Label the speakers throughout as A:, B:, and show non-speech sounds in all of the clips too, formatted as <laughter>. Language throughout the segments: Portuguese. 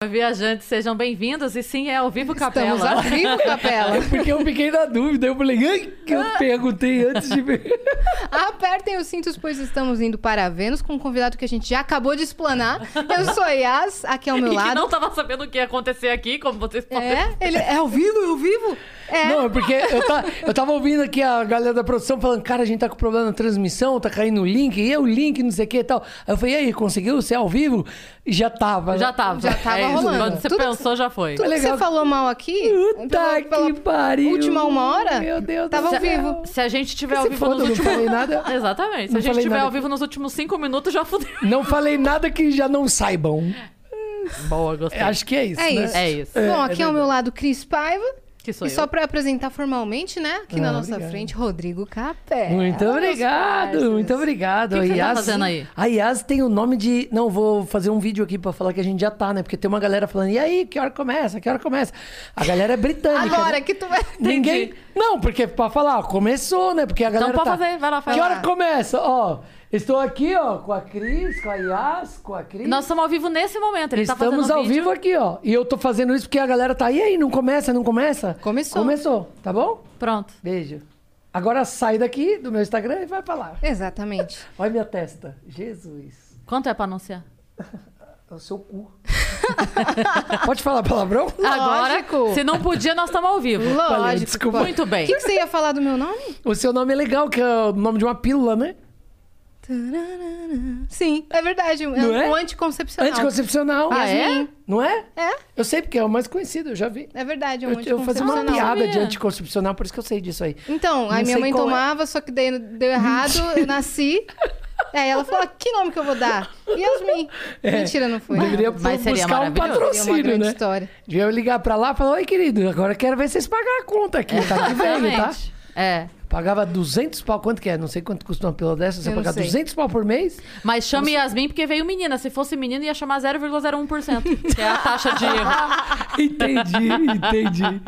A: Viajantes, sejam bem-vindos. E sim, é ao vivo capela.
B: Estamos ao vivo,
C: <laughs>
B: Capela.
C: É
B: Ah."
C: Porque eu fiquei na dúvida, eu falei, ai, que eu perguntei antes de ver.
B: <laughs> Apertem os cintos, pois estamos indo para Vênus com um convidado que a gente já acabou de explanar. Eu sou a Yas, aqui ao meu
A: <laughs> E que
B: lado.
A: não tava sabendo o que ia acontecer aqui, como vocês podem.
B: É? Ele é ao vivo, é ao vivo? É.
C: Não, é porque eu, tá, eu tava ouvindo aqui a galera da produção falando, cara, a gente tá com problema na transmissão, tá caindo o link, e é o link, não sei o que e tal. Aí eu falei, e aí, conseguiu ser ao vivo? E já tava. né?
A: Já tava.
B: Já tava
A: É isso.
B: rolando.
A: Quando você
B: Tudo que-
A: pensou, já foi.
B: Tudo que
C: legal.
B: você falou mal aqui,
C: Puta que pariu.
B: Então, última uma hora,
C: Meu Deus
B: tava
C: do
B: ao
C: céu.
B: vivo.
A: Se a gente tiver
C: Que
A: ao
C: se
A: vivo
C: foda,
A: nos
C: não
A: últimos.
C: falei nada.
A: Exatamente. Se
C: Não
A: a gente
C: falei
A: tiver
C: nada.
A: ao vivo nos últimos cinco minutos, já fudeu.
C: Não falei nada que já não saibam.
A: <laughs> Boa, gostei.
C: Acho que é isso,
B: É
C: né?
B: isso.
A: É isso.
B: Bom,
C: é
B: aqui ao meu lado, Cris Paiva.
A: Que sou
B: e
A: eu.
B: só para apresentar formalmente, né? Aqui na
C: Ah,
B: nossa
C: obrigado.
B: frente, Rodrigo Capela.
C: Muito
B: Meus
C: obrigado,
B: parceiros.
C: muito obrigado.
A: É, O que que
C: A
A: você tá
C: Yas-
A: fazendo aí?
C: A Yas tem o nome de. Não, vou fazer um vídeo aqui pra falar que a gente já tá, né? Porque tem uma galera falando, e aí, que hora começa? Que hora começa? A galera é britânica.
B: Agora
C: né?
B: que tu vai... <laughs>
C: Ninguém. Não, porque é pra falar, ó, começou, né? Porque a galera.
A: Então pode
C: tá...
A: fazer, vai lá, faz
C: Que
A: lá.
C: hora começa? Ó, estou aqui, ó, com a Cris, com a Yas, com a Cris.
A: Nós estamos ao vivo nesse momento. Ele tá
C: Estamos
A: fazendo
C: ao
A: vídeo.
C: vivo aqui, ó. E eu tô fazendo isso porque a galera tá. E aí, não começa, não começa?
B: Começou.
C: Começou, tá bom?
A: Pronto.
C: Beijo. Agora sai daqui do meu Instagram e vai pra lá.
B: Exatamente.
C: Olha minha testa. Jesus.
A: Quanto é pra anunciar?
C: É o seu cu. <laughs> Pode falar palavrão?
A: Agora,
B: Lógico.
A: se não podia, nós estamos ao vivo.
B: Lógico.
C: Valeu, desculpa.
A: Muito
B: O
A: bem.
B: que, que você ia falar do meu nome?
C: O seu nome é legal, que é o nome de uma pílula, né?
B: <laughs> Sim, é verdade. É
C: Não
B: um
C: é?
B: anticoncepcional.
C: Anticoncepcional.
A: Ah, é?
C: Não é?
B: É,
C: Eu sei porque é o mais conhecido, eu já vi.
B: é verdade, é um
C: Eu, eu fazia
B: anticoncepcional.
C: uma piada de
A: Sabia.
C: anticoncepcional, por isso que eu sei disso aí.
B: Então, aí
C: Não
B: minha
C: sei
B: mãe
C: qual é.
B: tomava, só que daí deu errado, eu nasci. Aí ela falou: que nome que eu vou dar? Yasmin. <laughs> Mentira, não foi.
C: É, Deveria
A: Mas seria
C: buscar um
A: maravilhoso.
B: Seria uma
C: patrocínio,
B: grande
C: né?
B: história.
C: Devia eu ligar pra lá e falar, oi, querido, agora quero ver vocês pagar a conta aqui, tá aqui velho, tá?
A: Exatamente. É.
C: Pagava 200 pau, quanto que é? Não sei quanto custa uma pílula dessa, você
B: Eu não
C: pagar
B: sei.
C: 200 pau por mês?
A: Mas chame Yasmin porque veio menina. Se fosse menina, ia chamar 0,01%. que é a taxa
B: <laughs>
A: de erro.
C: <laughs> Entendi, entendi.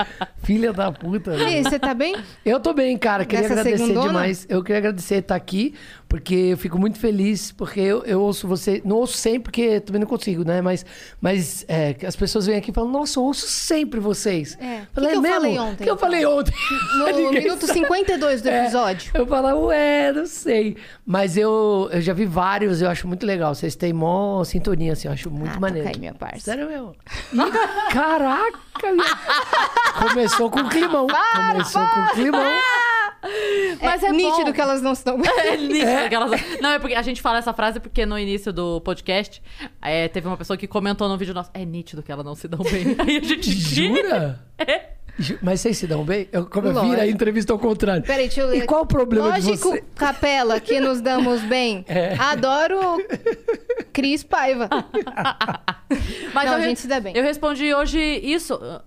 C: Filha da puta.
B: E
C: né?
B: aí, você tá bem?
C: Eu tô bem, cara. Queria
B: Nessa
C: agradecer
B: segundona?
C: demais. Eu queria agradecer estar aqui, porque eu fico muito feliz, porque eu, eu ouço você. Não ouço sempre, porque também não consigo, né? Mas, mas é, as pessoas vêm aqui e falam, nossa, eu ouço sempre vocês.
B: É. Que
C: Falei,
B: que eu
C: "É mesmo?
B: falei ontem,
C: O que eu
B: então?" <laughs>
C: falei ontem? <laughs>
B: No
C: Ninguém
B: minuto
C: sabe.
B: 52 do
C: É.
B: episódio.
C: Eu falo, ué, não sei. Mas eu, eu já vi vários, eu acho muito legal. Vocês têm mó sintonia, assim, eu acho muito
B: Ah,
C: maneiro.
B: toca aí, minha parça.
C: Sério mesmo. Ih, caraca, minha... Começou com o climão. Começou com o climão.
A: Mas é
B: nítido
A: bom.
B: que elas não
C: <laughs>
B: estão.
A: É nítido que elas- Não, é porque a gente fala essa frase porque no início do podcast é, teve uma pessoa que comentou no vídeo nosso. É nítido que elas não se dão bem. <laughs> Aí a gente
C: Jura?
A: É.
C: Ju- Mas vocês se dão bem? Eu, como eu
B: Lógico.
C: vira a entrevista ao contrário.
B: Peraí, deixa eu ler.
C: E qual o problema
B: Lógico,
C: de você?
B: Capela, que nos damos bem.
C: <laughs> É.
B: Adoro Cris Paiva.
A: Mas
B: Não,
A: eu
B: a
A: re-
B: gente se dá bem.
A: Eu respondi hoje isso. ah,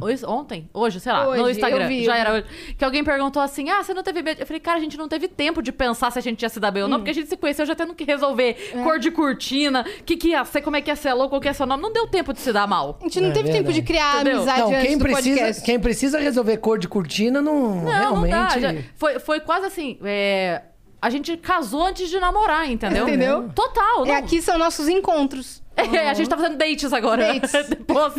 A: hoje- Ontem? Hoje, sei lá, no
B: Hoje,
A: Instagram.
B: eu vi.
A: Já era hoje. Que alguém perguntou assim: Ah, você não teve medo? Eu falei, cara, a gente não teve tempo de pensar se a gente ia se dar bem ou
B: Hum.
A: não, porque a gente se conheceu já tendo que resolver
B: É.
A: cor de cortina, o que, que ia ser, como é que ia ser a louca, qual que ia ser o nome. Não deu tempo de se dar mal.
B: A gente não
C: É
B: teve tempo de
C: verdade.
B: criar
A: Entendeu?
B: amizade
C: Não,
B: antes
C: quem
B: do
C: precisa,
B: podcast.
C: quem precisa resolver cor de cortina não,
A: Não,
C: realmente.
A: não dá. já- foi, foi quase assim. é, A gente casou antes de namorar, entendeu?
B: Entendeu?
A: Total.
B: É,
A: não-
B: aqui são nossos encontros.
A: <laughs> É, a gente tá fazendo dates agora.
B: Dates.
A: <laughs> Depois-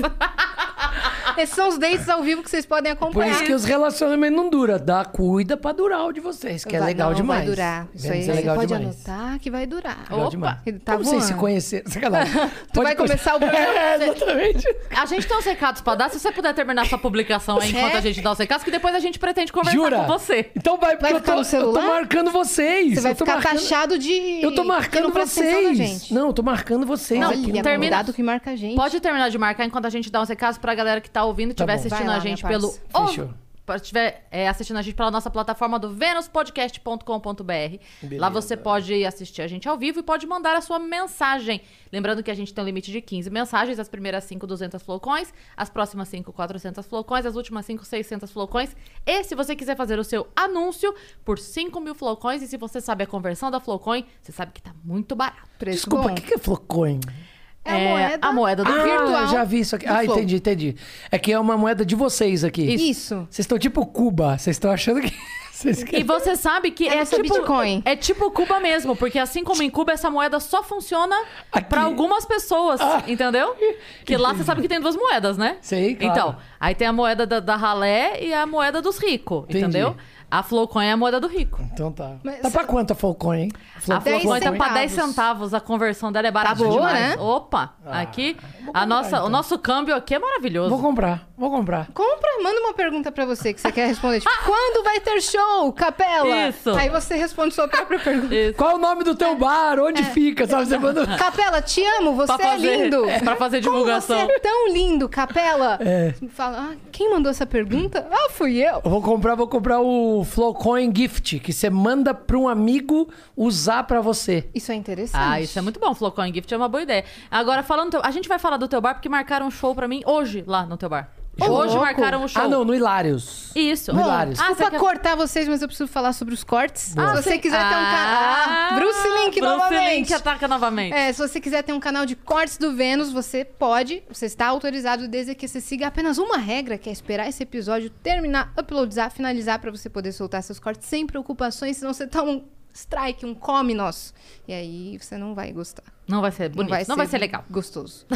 B: Esses são os dates ao vivo que vocês podem
C: É Por
B: acompanhar.
C: isso que os relacionamentos não duram. Dá cuida pra durar o de vocês, que é
B: Vai-
C: legal
B: não,
C: demais.
B: Vai durar. Isso
C: Vênus
B: aí
C: é
B: você
C: legal
B: pode
C: demais.
B: anotar que vai durar.
C: Legal
A: Opa!
C: demais.
B: Ele tá
C: Como vocês se
B: voando. <laughs>
C: conheceram? Sacanagem. Pode
B: vai começar
C: <laughs>
B: o programa-
C: É, exatamente.
A: a gente tem uns recados pra dar. Se você puder terminar sua publicação aí enquanto
B: É?
A: a gente dá os recados, que depois a gente pretende conversar
C: Jura?
A: com você.
C: Então vai, porque
B: Vai
C: eu,
B: ficar
C: tô,
B: no celular?
C: eu tô marcando vocês.
B: Você vai
C: eu tô
B: ficar
C: marcando...
B: taxado de.
C: Eu tô
B: que não
C: marcando
B: presta atenção na
C: vocês.
B: gente.
C: Não, eu tô marcando vocês.
A: Não,
C: aqui.
B: Olha,
A: termina-
B: cuidado que marca a gente.
A: Pode terminar de marcar enquanto a gente dá uns recados pra galera que tá ouvindo e
C: Tá
A: estiver
C: bom.
A: assistindo
B: Vai lá,
A: a gente
B: minha
A: pelo.
B: parça.
A: ou-
C: Fechou.
A: pra- estiver é, assistindo a gente pela nossa plataforma do venuspodcast.com.br. Lá você pode assistir a gente ao vivo e pode mandar a sua mensagem. Lembrando que a gente tem um limite de 15 mensagens, as primeiras 5, 200 flocões, as próximas 5, 400 flocões, as últimas 5, 600 flocões. E se você quiser fazer o seu anúncio por 5 mil flocões, e se você sabe a conversão da flocõe, você sabe que tá muito barato.
B: Preço
C: Desculpa, o
B: bom.
C: que, que é flocon?
B: É a moeda.
A: a moeda do
B: Ah, virtual
C: já vi isso aqui.
B: do
C: Ah,
B: Flow.
C: entendi, entendi. É que é uma moeda de vocês aqui.
B: Isso.
C: Vocês estão tipo Cuba. Vocês estão achando que. <laughs> Vocês
A: E você sabe que é,
B: É
A: tipo
B: tipo Bitcoin.
A: É tipo Cuba mesmo, porque assim como em Cuba, essa moeda só funciona
C: Aqui.
A: pra algumas pessoas, entendeu? Que lá você sabe que tem duas moedas, né?
C: Sei, claro.
A: Então, aí tem a moeda da, da ralé e a moeda dos ricos,
C: Entendi.
A: entendeu? A Flowcoin é a moeda do rico.
C: Então tá.
B: Mas
C: tá
B: cê-
C: pra quanto a Falcon, hein?
A: A
B: Dez
A: Flowcoin tá pra
B: centavos.
A: 10 centavos, a conversão dela é barata
B: boa,
A: demais.
B: né?
A: Opa, aqui a nossa, o nosso câmbio aqui é maravilhoso.
C: Vou comprar, vou comprar.
B: Compra, manda uma pergunta pra você que você quer responder.
A: <laughs>
B: Tipo, quando vai ter show, capela?
A: Isso.
B: Aí você responde sua
A: <laughs>
B: própria pergunta.
A: Isso.
C: Qual o nome do
A: É.
C: teu bar? Onde
B: É.
C: fica? Sabe,
B: <laughs>
C: você manda...
B: Capela, te amo, você
A: Pra fazer-
B: é lindo.
A: pra fazer divulgação.
B: Como você é tão lindo, Capela.
C: É.
B: Você Fala, ah, quem mandou essa pergunta? Ah, fui eu.
C: Eu vou comprar, vou comprar o Flowcoin Gift, que você manda pra um amigo usar pra você.
B: Isso é interessante.
A: Ah, isso é muito bom. Flowcoin Gift é uma boa ideia. Agora, falando. teu- A gente vai falar do teu bar porque marcaram um show pra mim hoje lá no teu bar.
B: Ô,
A: hoje
B: louco.
A: marcaram um show.
C: Ah, não, no Hilários.
A: Isso.
C: Bom, Hilários.
A: Ah, você
B: Desculpa
A: quer... Ah,
B: cortar vocês, mas eu preciso falar sobre os cortes. se você
A: sim.
B: quiser ter um canal.
A: Ah,
B: Ah, Bruce
A: Bruce
B: Link novamente.
A: Link ataca novamente.
B: É, se você quiser ter um canal de cortes do Vênus, você pode, você está autorizado desde que você siga apenas uma regra, que é esperar esse episódio terminar, uploadizar, finalizar pra você poder soltar seus cortes sem preocupações, senão você toma um strike, um come nosso. E aí você não vai gostar.
A: Não vai ser bonito. Não vai ser, legal. Tá
B: Gostoso.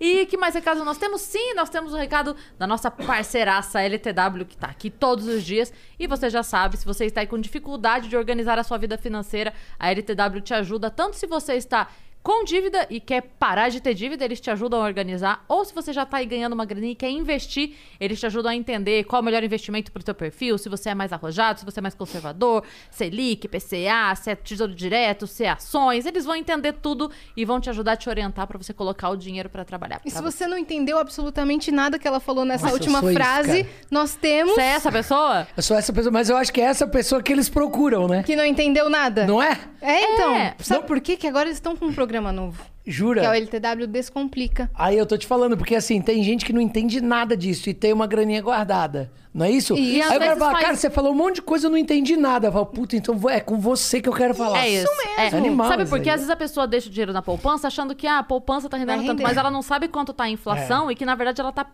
A: E que mais recado nós temos? Sim, nós temos o recado da nossa parceiraça LTW, que tá aqui todos os dias. E você já sabe, se você está aí com dificuldade de organizar a sua vida financeira, a LTW te ajuda. Tanto se você está com dívida e quer parar de ter dívida, eles te ajudam a organizar. Ou se você já tá aí ganhando uma graninha e quer investir, eles te ajudam a entender qual é o melhor investimento pro teu perfil, se você é mais arrojado, se você é mais conservador, Selic, PCA, se é tesouro direto, se é ações. Eles vão entender tudo e vão te ajudar a te orientar para você colocar o dinheiro para trabalhar.
B: E
A: pra
B: se você não entendeu absolutamente nada que ela falou nessa
C: Nossa, eu
B: última
C: sou isso,
B: frase,
C: cara.
B: nós temos
A: Você é essa pessoa?
C: Eu sou essa pessoa, mas eu acho que é essa pessoa que eles procuram, né?
B: que não entendeu nada.
C: Não é?
B: É, então.
A: É.
B: Sabe por quê? Que agora eles estão com um programa novo,
C: Jura?
B: que é o LTW Descomplica.
C: Aí eu tô te falando, porque assim, tem gente que não entende nada disso e tem uma graninha guardada. Não é isso?
A: E às
C: Aí o cara
A: vezes
C: fala,
A: faz-
C: cara, você falou um monte de coisa, eu não entendi nada. Eu falo, puta, então é com você que eu quero falar.
A: É isso.
C: mesmo.
A: É.
C: Animal
A: sabe
C: isso
A: por quê?
C: aí.
A: Às vezes a pessoa deixa o dinheiro na poupança achando que ah, a poupança tá rendendo
B: Vai
A: tanto,
B: render.
A: mas ela não sabe quanto tá a inflação
C: É.
A: e que na verdade ela tá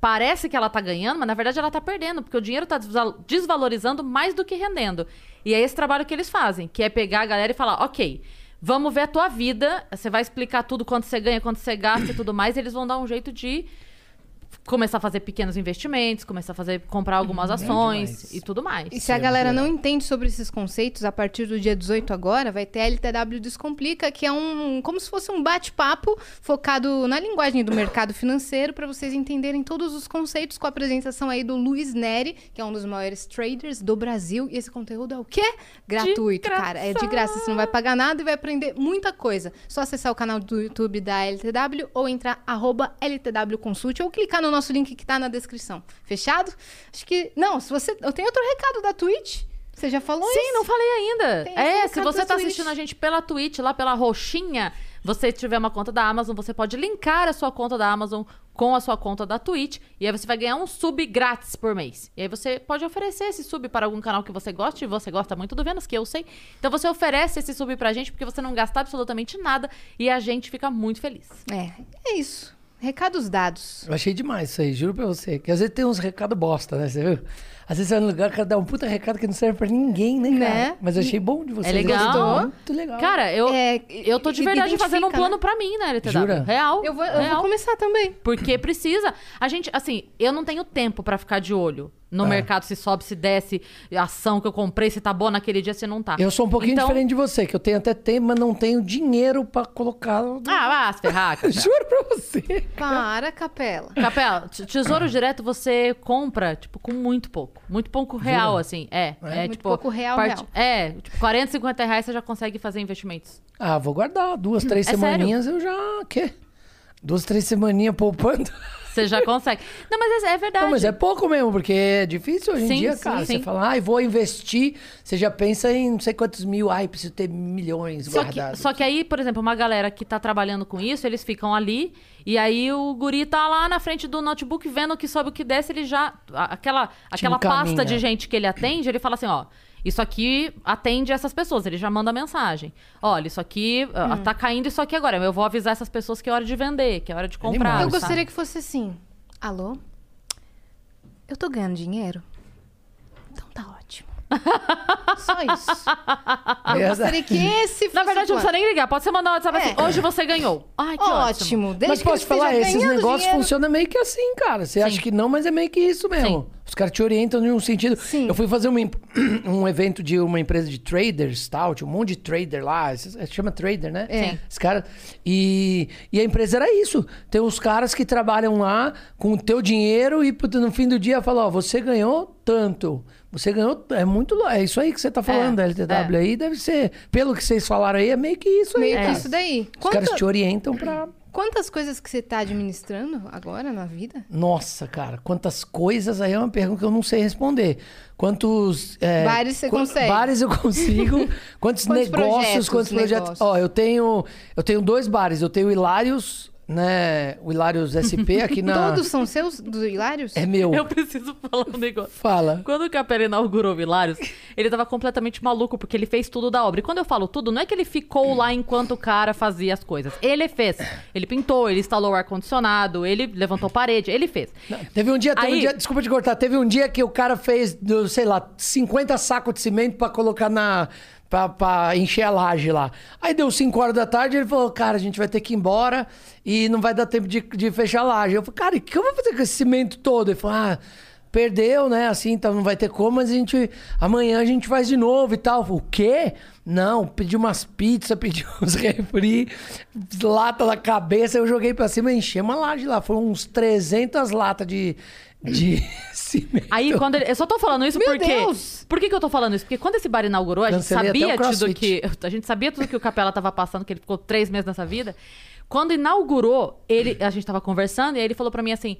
A: parece que ela tá ganhando, mas na verdade ela tá perdendo, porque o dinheiro tá desval- desvalorizando mais do que rendendo. E é esse trabalho que eles fazem, que é pegar a galera e falar, OK, vamos ver a tua vida, você vai explicar tudo quanto você ganha, quanto você gasta e tudo mais, e eles vão dar um jeito de começar a fazer pequenos investimentos, começar a fazer comprar algumas ações
C: Uhum, demais.
A: e tudo mais.
B: E se a galera não entende sobre esses conceitos, a partir do dia 18 agora, vai ter a LTW Descomplica, que é um como se fosse um bate-papo focado na linguagem do mercado financeiro, para vocês entenderem todos os conceitos, com a apresentação aí do Luiz Neri, que é um dos maiores traders do Brasil. E esse conteúdo é o quê? Gratuito,
A: graça.
B: cara. É de graça, você não vai pagar nada e vai aprender muita coisa. Só acessar o canal do YouTube da LTW ou entrar arroba LTW Consult ou clicar no nosso link que tá na descrição. Fechado? Acho que. Não, se você. Eu tenho outro recado da Twitch. Você já falou
A: Sim,
B: isso?
A: não falei ainda.
B: Tem esse
A: é,
B: recado
A: se você
B: da
A: tá
B: Twitch.
A: assistindo a gente pela Twitch, lá pela roxinha, você tiver uma conta da Amazon, você pode linkar a sua conta da Amazon com a sua conta da Twitch, e aí você vai ganhar um sub grátis por mês. E aí você pode oferecer esse sub para algum canal que você goste, e você gosta muito do Vênus, que eu sei. Então você oferece esse sub pra gente, porque você não gasta absolutamente nada, e a gente fica muito feliz.
B: É, é isso. Recados dados.
C: Eu achei demais isso aí, juro pra você. Que às vezes tem uns recados bosta, né? Você viu? Às vezes você vai num lugar, o cara dá um puta recado que não serve pra ninguém, né, cara?
B: Né?
C: Mas eu achei bom de você.
A: É legal.
C: Muito legal.
A: Cara, eu,
B: É,
A: eu tô de
B: i-
A: verdade
B: identifica,
A: fazendo um
B: né?
A: plano pra mim, né, LTW?
C: Jura?
A: Real.
B: Eu vou, eu
A: real.
B: vou começar também.
A: Porque precisa. A gente, assim, eu não tenho tempo pra ficar de olho no
C: É.
A: mercado, se sobe, se desce, a ação que eu comprei, se tá boa naquele dia, se não tá.
C: Eu sou um pouquinho
A: Então-
C: diferente de você, que eu tenho até tempo, mas não tenho dinheiro pra colocar. no- <laughs>
A: Ah, vá, se ferrar. Capela.
C: Juro pra você.
B: Para, capela.
A: Capela, te- tesouro direto você compra, tipo, com muito pouco. Muito pouco real, assim. É. é,
B: Muito
A: tipo,
B: pouco real, real.
A: É, tipo, 40, 50 reais você já consegue fazer investimentos.
C: Ah, vou guardar. Duas, três
A: É
C: semaninhas eu já. Quê? Duas, três semaninhas poupando. <laughs>
A: Você já <laughs> consegue. não, mas é, é verdade.
C: Não, mas é pouco mesmo, porque é difícil hoje em
A: Sim,
C: dia,
A: sim,
C: cara.
A: sim.
C: Você fala, ai, vou investir, você já pensa em não sei quantos mil, ai, preciso ter milhões
A: Só que,
C: guardados.
A: só que aí, por exemplo, uma galera que tá trabalhando com isso, eles ficam ali e aí o guri tá lá na frente do notebook vendo o que sobe o que desce, ele já. a- Aquela, aquela
C: encaminha.
A: pasta de gente que ele atende, ele fala assim, ó. Isso aqui atende essas pessoas, ele já manda mensagem. Olha, isso aqui ah,
B: Hum.
A: tá caindo isso aqui agora. Eu vou avisar essas pessoas que é hora de vender, que é hora de comprar.
B: Eu
A: sabe?
B: gostaria que fosse assim. Alô? Eu tô ganhando dinheiro? Então tá
A: <laughs>
B: ótimo. Só isso. Eu
A: é
B: gostaria que esse fosse
A: Na verdade,
B: o
A: não precisa
B: plano.
A: nem ligar. Pode ser mandar um WhatsApp assim.
B: É.
A: Hoje você ganhou. Ai, que ótimo.
B: Ótimo. Desde
C: Mas
B: que eu
C: posso te falar,
B: esteja
C: esses
B: ganhando
C: negócios
B: dinheiro.
C: funcionam meio que assim, cara. Você acha que não, mas é meio que isso mesmo.
A: Sim.
C: Os caras te orientam em um sentido.
B: Sim.
C: Eu fui fazer uma imp- <clears throat> um evento de uma empresa de traders, tal, tinha um monte de trader lá, esses- chama trader, né?
B: É.
A: Sim.
C: Os caras. E, e a empresa era isso. Tem os caras que trabalham lá com o teu dinheiro e puta, no fim do dia fala, ó, você ganhou tanto. Você ganhou. É muito. lo- É isso aí que você tá falando,
A: É, é.
C: LTW. Aí deve ser. Pelo que vocês falaram aí, é meio que isso aí.
B: Meio que
C: cara.
B: isso daí.
C: Os caras
B: Quanto-
C: te orientam pra.
B: Quantas coisas que você tá administrando agora na vida?
C: Nossa, cara, quantas coisas aí é uma pergunta que eu não sei responder. Quantos. é,
B: Bares você consegue?
C: Bares eu
B: <laughs>
C: consigo.
B: Quantos
C: Quantos, negócios,
B: projetos,
C: quantos projetos.
B: negócios?
C: Ó, eu tenho. Eu tenho dois bares. Eu tenho o Hilários, né? O Hilários SP aqui na.
B: Todos são seus, dos Hilários?
C: É meu.
A: Eu preciso falar um negócio.
B: <laughs>
C: Fala.
A: Quando o Capela inaugurou o Vilários, ele tava completamente maluco, porque ele fez tudo da obra. E quando eu falo tudo, não é que ele ficou lá enquanto o cara fazia as coisas. Ele fez. Ele pintou, ele instalou o ar-condicionado, ele levantou parede, ele fez.
C: Não, Teve um dia, teve um
A: Aí-
C: dia, desculpa te cortar, teve um dia que o cara fez, eu sei lá, 50 sacos de cimento pra colocar na. Pra, pra encher a laje lá. Aí deu 5 horas da tarde ele falou: Cara, a gente vai ter que ir embora e não vai dar tempo de, de fechar a laje. Eu falei: Cara, e o que eu vou fazer com esse cimento todo? Ele falou: Ah, perdeu, né? Assim, então não vai ter como, mas a gente. Amanhã a gente faz de novo e tal. Eu falei, o quê? Não, pedi umas pizzas, <laughs> pedi uns refri, lata na cabeça, eu joguei pra cima e enchi uma laje lá. Foram uns 300 latas de, de cimento.
A: Aí quando ele... Eu só tô falando isso
B: Meu
A: porque...
B: Deus!
A: Por que, que eu tô falando isso? Porque quando esse bar inaugurou, a gente
C: Cancelei até
A: sabia
C: o
A: tudo que...
C: crossfit.
A: A gente sabia tudo que o Capela tava passando, que ele ficou três meses nessa vida. Quando inaugurou, ele... A gente tava conversando e aí ele falou pra mim assim...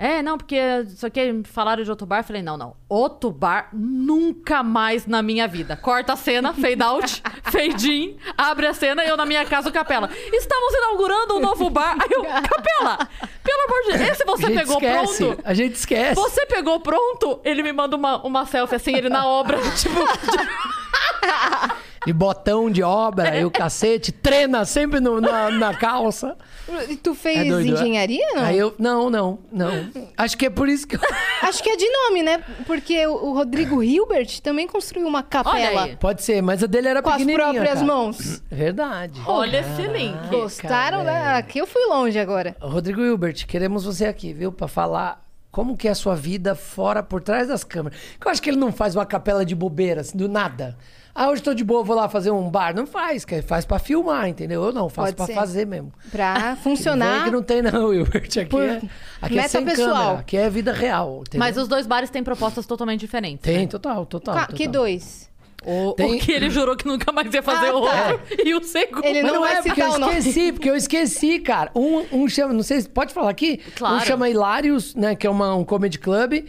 A: É, não, porque isso aqui me falaram de outro bar. Eu falei, não, não. Outro bar nunca mais na minha vida. Corta a cena, fade out, <laughs> fade in, abre a cena eu na minha casa, o Capela. Estamos inaugurando um novo bar. Aí
C: <laughs>
A: eu, Capela, pelo amor de Deus, esse você
C: a gente
A: pegou
C: esquece,
A: pronto?
C: A gente esquece.
A: Você <laughs> pegou pronto? Ele me manda uma, uma selfie assim, ele na obra, tipo.
C: De botão de obra e o cacete, treina sempre no- na, na calça.
B: E tu fez
C: É doido, é?
B: engenharia, não?
C: Aí eu. Não, não, não. Acho que é por isso que eu.
B: Acho que é de nome, né? Porque o o Rodrigo Hilbert também construiu uma
A: aí.
B: capela
C: Pode ser, mas a dele era
B: com as
C: pequenininha,
B: próprias
C: cara.
B: mãos.
C: Verdade. Ah.
A: Olha esse link.
B: Gostaram?
C: cara,
B: né? Aqui eu fui longe agora.
C: Rodrigo Hilbert, queremos você aqui, viu? Pra falar como que é a sua vida fora, por trás das câmeras. Que eu acho que ele não faz uma capela de bobeira, assim, do nada. Ah, hoje tô de boa, vou lá fazer um bar. Não faz, que faz pra filmar, entendeu? Eu não, faço
B: Pode
C: pra
B: ser.
C: fazer mesmo.
B: Pra
C: <laughs> Vem
B: funcionar.
C: que não tem não, <laughs> Hilbert. Aqui
B: Por
C: é, aqui é
B: meta
C: sem
B: pessoal.
C: câmera, aqui é vida real, entendeu?
A: Mas os dois bares têm propostas totalmente diferentes.
C: Tem, total, total.
B: Qua-
C: total.
B: Que dois?
A: O,
C: Tem-
A: o que ele jurou que nunca mais ia fazer
B: Ah,
A: o outro. <laughs> E o segundo.
B: Ele
C: Mas
B: não
C: não,
B: vai
C: é porque
B: citar
C: eu
B: o nome.
C: esqueci, porque eu esqueci, cara. Um, um chama, não sei se pode falar aqui. Um
A: Claro. Uhum.
C: chama Hilários, né? Que é uma, um comedy club.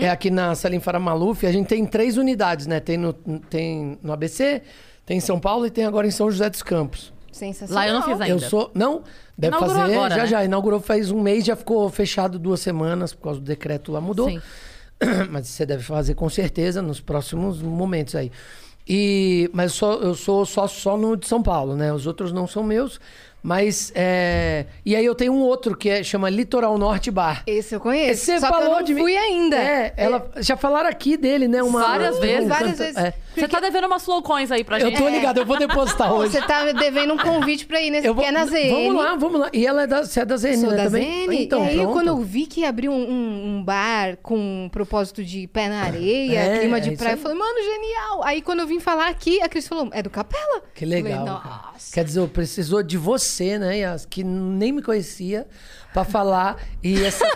C: É aqui na Salim Farah Maluf. A gente tem três unidades, né? Tem no, tem no ABC, tem em São Paulo e tem agora em São José dos Campos.
B: Sensacional.
A: Lá eu não fiz ainda.
C: Eu sou. Não, deve
A: Inaugurou
C: fazer.
A: agora,
C: já
A: né?
C: já. Inaugurou faz um mês, já ficou fechado duas semanas por causa do decreto lá, mudou.
A: Sim.
C: <coughs> Mas você deve fazer com certeza nos próximos momentos aí. E, mas só, eu sou só, só no de São Paulo, né? Os outros não são meus. Mas. é, E aí eu tenho um outro que é, chama Litoral Norte Bar.
B: Esse eu conheço.
C: Você
B: só
C: falou
B: que eu não
C: de mim.
B: fui ainda.
C: É, ela, já falaram aqui dele, né? Uma,
A: Várias
C: um
A: vezes.
B: Várias
C: canto-
B: vezes. É.
C: é.
A: Você tá devendo umas flowcoins aí pra
C: Eu
A: gente.
C: tô ligado, eu vou depositar
B: <laughs>
C: hoje.
B: Você tá me devendo um convite pra ir nesse
C: Eu vou-
B: que é na ZN.
C: Vamos lá, vamos lá. E ela é da, você é da ZN,
B: Sou
C: né,
B: da
C: também?
B: ZN.
C: Então,
B: e aí,
C: pronto.
B: quando eu vi que abriu um, um- um bar com um propósito de pé na areia,
C: É,
B: clima
C: é
B: de
C: isso
B: praia,
C: aí.
B: eu falei, mano, genial. Aí, quando eu vim falar aqui, a Cris falou, é do Capela?
C: Que
B: Falei,
C: legal. cara.
B: Nossa.
C: Quer dizer, eu precisou de você, né, Yas, que nem me conhecia, pra falar.
B: <laughs>
C: E essa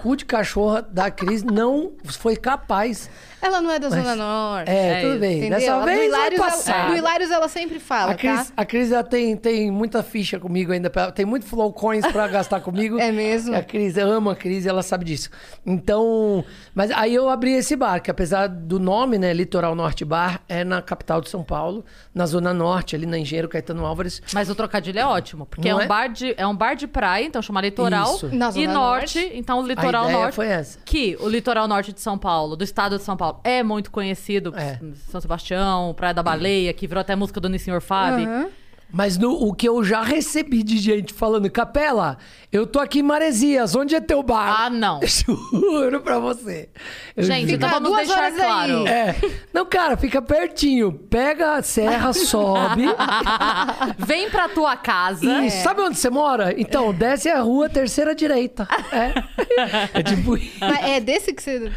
C: cu de cachorra da Cris não foi capaz.
B: Ela não é da Zona Norte.
C: É,
A: É
C: tudo
A: isso,
C: bem.
B: Entendeu?
C: Dessa
B: Ela- do
C: vez vai
B: Hilários, ela-
C: passar.
B: do Hilários ela sempre fala,
C: A Cris,
B: tá?
C: a Cris ela tem, tem muita ficha comigo ainda. pra- Tem muito flow coins pra gastar
B: <laughs>
C: comigo.
B: É mesmo?
C: A Cris, eu amo a Cris, ela sabe disso. Então, mas aí eu abri esse bar, que apesar do nome, né, Litoral Norte Bar, é na capital de São Paulo, na Zona Norte, ali na Engenheiro Caetano Álvares.
A: Mas o trocadilho é ótimo, porque é
C: Não
A: um,
C: é?
A: Bar de, é um bar de praia, então chama litoral.
C: Isso.
B: Na
A: E
B: Zona
A: norte, então litoral litoral
C: ideia
A: norte.
C: foi essa.
A: Que o litoral norte de São Paulo, do estado de São Paulo, é muito conhecido.
C: É.
A: São Sebastião, Praia da Baleia, que virou até música do Nissenhor Fábio.
B: Aham.
C: Mas no- o que eu já recebi de gente falando, Capela, eu tô aqui em Maresias, onde é teu bar? <laughs>
A: Ah, não.
C: Juro pra você. Eu
A: Gente,
C: juro.
A: então
B: Fica
A: vamos
B: duas
A: deixar
B: horas aí.
A: claro.
C: É. Não, cara, fica pertinho. Pega a
A: <laughs>
C: serra, sobe.
A: Vem pra tua casa.
C: E sabe onde você mora? Então, desce a rua, terceira direita.
A: <laughs>
C: É. É tipo.
B: Mas é desse que você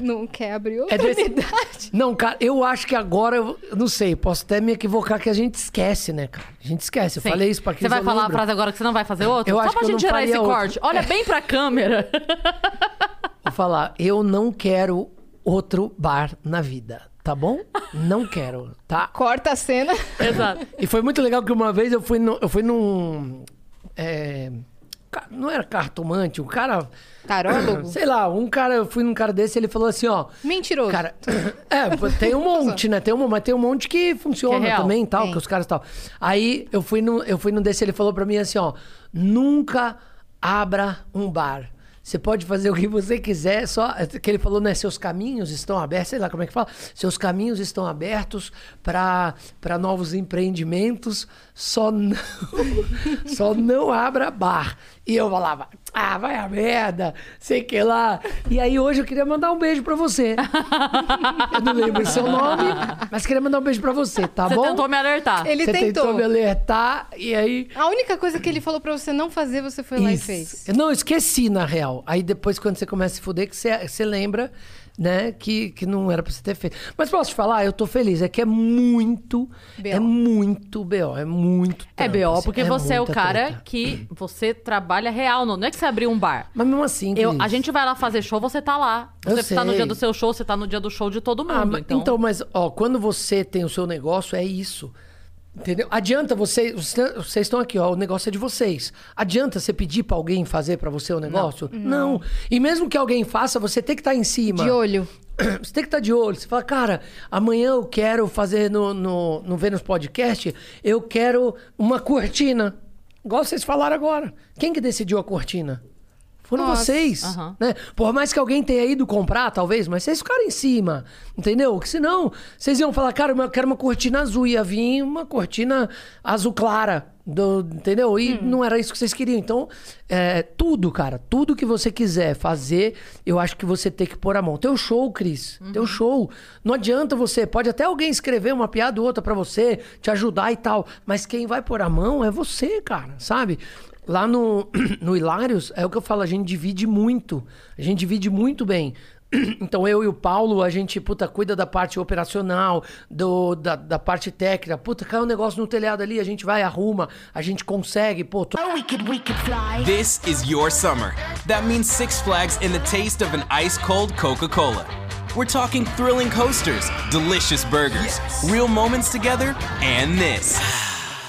B: não quer abrir outra
C: É desse-
B: unidade?
C: Não, cara, eu acho que agora, eu eu não sei, posso até me equivocar que a gente esquece, né, cara? A gente esquece. Eu
A: Sim.
C: falei isso pra quem
A: Você vai
C: eu
A: falar a
C: lembro.
A: frase agora que você não vai fazer outra?
C: Eu
A: Só
C: acho
A: pra
C: que eu
A: gente
C: não
A: gerar esse
C: faria
A: corte. Olha bem pra câmera. <laughs>
C: Vou falar, eu não quero outro bar na vida, tá bom? Não quero, tá?
B: <laughs> Corta a cena.
A: Exato.
C: E foi muito legal que uma vez eu fui, no, eu fui num. é, ca- não era cartomante, um cara.
B: Tarólogo?
C: Sei lá, um cara, eu fui num cara desse ele falou assim, ó.
B: Mentiroso.
C: Cara, <coughs> é, pô,
A: <laughs>
C: tem um monte, né? Tem um, mas tem um monte que funciona
A: Que é real.
C: também e tal,
B: Tem.
C: que os caras tal. Aí eu fui no, eu fui num desse, ele falou pra mim assim, ó, nunca abra um bar. Você pode fazer o que você quiser, é só que ele falou, né, seus caminhos estão abertos, sei lá como é que fala, seus caminhos estão abertos pra para novos empreendimentos, só não <laughs> só não abra bar. E eu falava, ah, vai a merda, sei que lá. E aí hoje eu queria mandar um beijo pra você. Eu não lembro seu nome, mas queria mandar um beijo pra você, tá
A: Você
C: bom? Então,
A: tentou me alertar.
B: Ele
C: Você
B: tentou.
C: me alertar e aí.
B: A única coisa que ele falou pra você não fazer, você foi lá e
C: Isso.
B: fez.
C: Eu não esqueci, na real. Aí depois, quando você começa a se fuder, que você, você lembra, né, que, que não era pra você ter feito. Mas posso te falar, eu tô feliz. É que é muito. É muito BO. É muito.
A: É
C: trampo,
A: B.O.,
C: assim,
A: porque você é o
C: muita
A: cara
C: treta.
A: que você trabalha real. Não, não é que você abriu um bar.
C: Mas mesmo assim.
A: Eu,
C: Cris,
A: a gente vai lá fazer show, você tá lá.
C: Eu
A: Você tá no
C: sei.
A: dia do seu show, você tá no dia do show de todo
C: Ah,
A: mundo.
C: ma-
A: então...
C: mas ó, quando você tem o seu negócio, é isso. Entendeu? Adianta você. você- Vocês estão aqui, ó. O negócio é de vocês. Adianta você pedir pra alguém fazer pra você o negócio? Não. E mesmo que alguém faça, você tem que estar em cima.
B: De olho.
C: Você tem que estar de olho. Você fala, cara, amanhã eu quero fazer no, no, no Vênus Podcast, eu quero uma cortina. Igual vocês falaram agora. Quem que decidiu a cortina? Foram
B: Nossa.
C: vocês,
A: Aham.
C: né? Por mais que alguém tenha ido comprar, talvez, mas vocês ficaram em cima, entendeu? Que senão, vocês iam falar, cara, eu quero uma cortina azul, ia vir uma cortina azul clara, do- entendeu? E não era isso que vocês queriam. Então, é, tudo, cara, tudo que você quiser fazer, eu acho que você tem que pôr a mão. Teu show, Cris, teu show. Não adianta você, pode até alguém escrever uma piada ou outra pra você, te ajudar e tal, mas quem vai pôr a mão é você, cara, sabe? Lá no, <clears throat> no Hilários, é o que eu falo, a gente divide muito. A gente divide muito bem. <clears throat> Então, eu e o Paulo, a gente, puta, cuida da parte operacional, do, da, da parte técnica. Puta, caiu um negócio no telhado ali, a gente vai, arruma, a gente consegue, pô, tô-
D: This is your summer. That means Six Flags and the taste of an ice cold Coca Cola. We're talking thrilling coasters, delicious burgers, real moments together, and this.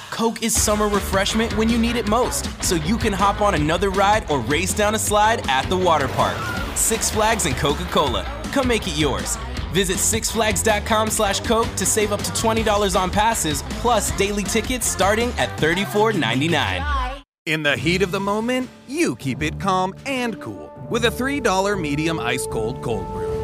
D: Coke is summer refreshment when you need it most, so you can hop on another ride or race down a slide at the water park. Six Flags and Coca Cola. Come make it yours. Visit sixflags.com slash Coke to save up to $20 on passes, plus daily tickets starting at $34.99.
E: In the heat of the moment, you keep it calm and cool with a $3 medium ice cold cold brew.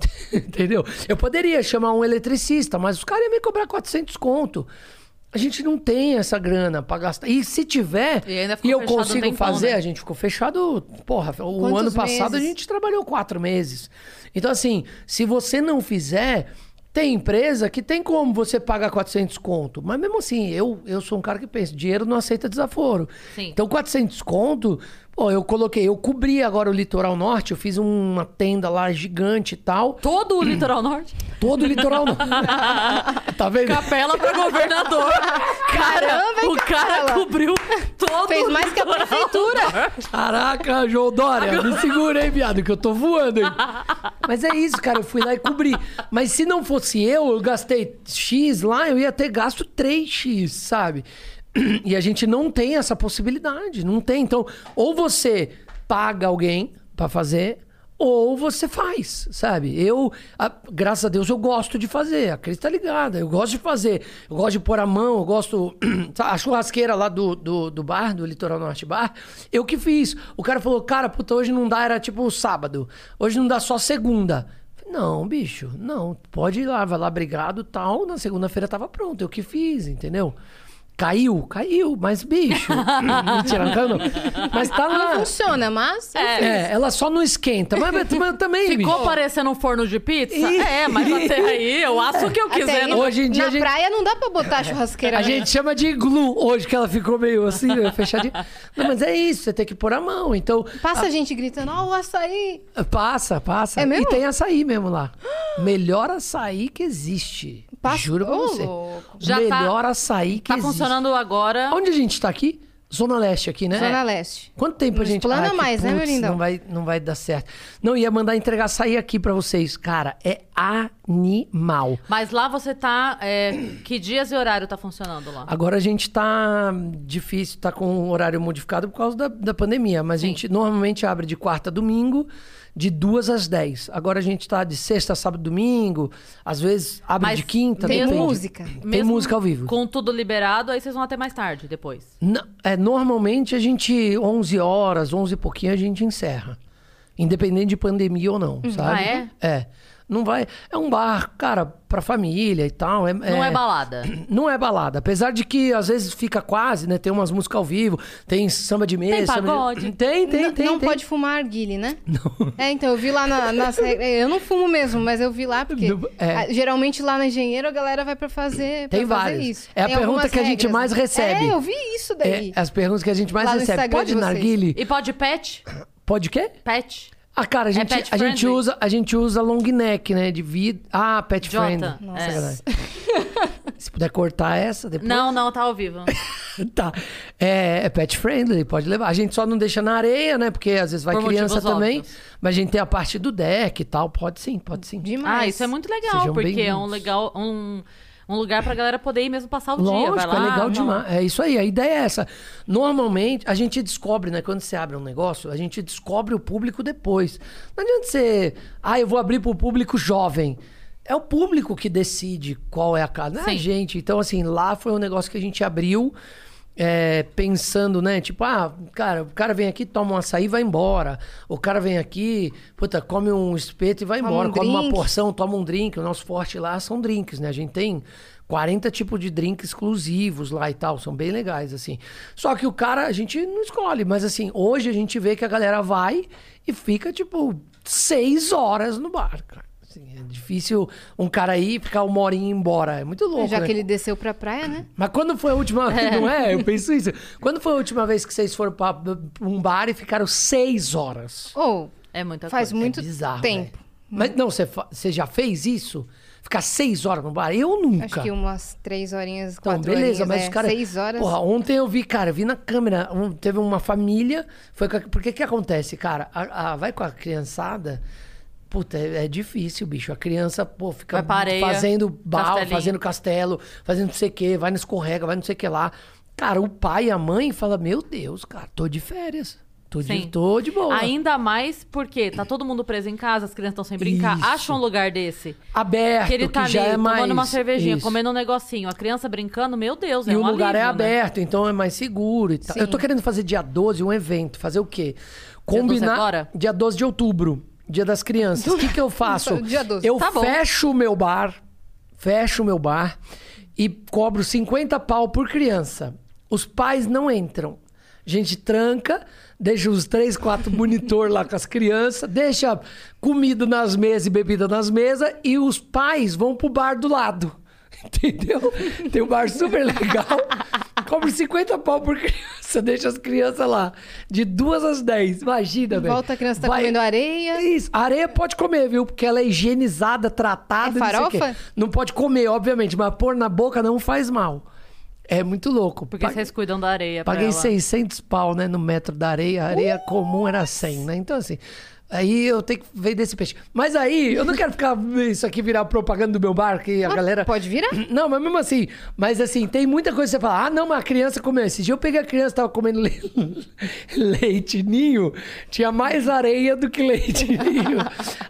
C: <laughs> Entendeu? Eu poderia chamar um eletricista, mas os caras iam me cobrar 400 conto. A gente não tem essa grana pra gastar. E se tiver,
A: E ainda
C: e
A: ficou
C: eu
A: fechado um
C: consigo
A: tempão,
C: fazer,
A: né?
C: a gente ficou fechado, porra, o
B: Quantos
C: ano passado a
B: meses?
C: gente trabalhou quatro meses. Então, assim, se você não fizer, tem empresa que tem como você pagar 400 conto. Mas mesmo assim, eu, eu sou um cara que pensa, dinheiro não aceita desaforo.
A: Sim.
C: Então, 400 conto, pô, eu coloquei, eu cobri agora o litoral norte, eu fiz um- uma tenda lá gigante e tal,
A: Todo o litoral
C: <laughs>
A: norte.
C: todo o litoral norte. <laughs> tá vendo?
A: Capela pra governador. Cara,
B: Caramba, hein,
A: o cara
B: Capela?
A: cobriu todo
B: Fez
A: o
B: mais que a
A: litoral
C: <laughs>
B: prefeitura.
C: Caraca, João Dória, me segura aí, viado, que eu tô voando aí. Mas é isso, cara, eu fui lá e cobri. Mas se não fosse eu, eu gastei X lá, eu ia ter gasto 3X, sabe? E a gente não tem essa possibilidade, não tem. Então, ou você paga alguém pra fazer, ou você faz, sabe? Eu, a- graças a Deus, eu gosto de fazer. A Cris tá ligada, eu gosto de fazer. Eu gosto de pôr a mão, eu gosto. <clears throat> A churrasqueira lá do, do, do bar, do Litoral Norte Bar, eu que fiz. O cara falou, cara, puta, hoje não dá, era tipo sábado. Hoje não dá só segunda. Falei, Não, bicho, não. Pode ir lá, vai lá, obrigado, tal. Na segunda-feira tava pronto, eu que fiz, entendeu? Caiu, caiu, mas bicho. <laughs> Mentira, não caiu, não. Mas tá lá.
A: Ah.
B: Não funciona, mas.
C: É, ela só não esquenta. Mas, mas- mas também.
A: Ficou
C: bicho.
A: parecendo um forno de pizza? é, mas até aí
C: <laughs>
A: eu acho o que eu
B: Até
A: quiser.
B: aí,
A: não- tá
C: Hoje em dia
B: na
C: a gente-
B: praia não dá pra botar churrasqueira.
C: A
B: né?
C: gente chama de iglu hoje, que ela ficou meio assim, meio fechadinha. Não, mas é isso, você tem que pôr a mão. Então,
B: Passa a gente gritando, ó, o açaí.
C: passa, passa.
B: É mesmo?
C: E tem açaí mesmo lá. Melhor açaí que existe.
B: Passa-
C: Juro pra
B: Ô,
C: você.
B: louco.
A: Já tá-
C: Melhor açaí que
A: Tá
C: existe.
A: funcionando agora.
C: Onde a gente tá aqui? Zona Leste aqui,
A: É.
C: né?
B: Zona Leste.
C: Quanto tempo
B: Não
C: a gente...
B: explana
C: Ai, que
B: mais, né, meu
C: putz,
B: lindão?
C: Não vai, não vai dar certo. Não, ia mandar entregar açaí aqui pra vocês. Cara, é animal.
A: Mas lá você tá. é, que dias e horário tá funcionando lá?
C: Agora a gente tá difícil, tá com o horário modificado por causa da, da pandemia, mas a gente normalmente abre de quarta a domingo, de duas às dez. Agora a gente tá de sexta, a sábado, domingo, às vezes abre
A: Mas
C: de quinta.
A: tem
C: Tá depende.
B: música?
C: Tem
A: Mesmo
C: música ao vivo.
A: Com tudo liberado, aí vocês vão até mais tarde, depois.
C: Na- é, normalmente a gente, 11 horas, 11 e pouquinho, a gente encerra. Independente de pandemia ou não, sabe?
A: Ah, é?
C: É. Não vai... É um bar, cara, pra família e tal.
A: Não é balada.
C: Não é balada. Apesar de que às vezes fica quase, né? Tem umas músicas ao vivo, tem samba de mesa. samba de-
A: pagode.
C: Tem, tem,
B: N-
C: tem.
B: não
C: tem.
B: pode fumar arguile, né? Não. É, então, eu vi lá na, nas regras. Eu não fumo mesmo, mas eu vi lá porque.
C: Não, é.
B: ah, geralmente lá na engenheiro a galera vai pra fazer.
C: Tem
B: pra fazer
C: várias.
B: isso.
C: É a
B: Tem
C: pergunta
B: algumas
C: que a gente
B: regras,
C: mais
B: né?
C: recebe.
B: É, eu vi isso daí.
C: É, as perguntas que a gente mais
B: Lá no
C: recebe.
B: Instagram
C: Pode
B: de vocês.
C: narguile?
A: E pode pet?
C: Pode o quê?
A: Pet.
C: Ah, cara, a gente,
A: pet
C: a gente
A: friendly?
C: usa, a gente usa long neck, né? De vida. Ah, pet
A: Jota.
C: friend.
A: Nossa.
C: Sacanagem. Se puder cortar essa depois.
A: Não, não, tá ao vivo.
C: <laughs> Tá. É, é pet friendly, pode levar. A gente só não deixa na areia, né? Porque às vezes vai
A: Por
C: criança
A: motivos
C: também.
A: óbvios.
C: Mas a gente tem a parte do deck e tal. Pode sim, pode sim.
B: Demais.
A: Ah, isso é muito legal,
C: Sejam
A: porque é um
C: bem-vindos.
A: legal. Um, um lugar pra galera poder ir mesmo passar o dia. Vai
C: Lógico,
A: lá,
C: é legal
A: não.
C: demais. É isso aí, a ideia é essa. Normalmente, a gente descobre, né? Quando você abre um negócio, a gente descobre o público depois. Não adianta você... Ah, eu vou abrir pro público jovem. É o público que decide qual é a casa, não é a
A: Sim.
C: gente. Então, assim, lá foi um negócio que a gente abriu... é, pensando, né? Tipo, ah, cara, o cara vem aqui, toma um açaí e vai embora. O cara vem aqui, puta, come um espeto e vai
B: Toma
C: embora.
B: um
C: come uma
B: drink.
C: porção, toma um drink. O nosso forte lá são drinks, né? A gente tem 40 tipos de drink exclusivos lá e tal. São bem legais, assim. Só que o cara, a gente não escolhe. Mas, assim, hoje a gente vê que a galera vai e fica, tipo, seis horas no bar, cara. Assim, é difícil um cara ir e ficar uma horinha e ir embora. É muito louco,
B: Já
C: né?
B: que ele desceu pra praia, né?
C: Mas quando foi a
B: <laughs>
C: última vez, não é? Eu penso isso. Quando foi a última vez que vocês foram pra pra um bar e ficaram seis horas?
B: Ou.
A: É muita
B: faz
A: coisa.
B: muito
C: Bizarro.
B: tempo.
C: velho. Mas não, você fa- você já fez isso? Ficar seis horas no bar? Eu
B: Acho
C: nunca.
B: que umas três horinhas,
C: Então,
B: quatro
C: beleza,
B: horinhas,
C: mas
B: é,
C: os caras.
B: seis horas.
C: Porra, ontem eu vi, cara, eu vi na câmera, um- teve uma família. Foi com a- porque que acontece, cara? A- a- vai com a criançada. Puta, é, é difícil, bicho. A criança, pô, fica
A: Vai pra areia,
C: fazendo bal,
A: castelinho.
C: fazendo castelo, fazendo não sei o quê, vai no escorrega, vai não sei o que lá. Cara, o pai e a mãe falam: Meu Deus, cara, tô de férias. Tô, de,
A: Sim.
C: tô de boa.
A: Ainda mais porque tá todo mundo preso em casa, as crianças estão sem brincar.
C: Isso.
A: Acha um lugar desse.
C: aberto,
A: Que ele tá ali
C: já é
A: tomando
C: mais.
A: uma cervejinha,
C: Isso.
A: comendo um negocinho, a criança brincando, meu Deus,
C: E
A: é
C: o
A: um
C: lugar é
A: alívio, né?
C: aberto, então é mais seguro e tal. Eu tô querendo fazer dia 12 um evento. Fazer o quê?
A: 12
C: Combinar.
A: agora?
C: Dia 12 de outubro, dia das
A: <laughs>
C: crianças. O que, que eu faço?
B: Dia 12,
C: Eu
A: tá bom.
C: fecho o meu bar, fecho o meu bar e cobro 50 pau por criança. Os pais não entram. A gente tranca, deixa os três,
B: <laughs>
C: quatro monitor lá com as crianças, deixa comida nas mesas e bebida nas mesas e os pais vão pro bar do lado. <laughs> Entendeu? Tem um bar super legal. Cobra 50 pau por criança, deixa as crianças lá. De duas às 10. Imagina, velho.
B: Volta a criança tá
C: Vai-
B: comendo areia.
C: Isso. Areia pode comer, viu? Porque ela é higienizada, tratada.
B: É
C: não sei o quê.
B: farofa?
C: Não pode comer, obviamente, mas pôr na boca não faz mal. É muito louco.
A: Porque
C: Pa-
A: vocês cuidam da areia pra
C: Paguei
A: ela. Uh!
C: 600 pau, né, no metro da areia. A areia comum era 100, né? Então, assim, aí eu tenho que vender esse peixe. Mas aí, eu não quero ficar isso aqui virar propaganda do meu bar, que a galera...
B: pode virar?
C: <clears throat> Não, mas mesmo assim, mas assim, tem muita coisa que você fala, ah, não, mas a criança comeu. Esse dia eu peguei a criança, tava comendo le- <laughs> leite ninho, tinha mais areia do que leite <laughs> ninho.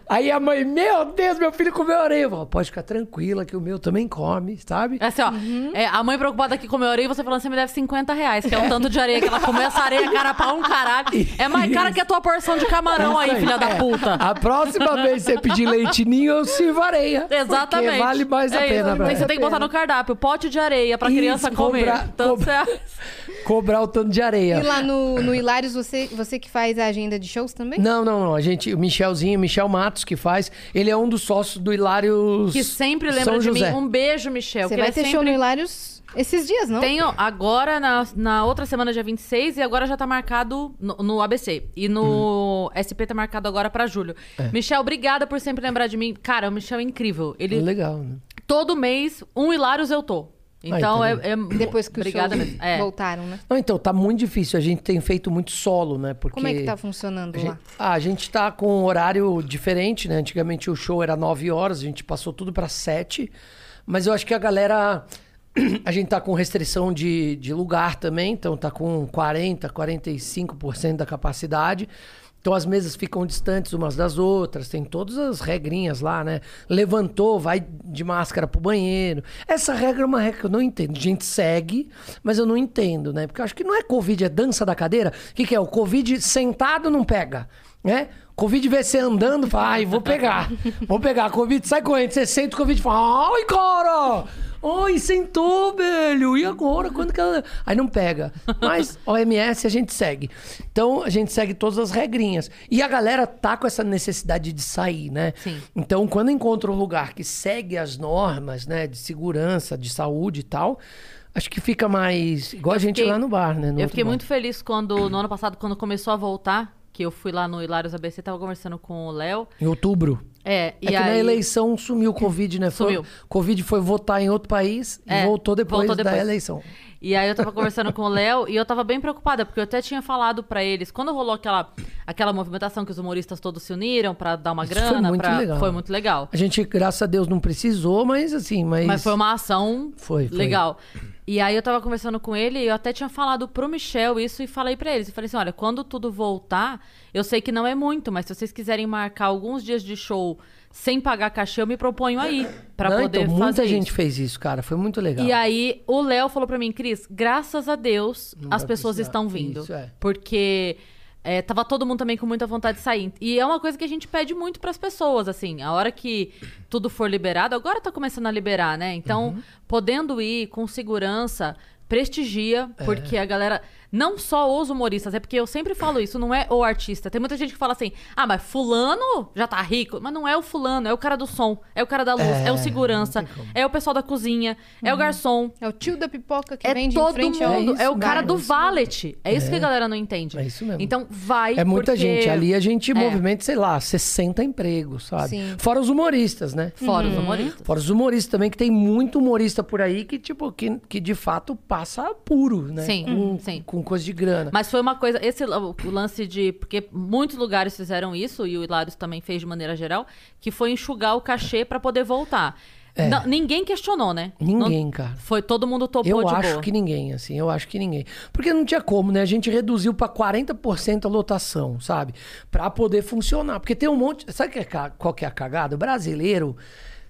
C: aí a mãe, meu Deus, meu filho comeu areia. Eu falo, pode ficar tranquila que o meu também come, sabe?
A: É Assim, ó,
C: Uhum.
A: é, a mãe preocupada aqui comeu areia e você falando, você me deve 50 reais, que é o tanto de areia que ela comeu. Essa areia, cara, pra um caralho. É mais cara que a tua porção de camarão aí, filha da puta.
C: É. A próxima vez que você pedir leite ninho, eu sirvo areia.
A: Exatamente.
C: Porque vale mais a
A: É isso.
C: pena. pra
A: Aí
C: ela.
A: você tem que botar no cardápio, pote de areia pra
C: Isso,
A: criança comer.
C: cobrar-
A: Tanto
C: cobrar-
A: você-
C: Cobrar o tanto de areia.
B: E lá no, no Hilários, você, você que faz a agenda de shows também?
C: Não, não, não. A gente, o Michelzinho, Michel Matos que faz. Ele é um dos sócios do Hilários
A: Que sempre lembra
C: São
A: de
C: José.
A: mim. Um beijo, Michel.
B: Você
A: que
B: vai
A: ele
B: ter
A: sempre...
B: show no Hilários esses dias, não?
A: Tenho agora na, na outra semana, dia 26, e agora já tá marcado no, no ABC. E
C: Hum.
A: no SP tá marcado agora pra julho.
C: É.
A: Michel, obrigada por sempre lembrar de mim. Cara, o Michel é incrível. Ele,
C: Legal, né?
A: todo mês, um Hilários eu tô. Então
C: tá
A: é,
C: vendo?
A: é-
B: Depois que os
A: Obrigada
B: shows
A: mesmo. É.
B: voltaram, né?
C: Não, então, tá muito difícil. A gente tem feito muito solo, né? Porque...
B: Como é que tá funcionando
C: A
B: lá?
C: gente, ah, a gente tá com um horário diferente, né? Antigamente o show era 9 horas, a gente passou tudo pra 7. Mas eu acho que a galera. <clears throat> A gente tá com restrição de, de lugar também, então tá com 40%, 45% da capacidade. Então as mesas ficam distantes umas das outras, tem todas as regrinhas lá, né? Levantou, vai de máscara pro banheiro. Essa regra é uma regra que eu não entendo. A gente segue, mas eu não entendo, né? Porque eu acho que não é Covid, é dança da cadeira. O que, que é? O Covid sentado não pega, né? Covid vê você andando, fala, ai, vou pegar. Vou pegar. Covid sai correndo, você sente o Covid fala, ai, cara! Ai, sentou, velho! E agora? Quando que ela. Aí não pega. Mas OMS a gente segue. Então a gente segue todas as regrinhas. E a galera tá com essa necessidade de sair, né?
A: Sim.
C: Então, quando encontra um lugar que segue as normas, né, de segurança, de saúde e tal, acho que fica mais. Igual a gente
A: fiquei-
C: lá no bar, né? no
A: Eu
C: outro
A: fiquei
C: bar.
A: muito feliz quando, no ano passado, quando começou a voltar, que eu fui lá no Hilários ABC, tava conversando com o Léo.
C: Em outubro.
A: É, e
C: é que
A: aí...
C: na eleição sumiu o Covid, né? Foi-
A: Sumiu.
C: Covid foi votar em outro país
A: É,
C: e voltou depois,
A: voltou
C: da
A: depois.
C: eleição.
A: E aí eu tava conversando com o Léo e eu tava bem preocupada, porque eu até tinha falado pra eles, quando rolou aquela, aquela movimentação que os humoristas todos se uniram pra dar uma
C: Isso foi
A: grana,
C: muito
A: pra-
C: legal.
A: foi muito legal.
C: A gente, graças a Deus, não precisou, mas assim, mas.
A: Mas foi uma ação
C: Foi, foi.
A: legal. E aí eu tava conversando com ele e eu até tinha falado pro Michel isso e falei pra eles. Eu falei assim, olha, quando tudo voltar, eu sei que não é muito, mas se vocês quiserem marcar alguns dias de show sem pagar cachê, eu me proponho aí pra
C: Não,
A: poder
C: então,
A: fazer
C: muita
A: isso.
C: gente fez isso, cara. Foi muito legal.
A: E aí, o Léo falou pra mim, Cris, graças a Deus as pessoas
C: precisar.
A: estão vindo.
C: Isso, é.
A: Porque é, tava todo mundo também com muita vontade de sair. E é uma coisa que a gente pede muito pras pessoas, assim. A hora que tudo for liberado, agora tá começando a liberar, né? Então,
C: Uhum.
A: podendo ir com segurança. Prestigia,
C: É.
A: porque a galera. Não só os humoristas, é porque eu sempre falo isso, não é o artista. Tem muita gente que fala assim: ah, mas Fulano já tá rico. Mas não é o Fulano, é o cara do som, é o cara da luz, é, o segurança, é o pessoal da cozinha, é o
C: Uhum.
A: garçom,
B: É o tio da pipoca que
A: é
B: vende em
A: todo
B: frente ao...
A: mundo. É,
C: isso
A: o cara
C: mesmo,
A: do valet. É isso que a galera não entende.
C: É isso mesmo.
A: Então vai.
C: É muita
A: porque- É.
C: gente. Ali a gente movimenta, sei lá, 60 empregos, sabe?
B: Sim.
C: Fora os humoristas, né?
A: Fora
B: Uhum.
A: os humoristas.
C: Fora os humoristas também, que tem muito humorista por aí que, tipo, que, que de fato passa puro, né?
A: Sim,
B: Uhum.
A: uhum.
C: com,
A: sim.
C: com coisa de grana.
A: Mas foi uma coisa. Esse la- o lance de. Porque muitos lugares fizeram isso, e o Hilários também fez de maneira geral, que foi enxugar o cachê pra poder voltar. Não- ninguém questionou, né?
C: É. Ninguém,
A: Não-
C: cara.
A: Foi todo mundo topou
C: Eu
A: de
C: acho
A: boa.
C: que ninguém, assim, eu acho que ninguém. Porque não tinha como, né? A gente reduziu pra 40% a lotação, sabe? Pra poder funcionar. Porque tem um monte. Sabe que é ca- qual que é a cagada? O brasileiro.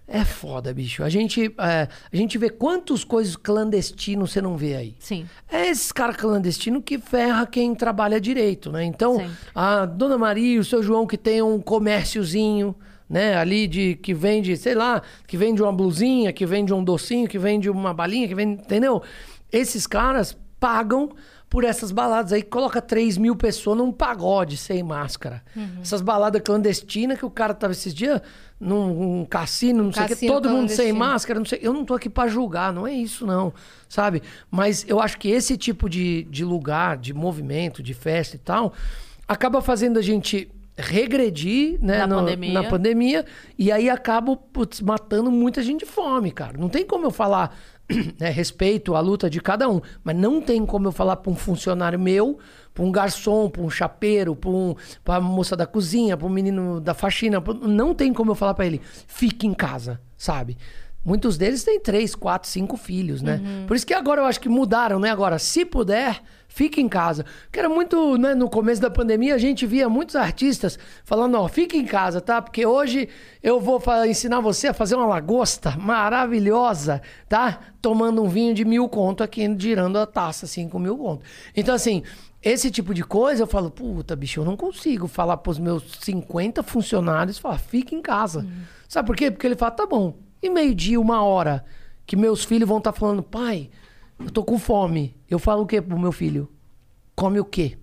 C: É foda, bicho. A gente, é, a gente vê quantas coisas clandestinas você não vê aí.
A: Sim.
C: É esses caras clandestinos que ferra quem trabalha direito, né? Então,
A: Sim.
C: a Dona Maria e o seu João que tem um comérciozinho, né? Ali de que vende, sei lá, que vende uma blusinha, que vende um docinho, que vende uma balinha, que vende. Entendeu? Esses caras pagam por essas baladas aí, que coloca 3 mil pessoas num pagode sem máscara.
B: Uhum.
C: Essas baladas clandestinas que o cara tava esses dias num, num cassino, não sei o que,
B: Cassino
C: todo mundo sem
B: clandestino.
C: máscara máscara, não sei. Eu não tô aqui pra julgar, não é isso, não. Sabe? Mas eu acho que esse tipo de, de lugar, de movimento, de festa e tal, acaba fazendo a gente regredir, né?
A: Na
C: no-
A: pandemia.
C: na pandemia. E aí acabo, putz, matando muita gente de fome, cara. Não tem como eu falar. <clears throat> né, respeito a luta de cada um, mas não tem como eu falar para um funcionário meu, para um garçom, para um chapeiro, para um, a moça da cozinha, para um menino da faxina, pra- um, não tem como eu falar para ele, fique em casa, sabe? Muitos deles têm três, quatro, cinco filhos, né? Por isso que agora eu acho que mudaram, né? Agora, se puder, fique em casa. Porque era muito, né? No começo da pandemia, a gente via muitos artistas falando, ó, fique em casa, tá? Porque hoje eu vou fa- ensinar você a fazer uma lagosta maravilhosa, tá? Tomando um vinho de mil conto aqui, girando a taça, assim, com mil conto. Então, assim, esse tipo de coisa, eu falo, puta, bicho, eu não consigo falar pros meus 50 funcionários, falar, fica em casa. Sabe por quê? Porque ele fala, tá bom, e meio-dia, uma hora, que meus filhos vão estar falando, pai, eu tô com fome. Eu falo o quê pro meu filho? Come o quê?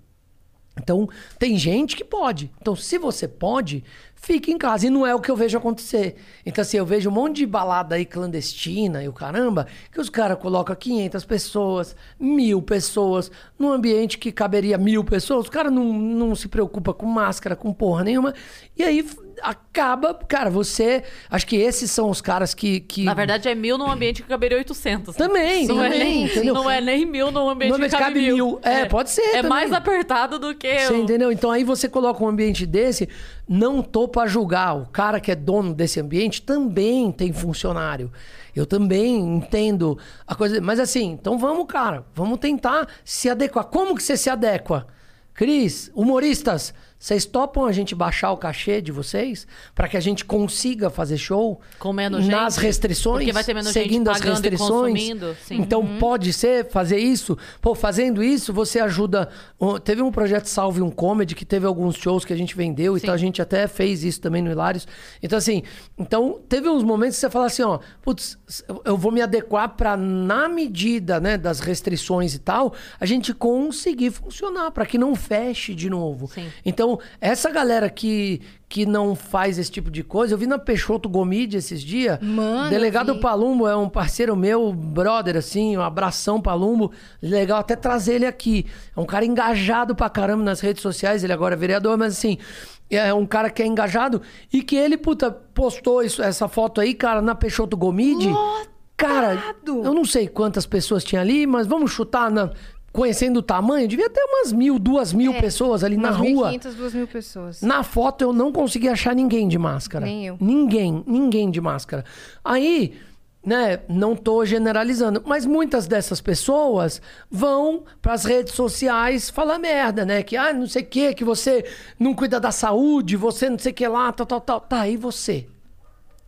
C: Então, tem gente que pode. Então, se você pode, fique em casa. E não é o que eu vejo acontecer. Então, assim, eu vejo um monte de balada aí clandestina e o caramba, que os caras colocam 500 pessoas, mil pessoas, num ambiente que caberia mil pessoas. Os caras não, não se preocupa com máscara, com porra nenhuma. E aí f- acaba, cara, você. Acho que esses são os caras que. que...
A: Na verdade, é mil num ambiente que caberia 800.
C: Também,
A: Não, é,
C: também,
A: nem,
C: entendeu?
A: não é nem mil num ambiente
C: No ambiente
A: que cabe
C: cabe
A: mil.
C: mil. É, pode ser
A: É
C: também.
A: mais apertado do que...
C: Você
A: o-
C: entendeu? Então aí você coloca um ambiente desse, não tô pra julgar. O cara que é dono desse ambiente também tem funcionário. Eu também entendo a coisa. Mas assim, então vamos, cara, vamos tentar se adequar. Como que você se adequa? Cris, humoristas, vocês topam a gente baixar o cachê de vocês para que a gente consiga fazer show
A: Com menos
C: nas
A: gente?
C: restrições,
A: Porque vai ter menos gente
C: seguindo as
A: pagando e
C: restrições.
A: consumindo, sim.
C: Então pode ser fazer isso. Pô, fazendo isso, você ajuda. Ó, Teve um projeto Salve um Comedy que teve alguns shows que a gente vendeu, então a gente até fez isso também no Hilários. Então, assim, então teve uns momentos que você fala assim, ó, putz, eu vou me adequar pra na medida né, das restrições e tal, a gente conseguir funcionar, pra que não feche de novo.
A: Sim.
C: Então, essa galera que, que não faz esse tipo de coisa, eu vi na Peixoto Gomide esses dias.
B: Mano, eu
C: Delegado
B: vi.
C: Palumbo é um parceiro meu, brother, assim, um abração Palumbo. Legal até trazer ele aqui. É um cara engajado pra caramba nas redes sociais, ele agora é vereador, mas assim, é um cara que é engajado e que ele, puta, postou isso, essa foto aí, cara, na Peixoto Gomide. Cara, eu não sei quantas pessoas tinha ali, mas vamos chutar na- Conhecendo o tamanho, devia ter umas mil, duas mil pessoas ali na
B: Umas
C: rua.
B: 1.500, 2.000 pessoas.
C: Na foto eu não consegui achar ninguém de máscara.
B: Nem eu.
C: Ninguém, ninguém de máscara. Aí, né, não tô generalizando, mas muitas dessas pessoas vão pras redes sociais falar merda, né? Que, ah, não sei o que, que você não cuida da saúde, você não sei o que lá, tal, tal, tal. Tá, e você?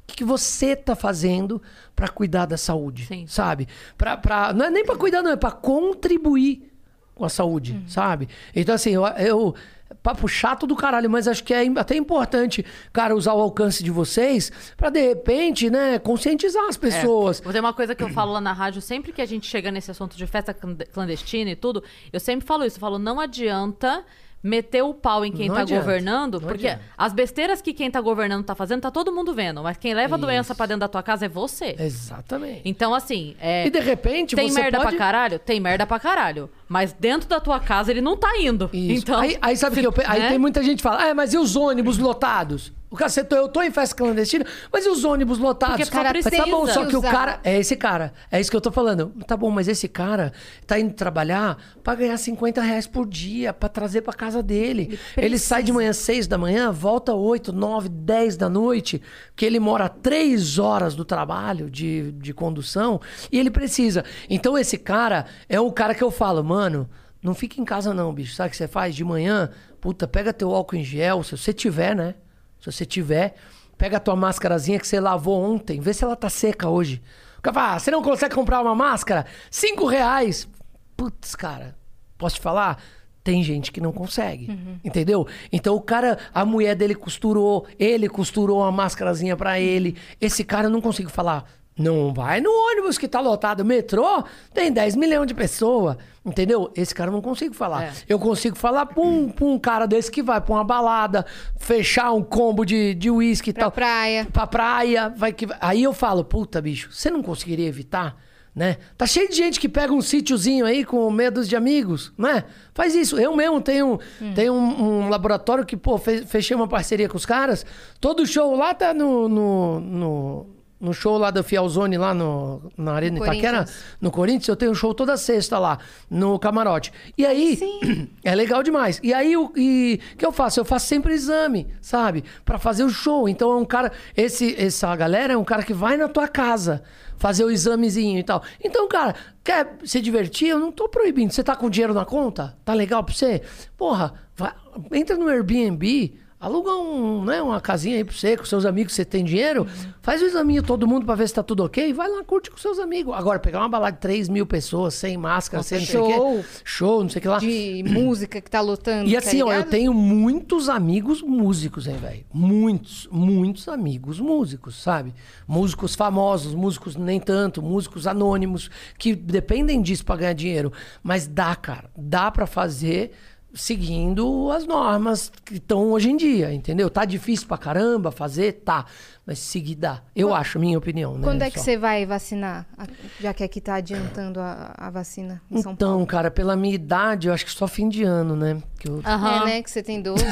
C: O que que você tá fazendo pra cuidar da saúde,
A: Sim.
C: sabe? Pra, pra, não é nem pra cuidar, não, é pra contribuir com a saúde,
A: Uhum.
C: sabe? Então, assim, eu, eu- Papo chato do caralho, mas acho que é im- até importante, cara, usar o alcance de vocês pra de repente, né, conscientizar
A: É.
C: as pessoas.
A: Mas tem uma coisa que eu falo lá na rádio, sempre que a gente chega nesse assunto de festa clande- clandestina e tudo, eu sempre falo isso. Eu falo, não adianta meter o pau em quem
C: Não
A: tá
C: adianta,
A: governando,
C: não
A: porque
C: adianta.
A: as besteiras que quem tá governando tá fazendo, tá todo mundo vendo. Mas quem leva a doença pra dentro da tua casa é você.
C: Exatamente.
A: Então, assim. é-
C: E de repente
A: Tem
C: você
A: merda
C: pode...
A: pra caralho? Tem merda pra caralho. Mas dentro da tua casa ele não tá indo.
C: Isso.
A: Então.
C: aí, aí sabe o que eu pe- Aí
A: né?
C: tem muita gente que fala, ah, mas e os ônibus lotados? O cacete, eu tô em festa clandestina, mas e os ônibus lotados?
A: Porque só
C: Cara,
A: precisa.
C: Tá bom, só que o
B: Usar.
C: cara. É esse cara. É isso que eu tô falando. Tá bom, mas esse cara tá indo trabalhar pra ganhar 50 reais por dia, pra trazer pra casa dele. Ele, sai de manhã às 6 da manhã, volta 8, 9, 10 da noite, que ele mora 3 horas do trabalho de, de condução e ele precisa. Então esse cara é o cara que eu falo, mano. Não fica em casa não, bicho. Sabe o que você faz? De manhã, puta, pega teu álcool em gel, se você tiver, né? Se você tiver, pega a tua máscarazinha que você lavou ontem, vê se ela tá seca hoje. O cara fala, ah, você não consegue comprar uma máscara? Cinco reais. Putz, cara, posso te falar? Tem gente que não consegue, entendeu? Então o cara, a mulher dele costurou, ele costurou uma máscarazinha pra ele. Esse cara eu não consigo falar, não vai no ônibus que tá lotado, metrô tem 10 milhões de pessoas, entendeu? Esse cara eu não consigo falar.
A: É.
C: Eu consigo falar pra um, pra um cara desse que vai pra uma balada, fechar um combo de de uísque e
B: Pra
C: tal.
B: praia.
C: Pra praia, vai que. Aí eu falo, puta, bicho, você não conseguiria evitar? Né? Tá cheio de gente que pega um sítiozinho aí com medos de amigos, né? Faz isso. Eu mesmo tenho,
B: Hum.
C: tenho um, um laboratório que, pô, fe- fechei uma parceria com os caras. Todo show lá tá no, no, no, No show lá da Fialzone, lá no, na Arena
B: No
C: Itaquera,
B: Corinthians.
C: no Corinthians, eu tenho show toda sexta lá, no camarote. E aí, <clears throat> é legal demais. E aí, o e, o que eu faço? Eu faço sempre exame, sabe? Pra fazer o show. Então, é um cara... Esse, essa galera é um cara que vai na tua casa fazer o examezinho e tal. Então, cara, quer se divertir? Eu não tô proibindo. Você tá com dinheiro na conta? Tá legal pra você? Porra, vai- entra no Airbnb... Aluga um, né, uma casinha aí pra você, com seus amigos, você tem dinheiro. Faz o examinho todo mundo pra ver se tá tudo ok. Vai lá, curte com seus amigos. Agora, pegar uma balada de 3 mil pessoas, sem máscara, sem não sei o quê.
B: show.
C: Show, não sei o que lá.
B: de música que tá lotando.
C: E
B: tá
C: assim, ó, eu
B: ligado?
C: tenho muitos amigos músicos, hein, velho? Muitos, muitos amigos músicos, sabe? Músicos famosos, músicos nem tanto, músicos anônimos, que dependem disso pra ganhar dinheiro. Mas dá, cara. Dá pra fazer seguindo as normas que estão hoje em dia, entendeu? Tá difícil pra caramba fazer? Tá. Mas seguir dá. Eu acho, minha opinião, né?
B: Quando é que
C: só.
B: você vai vacinar? A- Já que aqui tá adiantando a, a vacina em São Paulo.
C: Então, cara, pela minha idade, eu acho que só fim de ano, né? Que eu...
A: Aham.
B: É, né? Que você tem 12.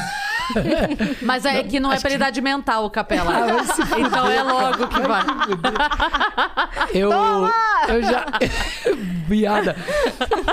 A: Mas é que não é pela idade mental, Capela.
C: <laughs> Ah,
A: então é logo que vai.
C: Eu, eu já. <laughs> Viada.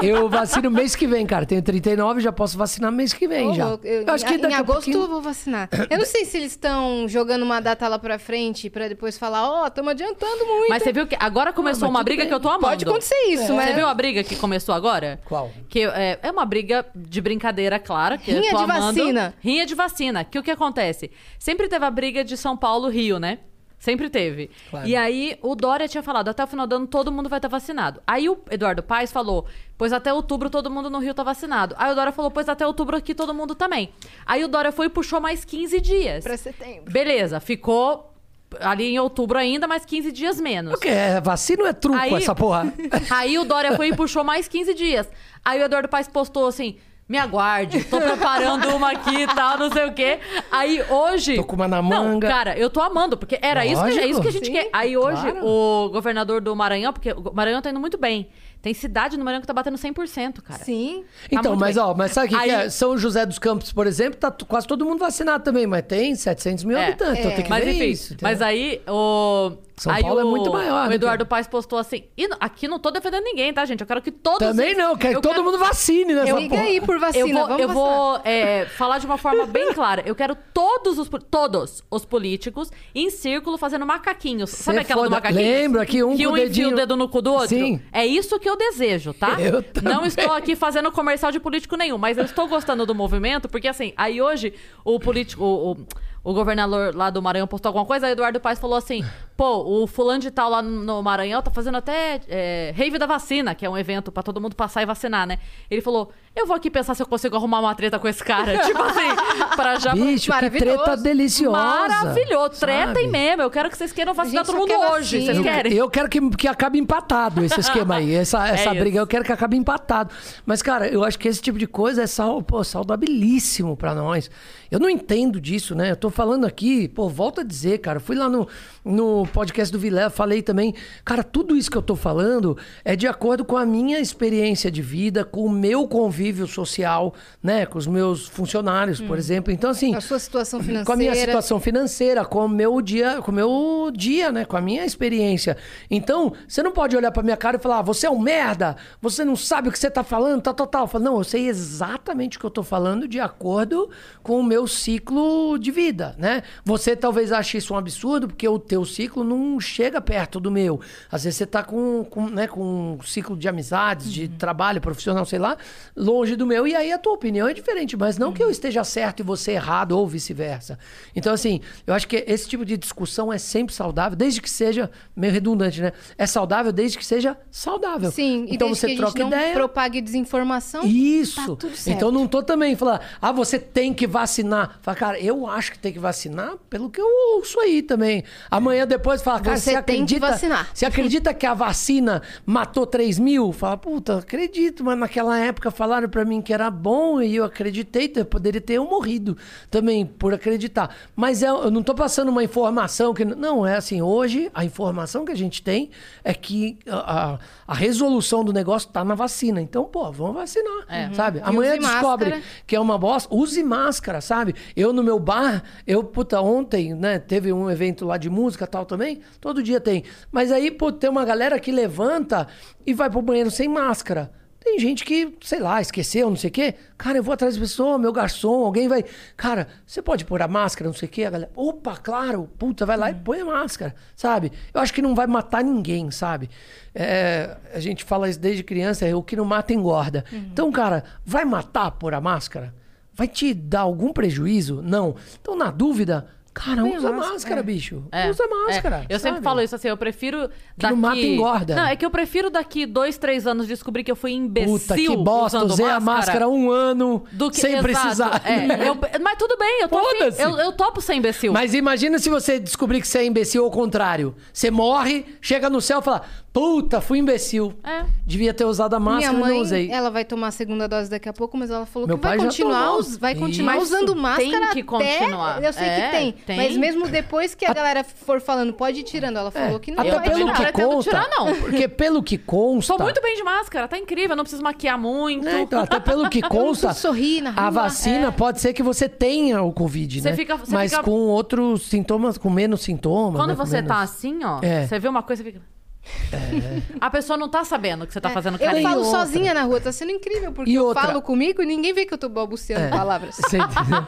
C: Eu vacino mês que vem, cara. Tenho 39, já posso vacinar mês que vem
B: Ô,
C: já.
B: louco, eu- em- em
C: daqui a
B: agosto
C: pouquinho-
B: eu vou vacinar. Eu não sei se eles estão jogando uma data lá pra frente pra depois falar, ó, estamos adiantando muito.
A: Mas você viu que agora começou uma briga que eu tô amando.
B: Pode acontecer isso, né? mas...
A: Você viu a briga que começou agora?
C: Qual?
A: Que é, é uma briga de brincadeira, claro. Que eu
B: Rinha
A: tô
B: de
A: amando.
B: vacina.
A: Rinha de vacina. Que o que acontece? Sempre teve a briga de São Paulo-Rio, né? Sempre teve. E aí, o Dória tinha falado, até o final do ano todo mundo vai estar vacinado. Aí o Eduardo Paes falou, pois até outubro todo mundo no Rio tá vacinado. Aí o Dória falou, pois até outubro aqui todo mundo também. Aí o Dória foi e puxou mais 15 dias.
B: Pra setembro.
A: Beleza, ficou ali em outubro ainda, mas 15 dias menos.
C: O que? É vacina ou é truco
A: Aí-
B: <laughs>
C: essa porra?
A: <laughs>
B: tá
A: Aí o Dória foi e puxou mais 15 dias. Aí o Eduardo Paes postou assim: me aguarde, tô preparando uma aqui e tal, não sei o quê. Aí hoje.
C: Tô com uma na
A: Não,
C: manga.
A: cara, eu tô amando, porque era isso que,
C: Lógico.
A: é isso que a gente
C: Sim,
A: quer. Aí hoje
C: claro.
A: o governador do Maranhão, porque o Maranhão tá indo muito bem. Tem cidade no Maranhão que tá batendo 100%, cara.
B: Sim.
C: Então,
A: muito
C: mas
A: bem.
C: ó, mas sabe o que, que
A: Aí-
C: é? São José dos Campos, por exemplo, tá t- quase todo mundo vacinado também, mas tem 700 mil
A: É.
C: habitantes. Então
B: É.
C: tem que
A: Mas
C: ver
A: enfim,
C: isso. entendeu?
A: mas aí o.
C: São
A: aí
C: Paulo é
A: o-
C: muito maior do
A: O
C: que-
A: Eduardo Paes postou assim. E n- aqui não tô defendendo ninguém, tá, gente? Eu quero que todos.
C: Também
A: eles-
C: não, quero
A: eu
C: que todo mundo vacine nessa
B: Liga
C: porra.
B: aí por vacina,
A: Eu vou,
B: vamos
A: eu
B: vacinar.
A: vou,
B: <laughs>
A: é, falar de uma forma bem clara. Eu quero todos os, po- todos os políticos em círculo fazendo macaquinhos. Sabe
C: Cê
A: aquela do
C: é foda-
A: macaquinho?
C: Lembro aqui, um
A: que
C: com
A: um
C: o
A: enfia o
C: dedinho-
A: dedo no cu do outro.
C: Sim.
A: É isso que eu desejo, tá?
C: <laughs> Eu
A: Não
C: também.
A: estou aqui fazendo comercial de político nenhum, mas eu estou gostando do movimento, porque assim, aí hoje o político. O, o- o governador lá do Maranhão postou alguma coisa, aí Eduardo Paes falou assim: pô, o fulano de tal lá no Maranhão tá fazendo até é, rave da vacina, que é um evento pra todo mundo passar e vacinar, né? Ele falou: eu vou aqui pensar se eu consigo arrumar uma treta com esse cara. <laughs> tipo assim, pra já.
C: Bicho, que
B: Maravilhoso.
C: treta deliciosa.
A: Maravilhoso, treta
C: sabe?
A: e meme. Eu quero que vocês queiram vacinar
B: gente
A: todo
B: só
A: mundo
B: quer
A: hoje.
B: vacina.
A: Vocês
C: Eu,
A: querem? É
C: eu quero que, que acabe empatado esse esquema aí.
A: <laughs>
C: Essa, essa
A: isso.
C: briga eu quero que acabe empatado. Mas, cara, eu acho que esse tipo de coisa é sal, pô, saudabilíssimo pra nós. Eu não entendo disso, né? Eu tô falando aqui, pô, volto a dizer, cara. eu Fui lá no, no podcast do Vilé, falei também. Cara, tudo isso que eu tô falando é de acordo com a minha experiência de vida, com o meu convívio social, né? Com os meus funcionários,
A: Hum.
C: por exemplo. Então, assim.
B: A sua situação financeira.
C: Com a minha situação financeira, com o meu dia, com o meu dia, né? Com a minha experiência. Então, você não pode olhar pra minha cara e falar, ah, você é um merda, você não sabe o que você tá falando, tal, tal, tal. Eu falo, não, eu sei exatamente o que eu tô falando de acordo com o meu ciclo de vida, né? Você talvez ache isso um absurdo, porque o teu ciclo não chega perto do meu. Às vezes você tá com, com, né, com um ciclo de amizades,
B: Uhum.
C: de trabalho profissional, sei lá, longe do meu, e aí a tua opinião é diferente, mas não
B: Uhum.
C: que eu esteja certo e você errado, ou vice-versa. Então, assim, eu acho que esse tipo de discussão é sempre saudável, desde que seja, meio redundante, né? É saudável desde que seja saudável.
B: Sim, e
C: então
B: desde
C: você
B: que a gente
C: troca
B: não
C: ideia.
B: propague desinformação.
C: Isso.
B: tá tudo certo.
C: então não tô também falando, ah, você tem que vacinar. Fala, cara, eu acho que tem que vacinar pelo que eu ouço aí também. Amanhã depois fala, cara,
B: Você
C: você
B: tem que
C: acredita.
B: vacinar.
C: Você acredita que a vacina matou 3 mil? Fala, puta, acredito, mas naquela época falaram pra mim que era bom e eu acreditei, eu poderia ter eu morrido também por acreditar. Mas é- eu não tô passando uma informação que. Não, é assim, hoje a informação que a gente tem é que a, a- a resolução do negócio tá na vacina. Então, pô, vamos vacinar, sabe?
B: É.
C: Amanhã
B: Uhum. use
C: descobre
B: máscara.
C: que é uma bosta, use máscara, sabe? Eu no meu bar, eu, puta, ontem, né, teve um evento lá de música, tal, tal, também, todo dia tem. Mas aí, pô, tem uma galera que levanta e vai pro banheiro sem máscara. Tem gente que, sei lá, esqueceu, não sei o quê. Cara, eu vou atrás da pessoa, meu garçom, alguém vai. Cara, você pode pôr a máscara, não sei o quê? A galera, opa, claro, puta, vai lá
A: Hum.
C: e põe a máscara, sabe? Eu acho que não vai matar ninguém, sabe? É, a gente fala isso desde criança, é, o que não mata engorda.
A: Uhum.
C: Então, cara, vai matar pôr a máscara? Vai te dar algum prejuízo? Não. Então, na dúvida, cara,
B: Põe a
C: usa a
B: máscara.
C: máscara, bicho.
A: É,
C: usa a
A: é.
C: máscara.
A: Eu sempre
C: sabe?
A: falo isso assim, eu prefiro daqui...
C: não mata, engorda.
A: Não, é que eu prefiro daqui dois, três anos descobrir que eu fui imbecil
C: Puta que bosta,
A: usando
C: usei a máscara um ano
A: do que-
C: sem
A: Exato,
C: precisar.
A: é.
C: <laughs>
A: Eu- mas tudo bem, eu tô afim-
C: Foda-se.
A: eu, eu topo ser imbecil.
C: Mas imagina se você descobrir que você é imbecil ao contrário. Você morre, chega no céu e fala: Puta, fui imbecil.
A: É.
C: Devia ter usado a
B: Minha
C: máscara e
B: mãe,
C: não usei.
B: ela vai tomar a segunda dose daqui a pouco, mas ela falou
C: Meu
B: que vai
C: pai já
B: continuar,
C: tomou.
B: us- vai continuar
A: Mas
B: usando
A: tem
B: máscara
A: que
B: até-
A: continuar.
B: Eu sei
A: É,
B: que tem,
A: tem.
B: mas mesmo depois que a galera for falando, pode ir tirando. Ela falou que não
C: É. Até
B: vai
A: eu
C: pelo
A: não
B: tirar.
C: que
A: pretendo
C: consta.
A: tirar, não.
C: Porque pelo que consta.
A: Sou muito bem de máscara, tá incrível, eu não preciso maquiar muito.
C: Né, então, até
A: <laughs>
C: pelo que consta,
B: preciso sorrir na
C: a
B: rua,
C: vacina
B: é.
C: pode ser que você tenha o Covid,
A: Você
C: né?
A: fica- você
C: Mas
A: fica-
C: com outros sintomas, com menos sintomas.
A: Quando
C: né, com
A: você
C: menos-
A: tá assim, ó,
C: É.
A: você vê uma coisa e fica... <laughs> A pessoa não tá sabendo que você tá fazendo
B: É, Eu
A: carinho.
B: falo
C: outra.
B: sozinha na rua, tá sendo incrível, porque
C: E
B: eu
C: outra. É.
B: falo comigo e ninguém vê que eu tô balbuciando palavras.
C: Você entendeu?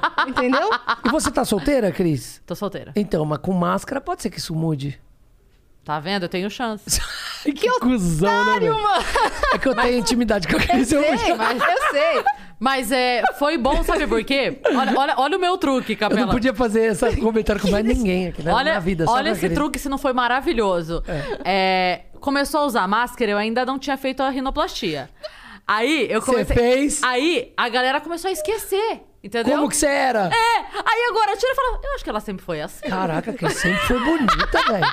B: Entendeu?
C: e você tá solteira, Cris?
A: Tô solteira.
C: Então, mas com máscara pode ser que isso mude.
A: Tá vendo? Eu tenho chance.
C: Que, cuzão, né, velho? É que eu tenho intimidade com a Cris. <laughs> Eu
B: Sei, mas eu sei.
A: Mas é, foi bom, sabe por quê? Olha, olha, olha o meu truque,
C: <laughs> Eu
A: Capela.
C: não podia fazer esse comentário com mais ninguém aqui, né?
A: Olha,
C: na vida, só
A: olha
C: na
A: esse
C: Cris.
A: truque, se não foi maravilhoso. É, começou a usar máscara, eu ainda não tinha feito a rinoplastia. Aí eu
C: Você
A: comecei.
C: fez?
A: Aí a galera começou a esquecer, entendeu?
C: Como que você era?
A: É! Aí agora tira e fala, eu acho que ela sempre foi assim. <laughs>
C: Caraca, que sempre foi bonita, velho.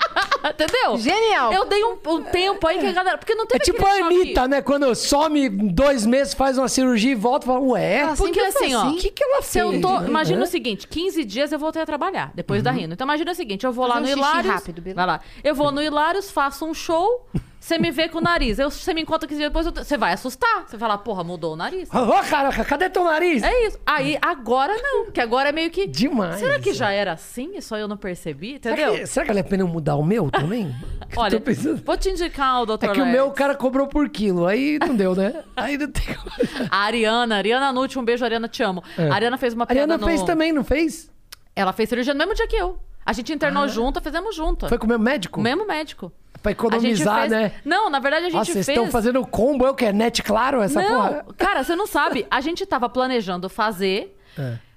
A: entendeu?
B: Genial.
A: Eu dei um, um tempo aí que a galera. Porque não
C: É
A: teve
C: tipo a
A: aquele choque.
C: Anitta, né? Quando some dois meses, faz uma cirurgia e volta e fala, ué,
B: Ela
A: Porque
B: sempre foi
A: assim, ó.
B: assim.
C: o que, que ela
A: Se eu
C: fez?
A: tô,
C: né?
A: imagina
C: Hã?
A: o seguinte, 15 dias eu voltei a trabalhar depois
C: Uhum.
A: da Rino. Então imagina o seguinte, eu vou lá no
B: Fazer um xixi
A: Hilários,
B: rápido, Bilu.
A: vai lá. Eu vou no Hilários, faço um show, você me vê com o nariz. Eu, você me encontra 15 dias depois, eu tô- você vai assustar. Você vai falar, porra, mudou o nariz.
C: Ô, caraca, cadê teu nariz?
A: É isso. Aí agora não, que agora é meio que
C: Demais. né?
A: Será que já era assim e só eu não percebi,
C: Será que, é,
A: entendeu?
C: será que vale a pena eu mudar o meu
A: <laughs>
C: também? Que eu
A: Olha,
C: tô pensando.
A: vou te indicar o Dr.
C: É que o
A: Laerte.
C: meu o cara cobrou por quilo, aí não
A: <laughs>
C: deu, né? Aí não tem como.
A: A Ariana, Ariana Nucci, um beijo, Ariana, te amo. A Ariana fez uma
C: A
A: piada
C: É. Ariana
A: no...
C: fez também, não fez?
A: Ela fez cirurgia no mesmo dia que eu. A gente internou junto, fizemos junto.
C: Ah, é? Foi com o meu médico?
A: O mesmo médico.
C: Pra economizar,
A: a gente fez...
C: né?
A: Não, na verdade a gente
C: Nossa, vocês
A: fez.
C: estão fazendo combo, eu que é net claro essa
A: não,
C: porra.
A: cara, você não sabe. A gente tava planejando fazer.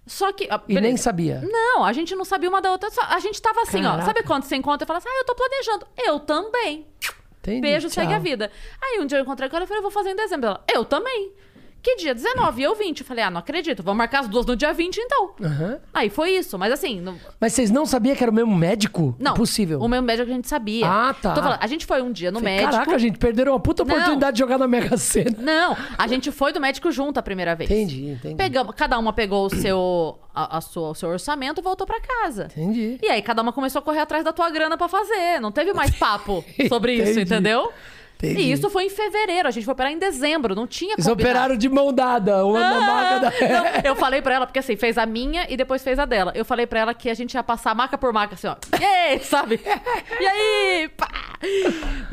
A: Só que. ah,
C: É. E nem
A: beleza.
C: sabia.
A: Não, a gente não sabia uma da outra. só- a gente tava assim, ó.
C: Caraca.
A: Sabe quando você encontra e fala assim, ah, eu tô planejando? Eu também.
C: Entendi,
A: Beijo, segue
C: tchau.
A: a vida. Aí um dia eu encontrei com ela e falei, eu vou fazer em dezembro. Ela, eu também. Que dia? 19 e eu 20. Eu falei, ah, não acredito. Vamos marcar as duas no dia 20, então.
C: Aham.
A: Aí foi isso. Mas assim, não,
C: Mas vocês não sabiam que era o mesmo médico?
A: não.
C: Possível.
A: O meu médico a gente sabia.
C: Ah, tá.
A: Tô falando, a gente foi um dia no
C: Falei,
A: médico.
C: Caraca, gente, perderam uma puta
A: Não.
C: oportunidade de jogar na Mega Sena.
A: Não, a gente foi do médico junto a primeira vez.
C: Entendi, entendi.
A: Pegamos, cada uma pegou o seu, a, a sua, o seu orçamento e voltou pra casa.
C: Entendi.
A: E aí cada uma começou a correr atrás da tua grana pra fazer. Não teve
C: <laughs>
A: mais papo sobre isso,
C: Entendi.
A: entendeu?
C: Entendi.
A: E isso foi em fevereiro. A gente foi operar em dezembro. Não tinha
C: Eles
A: combinado.
C: operaram de mão dada, uma na maca da...
A: Ah, Não,
C: <laughs>
A: eu falei pra ela, porque assim, fez a minha e depois fez a dela. Eu falei pra ela que a gente ia passar maca por maca, assim, ó. E aí, sabe? E aí, pá!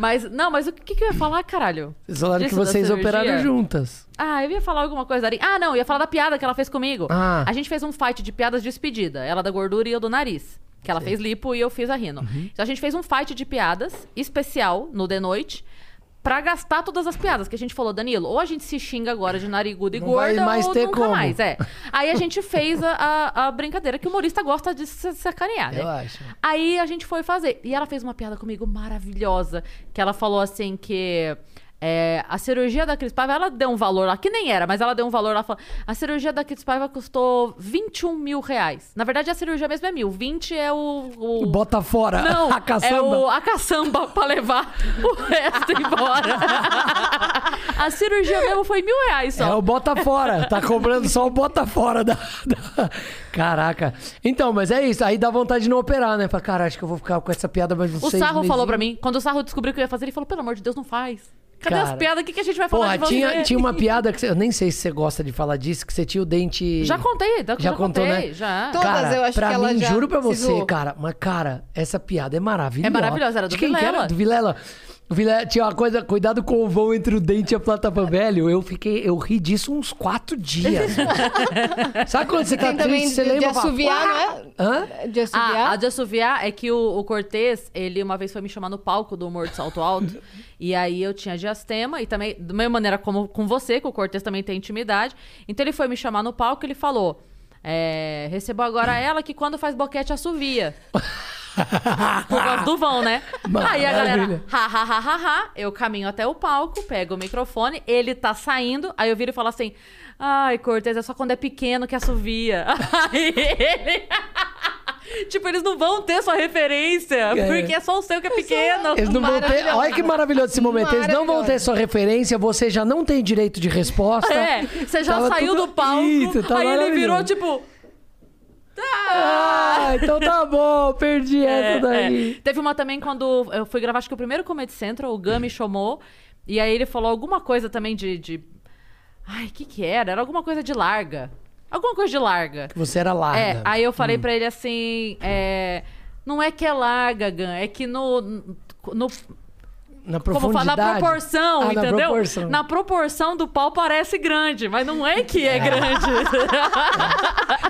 A: Mas, não, mas o que, que eu ia falar, caralho?
C: Vocês falaram que
A: Disso da
C: vocês
A: cirurgia?
C: operaram juntas.
A: Ah, eu ia falar alguma coisa ali. Ah, não, eu ia falar da piada que ela fez comigo.
C: Ah.
A: A gente fez um fight de piadas de despedida. Ela da gordura e eu do nariz. Que ela fez lipo e eu fiz a rino.
C: Uhum.
A: Então a gente fez um fight de piadas especial no The Noite. Pra gastar todas as piadas que a gente falou, Danilo, ou a gente se xinga agora de narigudo e
C: Não vai
A: gorda,
C: mais
A: ou
C: ter
A: nunca
C: como.
A: mais, é. Aí a gente fez a, a- a brincadeira que o humorista gosta de se sacanear, né?
C: Eu acho.
A: Aí a gente foi fazer. E ela fez uma piada comigo maravilhosa. Que ela falou assim que. é, a cirurgia da Cris Paiva, ela deu um valor lá, que nem era, mas ela deu um valor lá. falou, A cirurgia da Cris Paiva custou 21 mil reais. Na verdade, a cirurgia mesmo é mil. 20 é o. o-
C: Bota fora
A: Não,
C: <laughs> a caçamba.
A: é o, a caçamba pra levar <laughs> o resto embora. <laughs> a cirurgia mesmo foi mil reais só.
C: É o bota fora. Tá cobrando só o bota fora da, da- Caraca. Então, mas é isso. Aí dá vontade de não operar, né? Fala, cara, acho que eu vou ficar com essa piada mais
A: O
C: vocês.
A: Sarro falou pra mim, quando o Sarro descobriu que eu ia fazer, ele falou: pelo amor de Deus, não faz. Cadê as
C: Cara.
A: piadas? O que, que a gente vai falar
C: Porra,
A: de você?
C: tinha, tinha uma piada que você, eu nem sei se você gosta de falar disso, que você tinha o dente.
A: Já contei, então,
C: Já
A: já
C: contou,
A: contei,
C: né?
A: já.
B: Todas,
C: Cara,
B: eu acho
C: pra
B: que ela
C: mim,
B: já
C: jurou juro pra
B: se
C: você,
B: zoou.
C: cara. Mas, cara, essa piada é maravilhosa.
A: É maravilhosa, era do
C: De quem Que
A: Vilela.
C: era? Do Vilela. O Vilela tinha uma coisa, cuidado com o vão entre o dente e a plataforma. Velho, eu fiquei, eu ri disso uns quatro
A: <laughs>
C: dias. Sabe quando você tá
B: Tem também
C: triste, você
B: de, de
C: lembra? e fala,
B: assoviar,
C: "Uá!"
A: né?
B: não é?
C: Hã?
B: De assoviar.
A: Ah, a de assoviar é que o, o Cortez, ele uma vez foi me chamar no palco do Humor de Salto
C: <laughs>
A: Alto. e aí eu tinha diastema e também, da mesma maneira como com você, que o Cortez também tem intimidade. Então ele foi me chamar no palco e ele falou: é, recebo agora ela que quando faz boquete assovia. Por causa do vão, né? Aí a galera,
C: Maravilha.
A: ha, ha, ha, ha, ha. Eu caminho até o palco, pego o microfone, ele tá saindo, aí eu viro e falo assim: Ai, Cortez, é só quando é pequeno que assovia. <laughs> Aí ele. <laughs> tipo, eles não vão ter sua referência,
C: É.
A: porque é só o seu que é pequeno.
C: <laughs> Eles não vão ter.
B: Maravilhoso.
C: Olha que maravilhoso esse momento. Eles não vão ter sua referência, você já não tem direito de resposta.
A: É, você já
C: Tava
A: saiu
C: tudo-
A: do palco,
C: Isso, tá
A: aí ele virou
C: maravilhoso.
A: tipo.
C: Ah, então tá bom,
A: <laughs>
C: perdi
A: É,
C: essa daí.
A: é. Teve uma também quando eu fui gravar, acho que o primeiro Comedy Central, o Gami chamou. E aí ele falou alguma coisa também de. de- Ai, o que que era? Era alguma coisa de larga. Alguma coisa de larga.
C: Você era larga. Hum.
A: É, aí eu falei pra ele assim. é, não é que é larga, Gan, é que no. no
C: na
A: como fala,
C: profundidade.
A: na proporção,
C: Ah,
A: entendeu?
C: Na proporção.
A: Na proporção do pau parece grande, mas não é que é
C: <laughs>
A: grande.
C: <laughs>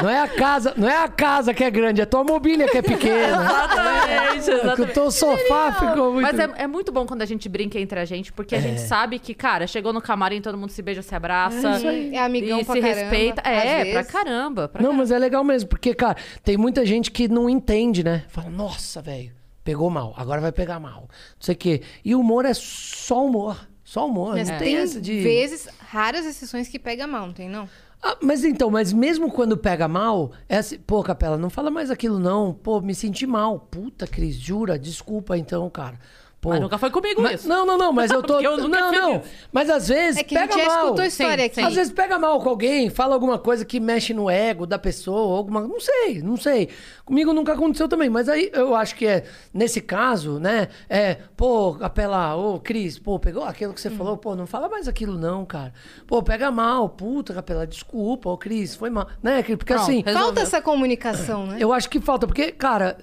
C: Não é a casa, não é a casa que é grande, é tua mobília que é pequena.
A: <laughs> exatamente,
C: É que
A: exatamente.
C: o teu sofá ficou muito. É.
A: Mas é, é muito bom quando a gente brinca entre a gente, porque a gente sabe que, cara, chegou no camarim, todo mundo se beija, se abraça.
B: É amigão
A: e
B: pra
A: se
B: caramba,
A: respeita.
B: às
A: É, pra
B: vezes.
A: caramba. pra
C: Não, mas é legal mesmo, porque, cara, tem muita gente que não entende, né? Fala, nossa, velho, pegou mal, agora vai pegar mal. Não sei o quê. E humor é só humor. Só humor.
B: Mas
C: não tem,
B: tem
C: essa de.
B: vezes, raras exceções que pega mal, não tem não?
C: Ah, mas então, mas mesmo quando pega mal, é assim, pô, Capela, não fala mais aquilo não. Pô, me senti mal. Puta, Cris, jura? Desculpa então, cara. Pô.
A: Mas nunca foi comigo
C: Mas-
A: isso.
C: Não, não, não, mas
A: <laughs>
C: eu tô.
A: Porque eu nunca
C: não,
A: fiz
C: não.
A: isso.
C: Mas às vezes
B: É que a
C: pega
B: gente já
C: mal.
B: escutou a história
A: Sim,
B: aqui.
C: Às vezes pega mal com alguém, fala alguma coisa que mexe no ego da pessoa, alguma. Não sei, não sei. Comigo nunca aconteceu também, mas aí eu acho que é, nesse caso, né? É, pô, Capela, ô, Cris, pô, pegou aquilo que
B: Hum.
C: você falou, pô, não fala mais aquilo não, cara. Pô, pega mal, puta, Capela, desculpa, ô, Cris, foi mal. Né, Cris? Porque
A: Pronto,
C: assim.
A: Resolveu.
B: Falta essa comunicação, né?
C: Eu acho que falta, porque, cara,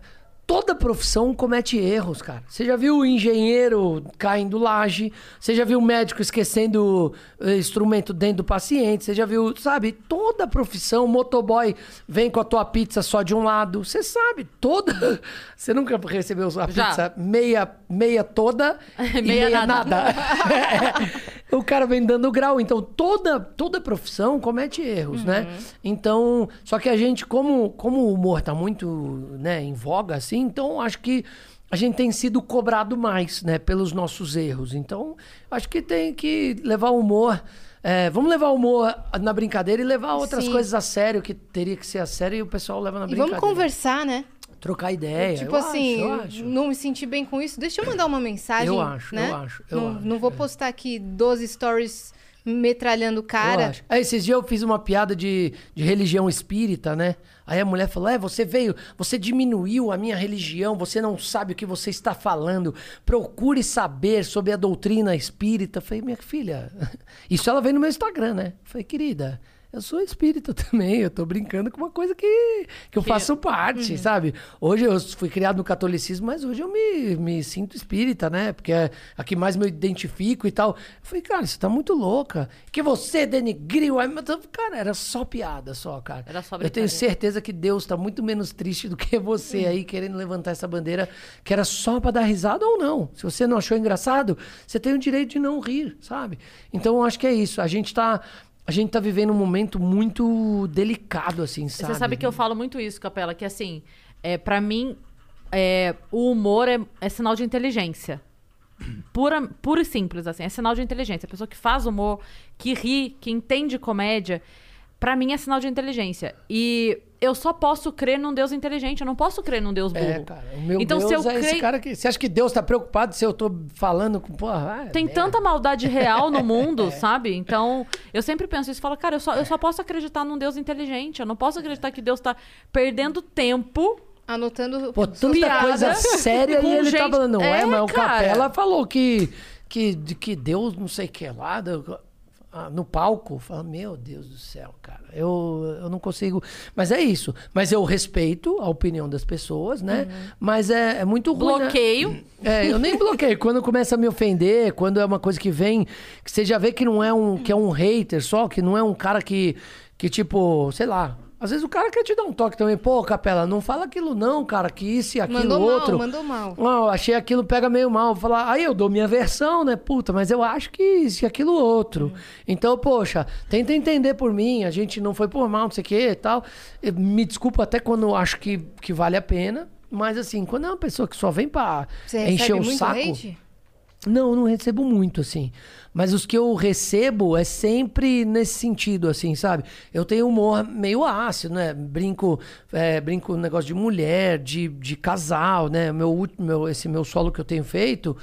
C: toda profissão comete erros, cara. Você já viu o engenheiro caindo laje, você já viu o médico esquecendo eh, instrumento dentro do paciente, você já viu, sabe, toda profissão, motoboy vem com a tua pizza só de um lado. Você sabe, toda. <laughs> Você nunca recebeu a
A: Já.
C: pizza meia, meia toda
A: <laughs> Meia
C: e meia,
A: nada.
C: nada. É. <laughs> o cara vem dando grau. Então, toda, toda profissão comete erros, né?
B: Uhum.
C: Então, só que a gente, como, como o humor tá muito né, em voga, assim, então acho que a gente tem sido cobrado mais, né, pelos nossos erros. Então, acho que tem que levar o humor. é, vamos levar o humor na brincadeira e levar outras
B: Sim.
C: coisas a sério, que teria que ser a sério, e o pessoal leva na
B: E
C: brincadeira.
B: vamos conversar, né?
C: Trocar ideia.
B: Tipo
C: eu
B: assim,
C: acho, eu acho.
B: não me senti bem com isso. Deixa eu mandar uma mensagem.
C: Eu acho,
B: né?
C: eu acho, eu
B: não,
C: acho,
B: não vou postar aqui 12 stories metralhando o
C: Eu
B: cara.
C: acho. Aí, esses dias eu fiz uma piada de, de religião espírita, né? Aí a mulher falou: É, você veio, você diminuiu a minha religião, você não sabe o que você está falando. Procure saber sobre a doutrina espírita. Eu Falei, minha filha, <laughs> isso ela veio no meu Instagram, né? Eu Falei, querida. Eu sou espírita <laughs> também, eu tô brincando com uma coisa que, que
A: é-
C: eu faço
A: Uhum.
C: parte, sabe? Hoje eu fui criado no catolicismo, mas hoje eu me, me sinto espírita, né? Porque é a que mais me identifico e tal. Eu falei, cara, você tá muito louca. Que você denigriu. a minha-" Cara, era só piada, só, cara.
A: Era só
C: eu tenho
A: brincadeira.
C: certeza que Deus tá muito menos triste do que você
A: Hum.
C: aí querendo levantar essa bandeira que era só pra dar risada ou não. Se você não achou engraçado, você tem o direito de não rir, sabe? Então eu acho que é isso. A gente tá a gente tá vivendo um momento muito delicado assim, sabe?
A: Você sabe que eu falo muito isso, Capela, que assim, é, para mim, é, o humor é, é sinal de inteligência. <clears throat> Pura, puro e simples, assim. É sinal de inteligência. A pessoa que faz humor, que ri, que entende comédia, pra mim é sinal de inteligência. E eu só posso crer num Deus inteligente. Eu não posso crer num Deus burro.
C: É, cara, o meu
A: então,
C: Deus
A: se eu
C: é esse
A: creio-
C: cara que... Você acha que Deus tá preocupado se eu tô falando com... Porra, ah,
A: Tem
C: merda. É.
A: tanta maldade real
C: <laughs>
A: no mundo, sabe? Então, eu sempre penso isso. Falo, cara, eu só, eu só posso acreditar num Deus inteligente. Eu não posso acreditar que Deus tá perdendo tempo
B: Anotando.
C: Pô, tanta
A: Piada.
C: coisa séria
A: Com
C: e ele
A: gente-
C: tá falando, não é,
A: É,
C: mas o
A: cara.
C: Capela falou que que, de que Deus não sei o que lá, do- ah, no palco. Eu falo, meu Deus do céu, cara, eu, eu não consigo. Mas é isso. Mas eu respeito a opinião das pessoas, né? Mas é, é muito ruim. né?
A: Bloqueio.
C: É, eu nem bloqueio. Quando começa a me ofender, quando é uma coisa que vem, que você já vê que não é um, que é um hater só, que não é um cara que, que tipo, sei lá. Às vezes o cara quer te dar um toque também. Pô, Capela, não fala aquilo não, cara, que isso e aquilo
B: Mandou mal,
C: outro.
B: mandou mal.
C: Não, achei aquilo pega meio mal. Vou falar, aí eu dou minha versão, né? Puta, mas eu acho que isso e aquilo outro.
B: É.
C: Então, poxa, tenta entender por mim. A gente não foi por mal, não sei o que e tal. Eu me desculpa até quando eu acho que, que vale a pena. Mas assim, quando é uma pessoa que só vem pra
B: Você
C: É encher
B: recebe
C: o
B: muito
C: saco.
B: hate?
C: Não, eu não recebo muito, assim. Mas os que eu recebo é sempre nesse sentido, assim, sabe? Eu tenho humor meio ácido, né? Brinco, é, brinco no negócio de mulher, de, de casal, né? Meu, ult- meu, esse meu solo que eu tenho feito,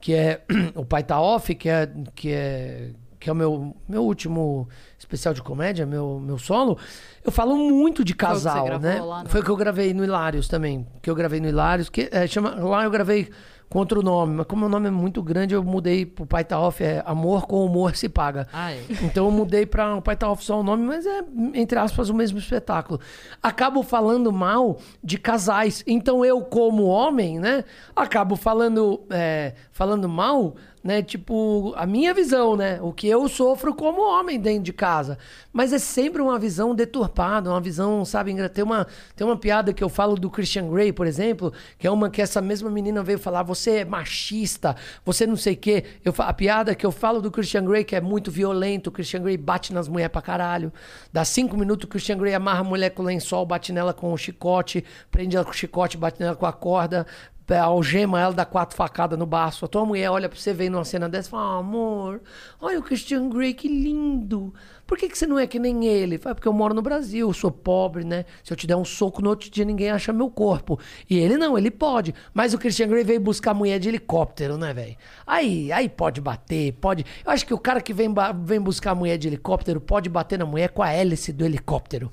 C: que é <clears throat> O Pai Tá Off, que é, que é, que é o meu, meu último especial de comédia, meu, meu solo. Eu falo muito de
A: que você
C: casal,
A: gravou
C: né?
A: lá, né?
C: Foi o que eu gravei no Hilários também. Que eu gravei no Hilários. Que, é, chama, lá eu gravei contra o nome. Mas como o nome é muito grande, eu mudei pro Pai Tá Off. É Amor com Humor Se Paga.
A: Ah, é.
C: Então eu mudei pra o Pai Tá Off só o nome, mas é, entre aspas, o mesmo espetáculo. Acabo falando mal de casais. Então eu, como homem, né? Acabo falando, é, falando mal... Né, tipo, a minha visão, né? O que eu sofro como homem dentro de casa. Mas é sempre uma visão deturpada, uma visão, sabe, engra- tem uma, tem uma piada que eu falo do Christian Grey, por exemplo, que é uma que essa mesma menina veio falar, você é machista, você não sei o quê. Eu, fa- a piada que eu falo do Christian Grey, que é muito violento, o Christian Grey bate nas mulheres pra caralho. Dá cinco minutos, o Christian Grey amarra a mulher com o lençol, bate nela com o chicote, prende ela com o chicote, bate nela com a corda, Pé, algema ela, dá quatro facadas no baço. A tua mulher olha pra você, vem numa cena dessa e fala: ah, amor, olha o Christian Grey, que lindo. Por que, que você não é que nem ele? Fala, porque eu moro no Brasil, eu sou pobre, né? Se eu te der um soco no outro dia, ninguém acha meu corpo. E ele não, ele pode. Mas o Christian Grey veio buscar a mulher de helicóptero, né, velho? Aí, aí pode bater, pode. Eu acho que o cara que vem, ba- vem buscar a mulher de helicóptero pode bater na mulher com a hélice do helicóptero.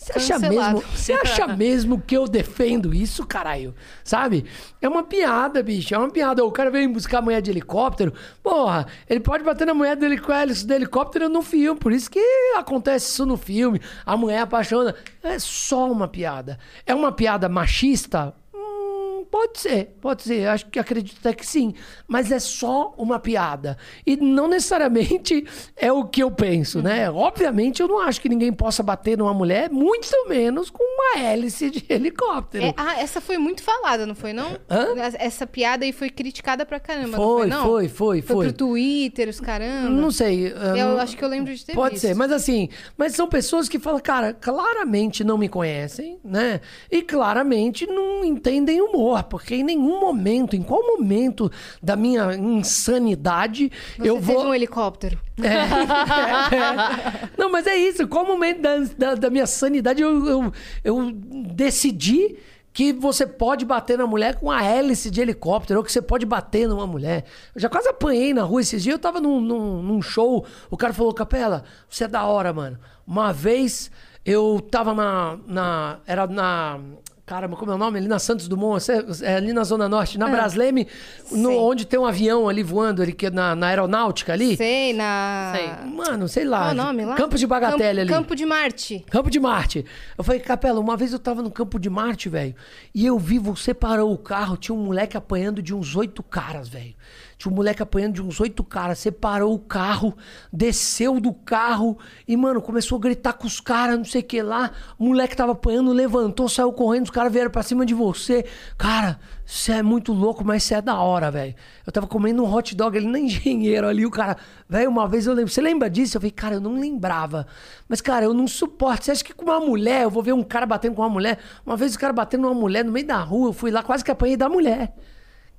C: Você acha
B: Cancelado.
C: mesmo? Você acha mesmo que eu defendo isso, caralho? Sabe? É uma piada, bicho. É uma piada. O cara vem buscar a mulher de helicóptero. Porra, ele pode bater na mulher do helic- hélice do helicóptero no filme. Por isso que acontece isso no filme. A mulher apaixona. É só uma piada. É uma piada machista? Hum, Pode ser, pode ser. Acho que acredito até que sim. Mas é só uma piada. E não necessariamente <laughs> é o que eu penso,
B: Uhum.
C: né? Obviamente eu não acho que ninguém possa bater numa mulher, muito menos com uma hélice de <laughs> helicóptero.
B: É, ah, essa foi muito falada, não foi, não?
C: Hã?
B: Essa piada aí foi criticada pra caramba, não
C: Foi,
B: foi, não?
C: foi, foi,
B: Foi
C: foi.
B: pro Twitter, os caramba.
C: Não sei.
B: ah, Eu
C: não-
B: acho que eu lembro de ter
C: Pode
B: visto.
C: ser, mas assim, mas são pessoas que falam, cara, claramente não me conhecem, né? E claramente não entendem humor, porque em nenhum momento, em qual momento da minha insanidade
B: Você
C: eu vou
B: teve um helicóptero.
C: é, é. Não, mas é isso. Qual momento da, da, da minha sanidade eu, eu, eu decidi que você pode bater na mulher com a hélice de helicóptero, ou que você pode bater numa mulher. Eu já quase apanhei na rua esses dias. Eu tava num, num, num show, o cara falou, Capela, você é da hora, mano. Uma vez eu tava na... na era na... Caramba, como é o nome? Ali na Santos Dumont, cê- é ali na Zona Norte, na Brasleme, no, onde tem um avião ali voando, ali que é na, na aeronáutica ali.
B: Sei, na...
A: Sei.
C: Mano, sei lá.
B: Qual é o nome lá?
C: Campo de
B: Campo-
C: Bagatelle ali.
B: Campo de Marte.
C: Campo de Marte. Eu falei, Capela, uma vez eu tava no Campo de Marte, velho, e eu vi você parou o carro, tinha um moleque apanhando de uns oito caras, velho. Tinha um moleque apanhando de uns oito caras. Você parou o carro, desceu do carro e, mano, começou a gritar com os caras, não sei o que lá. O moleque tava apanhando, levantou, saiu correndo, os caras vieram pra cima de você. Cara, você é muito louco, mas você é da hora, velho. Eu tava comendo um hot dog ali na <laughs> engenheiro ali, o cara. Velho, uma vez eu lembro. Você lembra disso? Eu falei, cara, eu não lembrava. Mas, cara, eu não suporto. Você acha que com uma mulher, eu vou ver um cara batendo com uma mulher? Uma vez o cara batendo numa mulher no meio da rua, eu fui lá, quase que apanhei da mulher.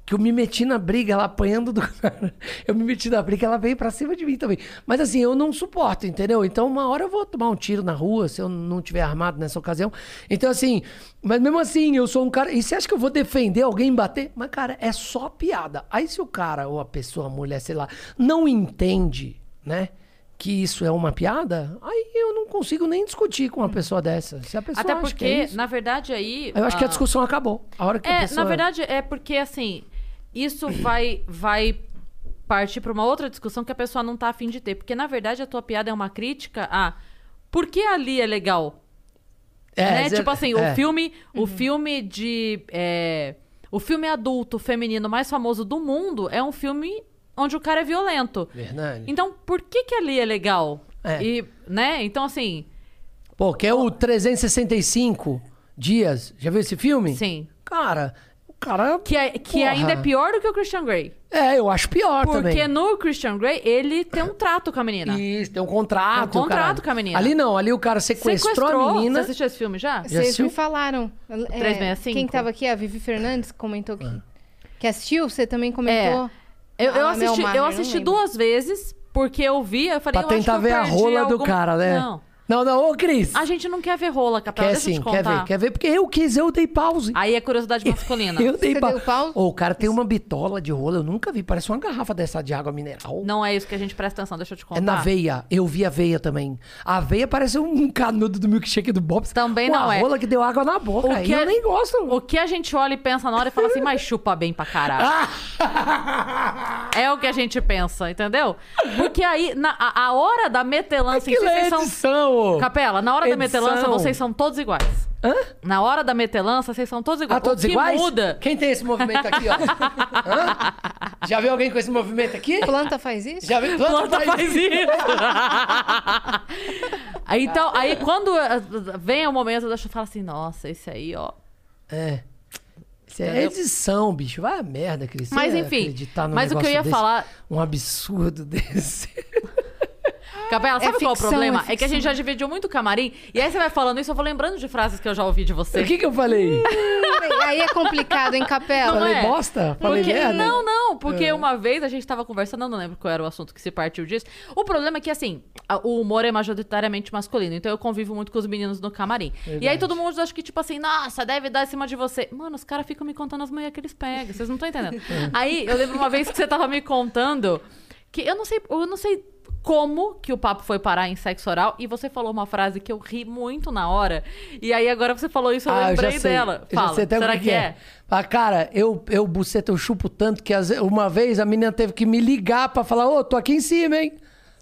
C: Que eu me meti na briga, ela apanhando do cara. <laughs> Eu me meti na briga, ela veio pra cima de mim também. Mas assim, eu não suporto, entendeu? Então, uma hora eu vou tomar um tiro na rua, se eu não tiver armado nessa ocasião. Então, assim, mas mesmo assim, eu sou um cara. E você acha que eu vou defender alguém bater? Mas, cara, é só piada. Aí, se o cara ou a pessoa, a mulher, sei lá, não entende, né? Que isso é uma piada, aí eu não consigo nem discutir com uma pessoa dessa. Se a pessoa
A: Hum. Até
C: acha
A: porque,
C: que é isso,
A: na verdade, aí.
C: eu acho que é a
A: ah,
C: discussão acabou. A hora que a
A: É,
C: pessoa...
A: na verdade, é porque assim, isso vai vai partir pra uma outra discussão que a pessoa não tá afim de ter. Porque, na verdade, a tua piada é uma crítica a por que ali é legal? né?
C: zero-
A: Tipo assim,
C: é.
A: o filme, o filme de. é, o filme adulto feminino mais famoso do mundo é um filme onde o cara é violento.
C: Verdade.
A: Então, por que que ali é legal?
C: É.
A: E, né? Então, assim,
C: Pô, que é o 365 dias. Já viu esse filme?
A: sim.
C: Cara, o cara.
A: Que, é- que
C: Porra.
A: ainda é pior do que o Christian Grey.
C: É, eu acho pior
A: Porque
C: também.
A: no Christian Grey, ele tem um trato com a menina.
C: Isso, tem um contrato.
A: Tem um contrato
C: caralho.
A: com a menina.
C: Ali não, ali o cara sequestrou, a menina.
A: Você assistiu esse filme já?
C: Já
B: Vocês me
C: assistiu?
B: falaram. É,
A: 365?
B: Quem tava aqui, a Vivi Fernandes, comentou que,
C: Ah.
B: que assistiu. Você também comentou.
C: É.
A: Eu, eu
B: Ah, Mel
A: assisti,
B: Maher,
A: eu
B: não
A: assisti
B: lembro.
A: duas vezes, porque eu vi, eu falei,
C: Pra
A: eu acho que
C: tentar
A: eu
C: ver a
A: perdi
C: rola do
A: algum-
C: cara, né?
A: Não.
C: Não, não, ô Cris.
A: A gente não quer ver rola, Capela,
C: Quer
A: deixa eu
C: sim,
A: te
C: quer
A: contar.
C: ver, quer ver, porque eu quis, eu dei pause.
A: Aí é curiosidade masculina.
C: <laughs> Eu dei
B: Você
C: pa...
B: deu pause?
C: Ô, o cara tem uma bitola de rolo, eu nunca vi. Parece uma garrafa dessa de água mineral.
A: Não é isso que a gente presta atenção, deixa eu te contar.
C: É na veia. Eu vi a veia também. A veia parece um canudo do milkshake do Bob's.
A: Também
C: uma
A: não é.
C: rola que deu água na boca.
A: O que
C: e eu
A: a-
C: nem gosto.
A: O que a gente olha e pensa na hora e fala assim, mas chupa bem pra caralho.
C: <laughs>
A: É o que a gente pensa, entendeu? Porque aí, na, a, a hora da metelança em si,
C: que
A: vocês
C: edição,
A: são...
C: ô.
A: Capela, na hora da
C: Edição.
A: metelança, vocês são todos iguais.
C: Hã?
A: Na hora da metelança, vocês são todos
C: Ah,
A: iguais.
C: todos
A: o que
C: iguais?
A: muda...
C: Quem tem esse movimento
A: <laughs>
C: aqui, ó? Hã? Já viu alguém com esse movimento aqui?
B: Planta faz isso?
C: Já viu?
A: planta faz isso. aí, <laughs> então, aí quando eh, vem o momento, eu falo assim, nossa, esse aí, ó.
C: É. Isso é
A: Entendeu?
C: edição, bicho. Vai a merda, Cris. Você
A: Mas,
C: ia
A: enfim,
C: acreditar num
A: mas o que eu
C: negócio
A: ia
C: desse?
A: falar-
C: Um absurdo <laughs> desse.
A: Capela, sabe qual é o
B: ficção,
A: problema?
B: é
A: É, que a gente já dividiu muito o camarim, e aí você vai falando isso, eu vou lembrando de frases que eu já ouvi de você.
C: O que que eu falei?
B: Aí é complicado, hein, Capela?
A: Não
C: falei
A: é.
C: bosta? Falei
A: Porque-
C: merda? É.
A: Não, não, porque uma vez a gente tava conversando, eu não lembro qual era o assunto que se partiu disso. O problema é que, assim, a- o humor é majoritariamente masculino, então eu convivo muito com os meninos no camarim. E aí todo mundo acha que, tipo assim, nossa, deve dar em cima de você. Mano, os caras ficam me contando as mulheres que eles pegam, vocês não estão
C: <laughs>
A: entendendo. É. aí eu lembro uma vez que você tava me contando que eu não sei, eu não sei como que o papo foi parar em sexo oral e você falou uma frase que eu ri muito na hora. E aí agora você falou isso, eu
C: Ah,
A: lembrei
C: eu já sei.
A: dela.
C: Eu já
A: Fala,
C: sei até o
A: será que é?
C: Ah, cara, eu, eu buceta, eu chupo tanto que às ve- uma vez a menina teve que me ligar pra falar, ô, tô aqui em cima, hein?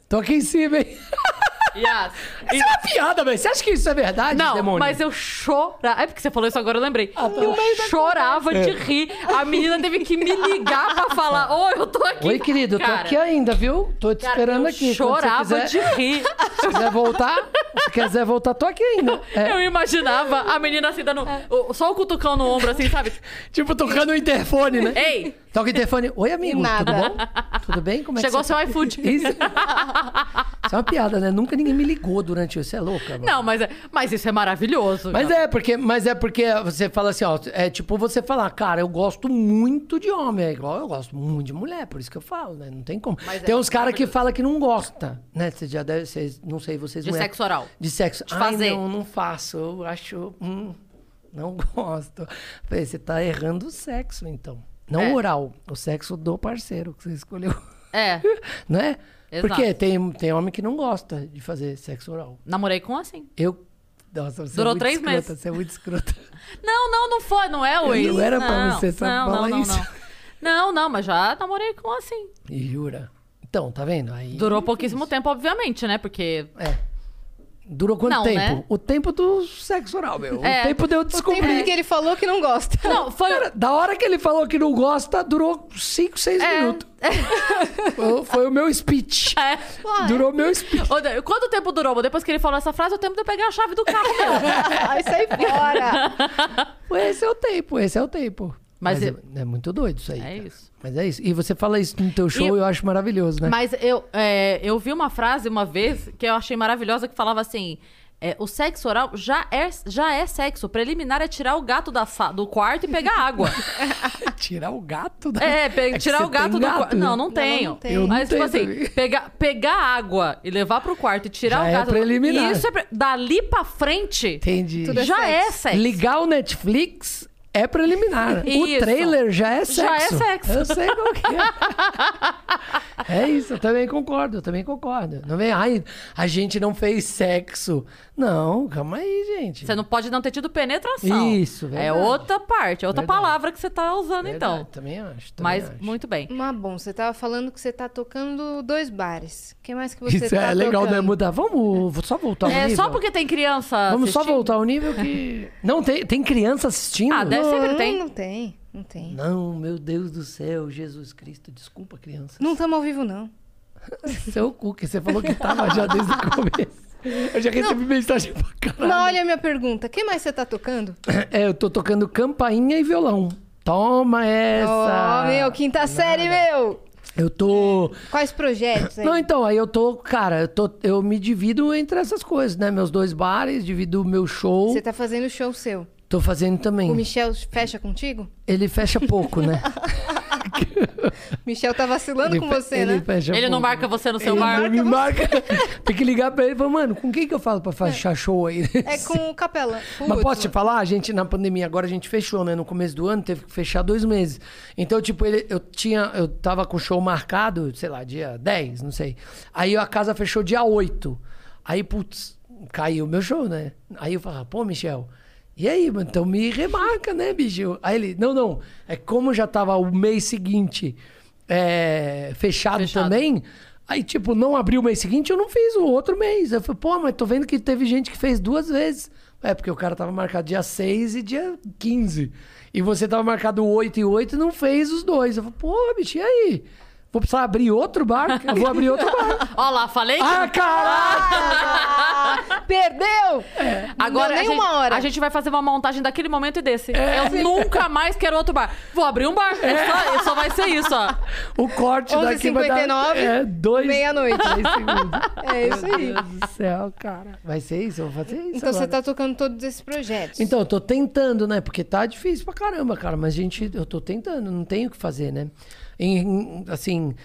C: Tô aqui em cima, hein? <laughs>
A: Yes.
C: Isso é uma piada, velho. Você acha que isso é verdade,
A: Não,
C: demônio?
A: mas eu chorava. É porque você falou isso agora, eu lembrei. eu chorava de rir. A menina teve que me ligar pra falar: Ô, eu tô aqui.
C: Oi, querido, eu tô
A: Cara,
C: aqui ainda, viu? Tô te
A: cara,
C: esperando
A: eu
C: aqui. Quando você
A: chorava
C: quiser,
A: de rir.
C: Se quiser voltar, se quiser voltar, tô aqui ainda. É.
A: <laughs> Eu imaginava a menina assim dando. o- Só o cutucão no ombro, assim, sabe?
C: Tipo, tocando o interfone, né?
A: Ei!
C: Toca o interfone. Oi, amigo,
B: E nada.
C: tudo bom? Tudo bem? Como é
A: Chegou
C: que você
A: seu iFood.
C: tá? Isso. isso é uma piada, né? Nunca ninguém me ligou durante isso. Você é louca, mano.
A: Não, mas, é- mas isso é maravilhoso.
C: Mas
A: cara.
C: é, porque, mas é porque você fala assim, ó, é tipo você falar, cara, eu gosto muito de homem, é igual eu gosto muito de mulher, por isso que eu falo, né? Não tem como.
A: é
C: tem uns caras que falam que não gosta, né? Vocês já deve, vocês, não sei, vocês
A: De
C: mulher-
A: sexo oral.
C: De sexo. De
A: fazer.
C: não, não faço, eu acho, hum, não <laughs> gosto. Falei, você tá errando o sexo, então. Não
A: É.
C: oral, o sexo do parceiro que você escolheu, <laughs>
A: É.
C: né?
A: Exato.
C: Porque tem, tem homem que não gosta de fazer sexo oral.
A: Namorei com um assim.
C: Eu. Nossa, você
A: Durou
C: é muito
A: três
C: escrota,
A: meses.
C: Você é
A: <laughs>
C: muito escrota.
A: Não, não, não foi, não é, Luiz.
C: Não era pra você só
A: não,
C: falar
A: não, não,
C: isso.
A: Não, não, não, mas já namorei com um assim.
C: E jura? Então, tá vendo? Aí É.
A: Durou pouquíssimo tempo, obviamente, né? Porque
C: durou quanto
A: Não,
C: tempo?
A: né?
C: O tempo do sexo oral, meu.
A: É.
C: O tempo de eu
B: O tempo
C: descobrir.
B: que ele falou que não gosta.
A: Não, foi.
C: Cara, da hora que ele falou que não gosta, durou 5, 6
A: É. <laughs>
C: minutos. Foi- Foi o meu speech.
A: É.
C: Durou meu speech.
A: Ô, Deus, Quanto tempo durou? Bom, Depois que ele falou essa frase, o tempo de eu pegar a chave do carro
C: <laughs>
A: meu.
B: <laughs> Aí sai fora.
C: Esse é o tempo, esse é o tempo.
A: Mas
C: é, é muito doido isso aí.
A: É
C: cara.
A: isso.
C: Mas é isso. E você fala isso no teu show,
A: E-
C: eu acho maravilhoso, né?
A: Mas eu, é, eu vi uma frase uma vez que eu achei maravilhosa que falava assim. é, o sexo oral já é, já é sexo. O preliminar é tirar o gato da sa- do quarto e pegar
C: <laughs>
A: água.
C: <laughs> Tirar o gato da.
A: É, pe-
C: <laughs> É que
A: tirar
C: você
A: o gato
C: tem
A: do
C: gato,
A: quarto.
C: né?
A: Não, não tenho.
B: tem. Eu não
A: Mas, tipo
C: tenho
A: assim,
C: também.
A: pegar, pegar água e levar pro quarto e tirar
C: Já
A: o
C: é
A: gato.
C: preliminar.
A: Isso é pre- Dali pra frente,
C: Entendi.
B: Tudo é
A: já é
B: sexo.
A: sexo.
C: Ligar o Netflix
A: <laughs>
C: é preliminar.
A: Isso.
C: O trailer já é sexo.
A: Já é sexo.
C: Eu sei qual que é. <laughs> é isso, eu também concordo, eu também concordo. Não vem, ai, a gente não fez sexo. Não, calma aí, gente.
A: Você não tá pode não ter tido penetração.
C: Isso,
A: É
C: verdade.
A: outra parte, é outra
C: Verdade.
A: palavra que você tá usando,
C: Verdade,
A: então.
C: Também acho. Também
A: Mas,
C: acho. <laughs>
A: muito bem.
B: Mas bom, você tava falando que você tá tocando dois bares. O que mais que você
C: Isso
B: tá
C: é legal,
B: tocando?
C: né? Mudar. Vamos vou só voltar o
A: É
C: nível.
A: só porque tem criança
C: Vamos só
A: assistindo?
C: voltar ao
A: <laughs>
C: nível que. Não, tem, tem criança assistindo?
A: Ah, deve ser que
B: Não,
A: tem.
B: Não tem, não tem.
C: Não, meu Deus do céu, Jesus Cristo, desculpa, criança.
B: Não estamos ao vivo, não.
C: Seu cu, que é você falou que tava já <laughs> desde o começo. Eu já recebi mensagem pra caralho.
B: Mas olha a minha pergunta. O que mais você tá tocando?
C: É, eu tô tocando campainha e violão. Toma essa!
B: Oh, meu, quinta série, meu!
C: Eu tô.
B: Quais projetos aí?
C: Não, então, aí eu tô, cara, eu, tô, eu me divido entre essas coisas, né? Meus dois bares, divido o meu show.
B: Você tá fazendo show seu.
C: Tô fazendo também.
B: O Michel fecha contigo?
C: Ele fecha pouco, <laughs> né?
B: Michel tá vacilando com
C: fe-
B: você,
C: ele
B: né?
C: fecha
A: Ele não
C: pouco.
A: marca você no seu
C: Ele
A: bar?
C: não me marca. <laughs> Tem que ligar pra ele e falar, mano, com quem que eu falo pra fechar show aí?
B: É com o Capela.
C: Mas
B: Putz,
C: posso te falar, a gente na pandemia agora a gente fechou, né? No começo do ano teve que fechar dois meses. Então, tipo, ele, eu tinha, eu tava com o show marcado, sei lá, dia 10, não sei. Aí a casa fechou dia 8. Aí, putz, caiu o meu show, né? Aí eu falava, pô, Michel, e aí, mano? Então me remarca, né, bicho? Aí ele, não, não, é como já tava o mês seguinte é, fechado,
A: Fechado.
C: também. Aí, tipo, não abriu o mês seguinte, eu não fiz o outro mês. Eu falei, pô, mas tô vendo que teve gente que fez duas vezes. É, porque o cara tava marcado dia 6 e dia 15. E você tava marcado 8 e 8 e não fez os dois. Eu falei, pô, bicho, e aí? Vou precisar abrir
B: <laughs>
C: outro bar? Eu vou abrir outro bar.
A: Ó lá, falei que...
C: ah, caralho!
B: Ah, Perdeu!
C: É.
A: Agora
B: Não,
A: a
B: nem
A: gente,
B: uma hora.
A: a gente vai fazer uma montagem daquele momento e desse.
C: É.
A: Eu nunca mais quero outro bar. Vou abrir um bar. Só, só vai ser isso, ó.
C: O corte daqui vai dar...
B: 11h59,
C: É, dois...
B: meia-noite.
C: Dez segundos.
B: É isso aí.
C: Meu Deus do céu, cara. Vai ser isso? Eu vou fazer isso
B: Então você
C: agora.
B: tá tocando todos esses projetos.
C: Então, eu tô tentando, né? Porque tá difícil pra caramba, cara. Mas, gente, eu tô tentando, não tenho o que fazer, né? Em- em- assim.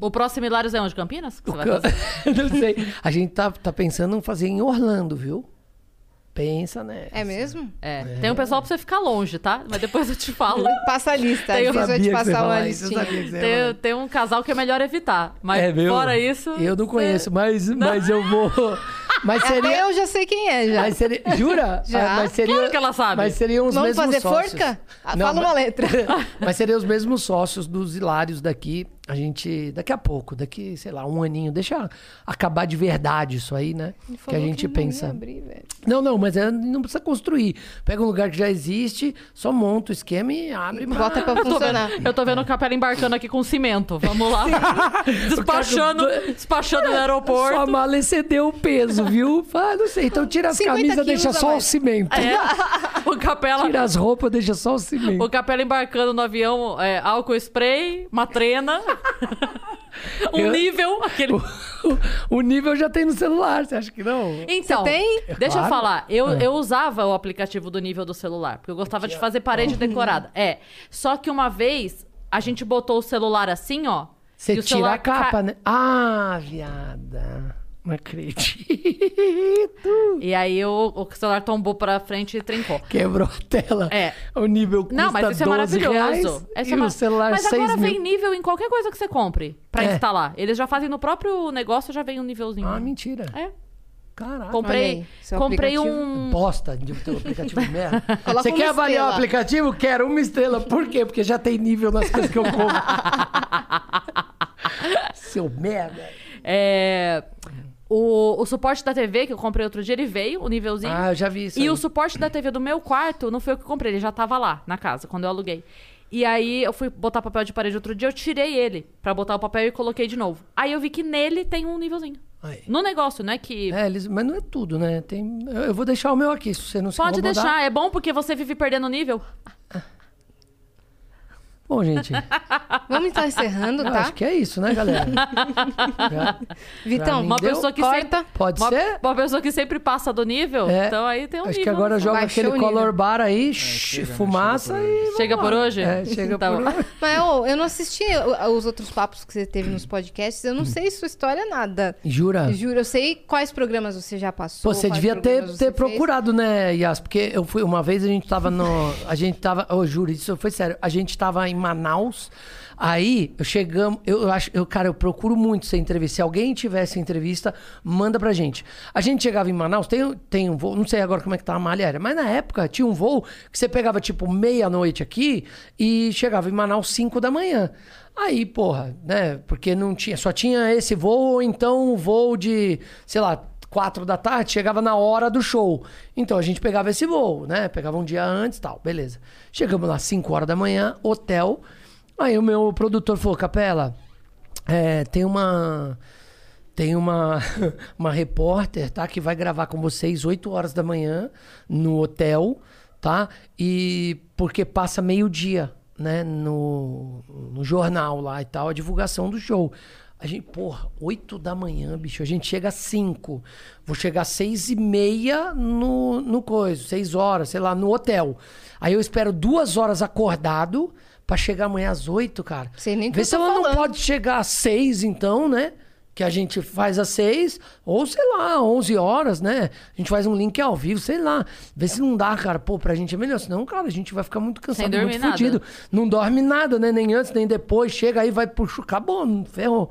A: O próximo Hilários é onde? Campinas? Que você vai
C: <laughs>
A: fazer?
C: não sei. A gente tá, tá pensando em fazer em Orlando, viu? Pensa, né?
B: É mesmo?
A: É. Tem um pessoal pra você ficar longe, tá? Mas depois eu te
C: <laughs>
A: falo.
B: Passa a lista.
A: Tem-
B: Às vezes vai te passar uma
C: eu
B: listinha.
C: sabia que você ia falar
A: Tem, tem um casal que é melhor evitar. Mas
C: É, viu?
A: fora isso. é,
C: Eu não conheço, mas, mas eu
B: <laughs>
C: vou. Mas
B: Até
C: seria.
B: eu já sei quem é, já.
C: Mas seria... Jura?
B: É Já.
C: Ah, mas seria...
A: Claro que ela sabe.
C: Mas seriam os
B: Vamos
C: mesmos
B: fazer
C: sócios.
B: forca? Ah, fala uma
C: mas- <laughs>
B: letra.
C: mas seriam os mesmos sócios dos Hilários daqui. A gente, daqui a pouco, daqui, sei lá, um aninho. Deixa acabar de verdade isso aí, né? Que a
B: Falou
C: gente
B: não ia
C: pensa.
B: abrir, velho.
C: Não, não, mas é- não precisa construir. Pega um lugar que já existe, só monta o esquema e abre. e
B: Bota
C: <laughs>
B: pra
A: Eu tô
B: funcionar.
A: vendo- Eu tô vendo o Capela embarcando aqui com cimento. Vamos <laughs> lá. Despachando, despachando no aeroporto.
C: Sua mala excedeu o peso, viu? Ah, não sei. Então tira as
B: 50
C: camisas,
B: quilos
C: deixa
B: a
C: só o
B: mais.
C: cimento.
A: É. O Capela,
C: Tira as roupas, deixa só o cimento.
A: o Capela embarcando no avião é, álcool spray, uma
C: <laughs>
A: trena, um
C: Eu-
A: nível, aquele...
C: <laughs> O nível já tem no celular, você acha que não?
A: Então,
B: tem?
A: deixa eu
C: Claro. Ah.
A: falar. Eu, eu usava o aplicativo do nível do celular, porque eu gostava de fazer parede decorada. É. Só que uma vez a gente botou o celular assim, ó.
C: Você
A: e o
C: tira
A: celular
C: a capa,
A: ca-
C: né? Ah, viada. Não acredito.
A: E aí eu- o celular tombou pra frente e trincou.
C: Quebrou a tela.
A: É.
C: O nível custa
A: Não, mas isso é
C: 12
A: maravilhoso.
C: Reais,
A: Esse
C: e
A: é mar-
C: o celular
A: mas
C: 6
A: agora
C: mil.
A: vem nível em qualquer coisa que você compre pra
C: É.
A: instalar. Eles já fazem no próprio negócio, já vem um nívelzinho.
C: Ah, tá. mentira.
A: É.
C: Caraca. É
A: Comprei,
B: aí, seu
A: comprei
B: aplicativo.
A: um.
C: Bosta de ter um aplicativo
A: <laughs>
C: de merda.
B: Coloca
C: Você
B: uma
C: quer avaliar o
B: estrela.
C: aplicativo? Quero uma estrela. Por quê? Porque já tem nível nas coisas que
A: <laughs>
C: eu compro. Seu merda.
A: É, o, o suporte da TV que eu comprei outro dia, ele veio, o nívelzinho.
C: Ah, eu já vi isso.
A: E
C: aí.
A: o suporte da TV do meu quarto não foi eu que comprei, ele já tava lá na casa, quando eu aluguei. E aí eu fui botar papel de parede outro dia, eu tirei ele pra botar o papel e coloquei de novo. Aí eu vi que nele tem um nívelzinho.
C: Aí.
A: No negócio, não é que.
C: É, eles... Mas não é tudo, né? Tem... Eu eu vou deixar o meu aqui, se você não se
A: Pode
C: incomodar.
A: deixar, é bom porque você vive perdendo nível. <laughs>
C: Bom, gente,
B: Vamos estar
C: <laughs>
B: encerrando,
C: eu
B: tá?
C: acho que é isso, né, galera? Já-
B: Vitão,
C: mim
A: Então, Uma
C: Entendeu?
A: pessoa que
B: Corta.
A: sempre.
C: Pode
A: uma,
C: ser?
A: Uma pessoa que sempre passa do nível.
C: é,
A: Então aí tem um
C: Acho
A: nível.
C: que agora joga
B: Baixou
C: aquele
B: o nível.
C: color bar aí, shh, fumaça e.
A: É, né? Chega por hoje?
C: É, chega
A: Tá
C: por
A: bom.
C: hoje.
B: Mas ô, eu não assisti o- os outros papos que você teve nos podcasts. Eu não
C: Hum.
B: sei sua história nada.
C: Jura?
B: Juro, eu sei quais programas você já passou.
C: Ah. Pô, você
B: quais
C: devia ter,
B: programas você
C: ter
B: fez.
C: procurado, né, Yas? Porque eu fui uma vez a gente tava no. A gente tava. Ô, juro, isso foi sério. A gente tava em Manaus. Aí eu chegamos. Eu, eu acho. Eu, cara, eu procuro muito ser entrevista. Se alguém tivesse entrevista, manda pra gente. A gente chegava em Manaus, tem, tem um voo. Não sei agora como é que tá a malha aérea, mas na época tinha um voo que você pegava tipo meia-noite aqui e chegava em Manaus 5 da manhã. Aí, porra, né? Porque não tinha, só tinha esse voo, ou então o voo de, sei lá, quatro da tarde, chegava na hora do show. Então a gente pegava esse voo, né? Pegava um dia antes e tal, beleza. Chegamos lá 5 horas da manhã, hotel. Aí o meu produtor falou: Capela, é, tem uma. Tem uma, <laughs> uma repórter, tá? Que vai gravar com vocês 8 horas da manhã no hotel, tá? E porque passa meio-dia, né? No, no jornal lá e tal, a divulgação do show. A gente, porra, 8 da manhã, bicho. A gente chega às 5. Vou chegar às 6 e meia no, no coisa, 6 horas, sei lá, no hotel. Aí eu espero duas horas acordado pra chegar amanhã às 8, cara.
B: Sei nem o que
C: Vê
B: eu
C: se
B: tô
C: ela não
B: falando.
C: pode chegar às 6, então, né? Que a gente faz às 6, ou sei lá, 11 horas, né? A gente faz um link ao vivo, sei lá. Vê se não dá, cara. Pô, pra gente é melhor. Senão, cara, a gente vai ficar muito cansado,
A: dormir
C: muito
A: nada.
C: fudido. Não dorme nada, né? Nem antes, nem depois. Chega aí, vai pro chu- Acabou, não ferrou.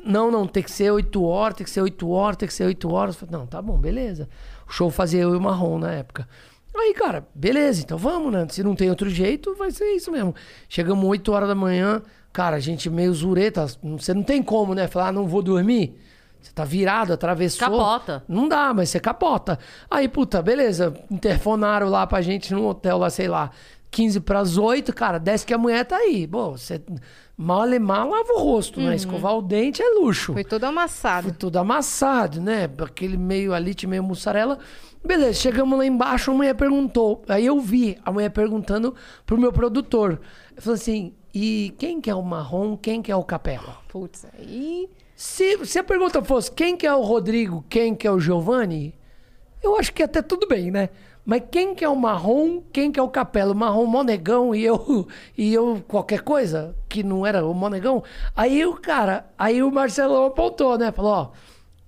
C: Não, não, tem que ser 8 horas, tem que ser 8 horas, tem que ser 8 horas. Falei, Não, tá bom, beleza. O show fazia eu e o Marrom na época. Aí, cara, beleza, então vamos, né? Se não tem outro jeito, vai ser isso mesmo. Chegamos 8 horas da manhã, cara, a gente meio zureta. Você não tem como, né? Falar, ah, não vou dormir. Você tá virado, atravessou.
A: Capota.
C: Não dá, mas você capota. Aí, puta, beleza. Interfonaram lá pra gente num hotel lá, sei lá, 15 pras 8, cara, 10 que a mulher tá aí. Bom, você mal e mal lava o rosto, né? Escovar o dente é luxo.
B: Foi todo amassado.
C: Tudo amassado, né? Aquele meio alite, meio mussarela. Beleza, chegamos lá embaixo, a mulher perguntou. Aí eu vi a mulher perguntando pro meu produtor. Eu falei assim, e quem que é o marrom, quem que é o capela?
B: Putz, aí.
C: Se, se a pergunta fosse quem que é o Rodrigo, quem que é o Giovanni, eu acho que até tudo bem, né? Mas quem que é o Marrom, quem que é o Capela? O Marrom Monegão e eu, <laughs> e eu qualquer coisa, que não era o Monegão. Aí o cara, aí o Marcelão apontou, né? Falou, ó,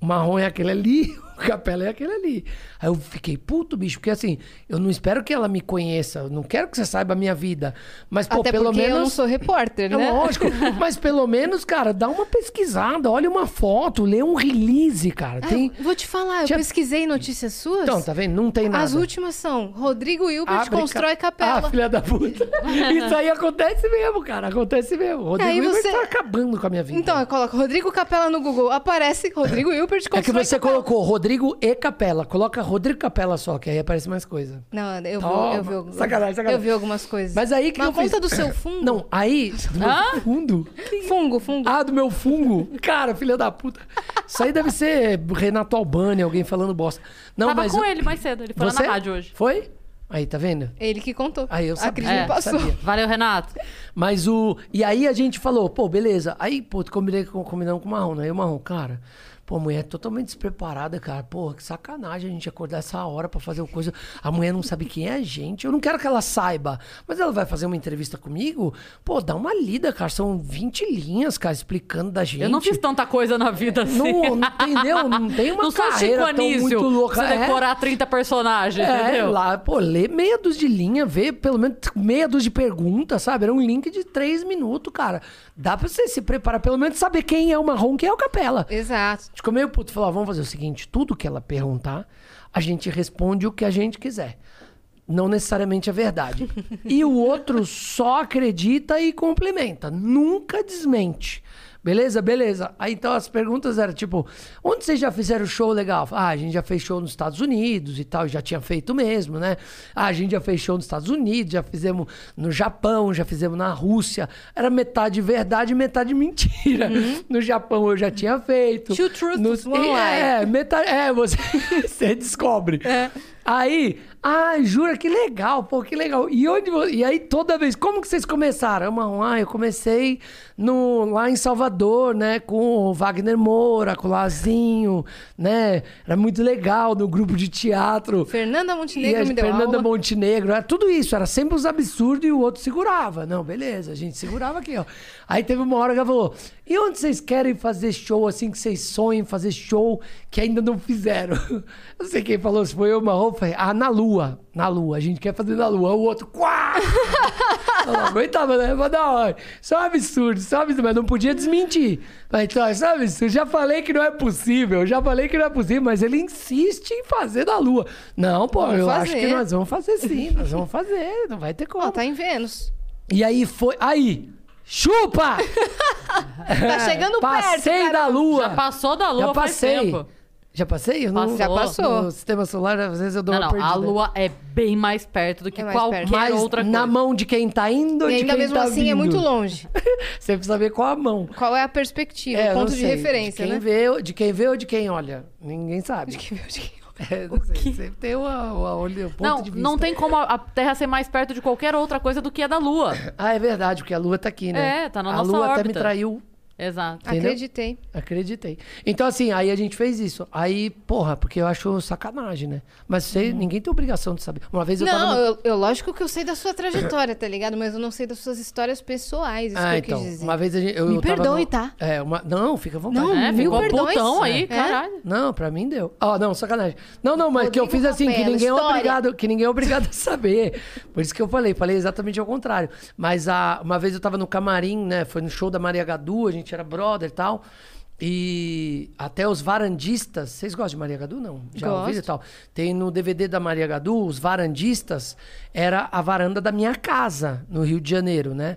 C: o Marrom é aquele ali, <laughs> o Capela é aquele ali. Aí eu fiquei puto, bicho, porque assim, eu não espero que ela me conheça, eu não quero que você saiba a minha vida. Mas, pô,
B: Até
C: pelo
B: porque
C: menos...
B: eu não sou repórter,
C: É
B: né? <laughs>
C: lógico, mas pelo menos, cara, dá uma pesquisada, olha uma foto, lê um release, cara.
B: Ah,
C: Tem...
B: eu vou te falar, eu
C: Tinha-
B: pesquisei notícias suas.
C: Então, tá vendo? Não tem nada.
B: As últimas são Rodrigo Hilbert
C: Abre ca-
B: constrói é capela.
C: Ah, filha
B: <laughs>
C: da puta. Isso aí acontece mesmo, cara. Acontece mesmo. O Rodrigo
B: aí
C: Hilbert
B: você-
C: tá acabando com a minha vida.
B: Então, eu coloco Rodrigo Capela no Google, aparece Rodrigo Hilbert
C: é
B: constrói
C: que você
B: capela.
C: colocou Rodrigo e Capela. Coloca Rodrigo Capela só, que aí aparece mais coisa.
B: Não, eu vi,
C: Toma.
B: eu vi algumas-
C: Sacanagem, sacanagem.
B: Eu vi algumas coisas.
C: Mas aí que
B: Na
C: eu
B: conta
C: fiz?
B: do seu fundo.
C: Não, aí. Do meu fundo?
B: Fungo, fungo.
C: Ah, do meu fungo? Cara, filha da puta. Isso aí deve ser Renato Albani, alguém falando bosta. Não,
A: <laughs> Tava
C: mas.
A: com ele mais cedo, ele foi lá na rádio hoje.
C: Foi? Aí, tá vendo?
B: Ele que contou.
C: Aí Ah, eu
B: A
C: sabia.
B: Cris
A: É,
B: me passou.
C: sabia.
A: Valeu, Renato.
C: Mas o. E aí a gente falou, pô, beleza. Aí, pô, combinei com, combinamos com o Marrom, né? E o Marrom, cara, pô, a mulher é totalmente despreparada, cara. Porra, que sacanagem a gente acordar essa hora pra fazer uma coisa. A mulher não sabe quem é a gente. Eu não quero que ela saiba. Mas ela vai fazer uma entrevista comigo? Pô, dá uma lida, cara. São 20 linhas, cara, explicando da gente.
A: Eu não fiz tanta coisa na vida assim.
C: Não, não entendeu? Não tem uma
A: Não sou Chico
C: carreira tão
A: Anísio.
C: muito louca.
A: Você
C: É.
A: decorar 30 personagens,
C: É,
A: entendeu?
C: lá, pô, lê meia dúzia de linha, vê pelo menos meia dúzia de perguntas, sabe? Era um link de três minutos, cara. Dá pra você se preparar, pelo menos saber quem é o Marrom, quem é o Capela. A
B: Exato.
C: gente ficou meio puto, falou, ah, vamos fazer o seguinte, tudo que ela perguntar, a gente responde o que a gente quiser. Não necessariamente a verdade. e o outro só acredita e complementa, nunca desmente. Beleza? Beleza. Aí então as perguntas eram tipo, onde vocês já fizeram show legal? Ah, a gente já fez show nos Estados Unidos e tal, já tinha feito mesmo, né? Ah, a gente já fez show nos Estados Unidos, já fizemos no Japão, já fizemos na Rússia. Era metade verdade, metade mentira. No Japão eu já tinha feito.
B: Two truths,
C: Nos-
B: one lie.
C: <laughs> É, metade, é você, você descobre. Aí, ah, jura que legal, pô, que legal. E onde vo- E aí toda vez, como que vocês começaram? Eu, "Mão, Ah, eu comecei no lá em Salvador, né, com o Wagner Moura, com o Lazinho, né? Era muito legal no grupo de teatro.
B: Fernanda
C: E a
B: Montenegro me deu
C: Fernanda
B: aula.
C: Montenegro, era tudo isso, era sempre uns absurdos e o outro segurava. Não, beleza, a gente segurava aqui, ó. Aí teve uma hora que ela falou: e onde vocês querem fazer show assim, que vocês sonham em fazer show que ainda não fizeram? <laughs> Não sei quem falou, se foi eu, Marrom, falei, ah, na lua, na lua, a gente quer fazer na lua. O outro, quá! Eu não aguentava, né? Mas da hora. Isso é um absurdo, isso é um absurdo. Mas não podia desmentir. Mas então, isso é um absurdo. Já falei que não é possível, já falei que não é possível, mas ele insiste em fazer da lua. Não, pô, eu acho
B: fazer.
C: que nós vamos fazer
B: <laughs>
C: sim, nós vamos fazer, não vai ter como.
B: Ó, tá em Vênus.
C: E aí foi. Aí!
B: <laughs>
C: Chupa!
B: Tá chegando perto,
C: Passei
B: cara.
C: da lua!
A: Já passou da lua
C: Já
A: faz
C: passei.
A: tempo.
C: Já passei? Eu não,
A: Passou. Já
B: passou.
C: No sistema solar, às vezes eu dou
A: Não,
C: uma
A: não,
C: perdida.
A: a lua é bem mais perto do que
B: É mais
A: qualquer
B: perto.
C: Mas
A: outra coisa.
C: na mão de quem tá indo ou
B: E
C: de
B: ainda
C: quem
B: mesmo
C: tá
B: assim é
C: vindo? <laughs>
B: muito longe.
C: Você precisa ver qual a mão.
B: Qual é a perspectiva,
C: É,
B: o
C: não
B: ponto de
C: sei.
B: referência,
C: de quem
B: né?
C: Vê, de quem vê ou de quem olha? Ninguém sabe.
B: <laughs> De quem vê, de quem olha.
C: <laughs> É, não sei. Sempre tem o olho, o um ponto
A: Não,
C: de vista.
A: não tem como a, a Terra ser mais perto de qualquer outra coisa do que a da
C: <laughs>
A: Lua.
C: Ah, é verdade, porque a lua tá aqui, né?
A: É, tá na
C: a
A: nossa
C: lua até me
A: órbita.
C: traiu.
A: Exato.
C: Entendeu?
B: Acreditei.
C: Acreditei. Então, assim, aí a gente fez isso. Aí, porra, porque eu acho sacanagem, né? Mas você, ninguém tem obrigação de saber. Uma vez eu tava.
B: Uhum. Não,
C: no-
B: eu, eu- lógico que eu sei da sua trajetória, tá ligado? Mas eu não sei das suas histórias pessoais, isso
C: Ah,
B: que eu
C: então.
B: quis dizer.
C: Uma vez a gente, eu
B: Me
C: eu tava
B: perdoe,
C: no-
B: tá?
C: É, uma... Não, fica à vontade.
B: Não,
A: É,
B: Mil
A: ficou
B: perdões.
A: putão aí,
B: É.
A: caralho.
C: Não, pra mim deu. Ó, não, sacanagem. Não, não, mas que eu fiz
B: Rodrigo
C: assim, que
B: Capello,
C: ninguém, é
B: história.
C: obrigado, que ninguém é obrigado a saber. Por isso que eu falei, falei exatamente ao contrário. Mas a, uma vez eu tava no camarim, né? Foi no show da Maria Gadu, a gente era brother e tal. E até os varandistas. Vocês gostam de Maria Gadu? Não. Já ouviram e
B: Gosto.
C: tal. Tem no DVD da Maria Gadu, os varandistas, era a varanda da minha casa, no Rio de Janeiro, né?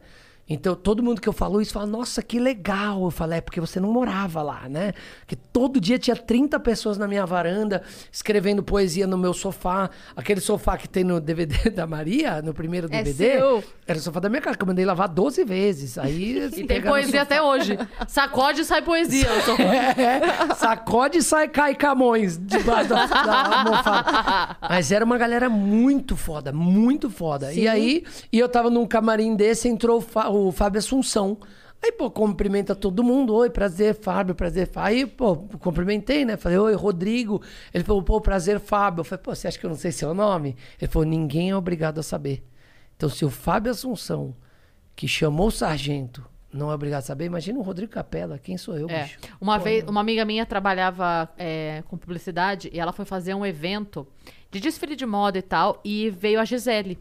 C: Então, todo mundo que eu falo isso fala, nossa, que legal. Eu falo, é porque você não morava lá, né? Porque todo dia tinha 30 pessoas na minha varanda, escrevendo poesia no meu sofá. Aquele sofá que tem no DVD <laughs> da Maria, no primeiro
B: É
C: DVD,
B: seu.
C: era o sofá da minha casa, que eu mandei lavar 12
B: <laughs>
C: vezes. Aí,
A: E tem poesia até hoje. Sacode e sai poesia. Eu sou-
C: é, sacode e sai cai Camões debaixo da, da almofada. Mas era uma galera muito foda, muito foda. E aí, e eu tava num camarim desse, entrou o, Fá- o Fábio Assunção. Aí, pô, cumprimenta todo mundo. Oi, prazer, Fábio, prazer, Fábio. Aí, pô, cumprimentei, né? Falei, oi, Rodrigo. Ele falou, pô, prazer, Fábio. Eu falei, pô, você acha que eu não sei seu nome? Ele falou, ninguém é obrigado a saber. Então, se o Fábio Assunção, que chamou o sargento, não é obrigado a saber, imagina o Rodrigo Capela, quem sou eu,
A: É.
C: bicho?
A: Uma vez, uma amiga minha trabalhava é, com publicidade e ela foi fazer um evento de desfile de moda e tal e veio a Gisele.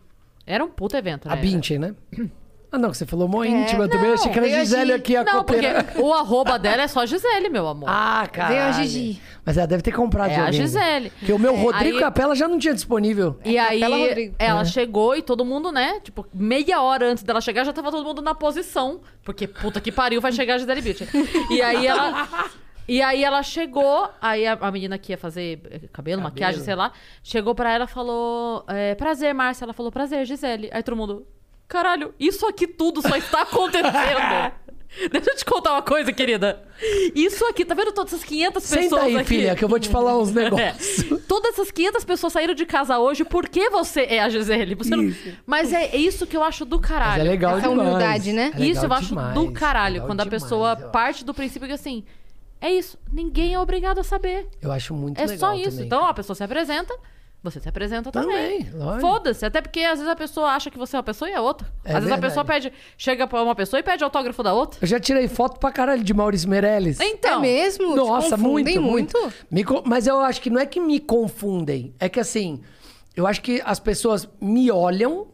A: Era um puta evento, né?
C: A Bintin, né? <clears throat> Ah, não, que você falou
A: É,
C: mó íntima também. Achei que era
B: veio
C: a
B: a
C: Gisele
B: Gi-
C: aqui, a
A: Não, <laughs> porque
C: copeira.
A: o arroba dela é só Gisele, meu amor.
C: Ah, cara.
B: Gigi.
C: Mas ela deve ter comprado
A: É
C: de
A: a
C: alguém, né?
A: Gisele. É,
C: Porque o meu Rodrigo
A: Aí-
C: Capela já não tinha disponível.
A: E
B: Capela
A: aí,
B: Rodrigo.
C: É.
A: ela chegou e todo mundo, né? Tipo, meia hora antes dela chegar, já tava todo mundo na posição. Porque, puta que pariu, vai chegar a Gisele Bündchen. E aí ela... E aí ela chegou, aí a, a menina que ia fazer eh, cabelo, maquiagem, sei lá, chegou pra ela e falou, é, prazer, Márcia. Ela falou, prazer, Gisele. Aí todo mundo, caralho, isso aqui tudo só está acontecendo.
C: <laughs>
A: Deixa eu te contar uma coisa, querida. Isso aqui, tá vendo todas essas 500
C: Senta
A: pessoas
C: aí,
A: aqui?
C: filha, que eu vou te falar uns
A: <laughs> É.
C: negócios.
A: Todas essas 500 pessoas saíram de casa hoje porque você é a Gisele. Você não- Mas é isso que eu acho do
C: Mas é
A: caralho.
C: legal
B: Essa
C: demais.
B: humildade, né?
C: É legal
A: isso eu acho
C: demais, é
A: do caralho.
C: legal
A: Quando a
C: demais,
A: pessoa
C: eu acho.
A: parte do princípio que assim, é isso, ninguém é obrigado a saber.
C: Eu acho muito
A: É
C: legal
A: só isso.
C: também,
A: então
C: cara.
A: a pessoa se apresenta, você se apresenta também.
C: Também, lógico.
A: Foda-se, até porque às vezes a pessoa acha que você é uma pessoa e é outra. Às
C: É
A: vezes a
C: verdade.
A: pessoa pede, chega pra uma pessoa e pede autógrafo da outra.
C: Eu já tirei foto pra caralho de Maurício Meirelles.
A: Então,
B: é mesmo? Te
C: Nossa,
B: confundem
C: muito, muito. Me con- mas eu acho que não é que me confundem. É que assim, eu acho que as pessoas me olham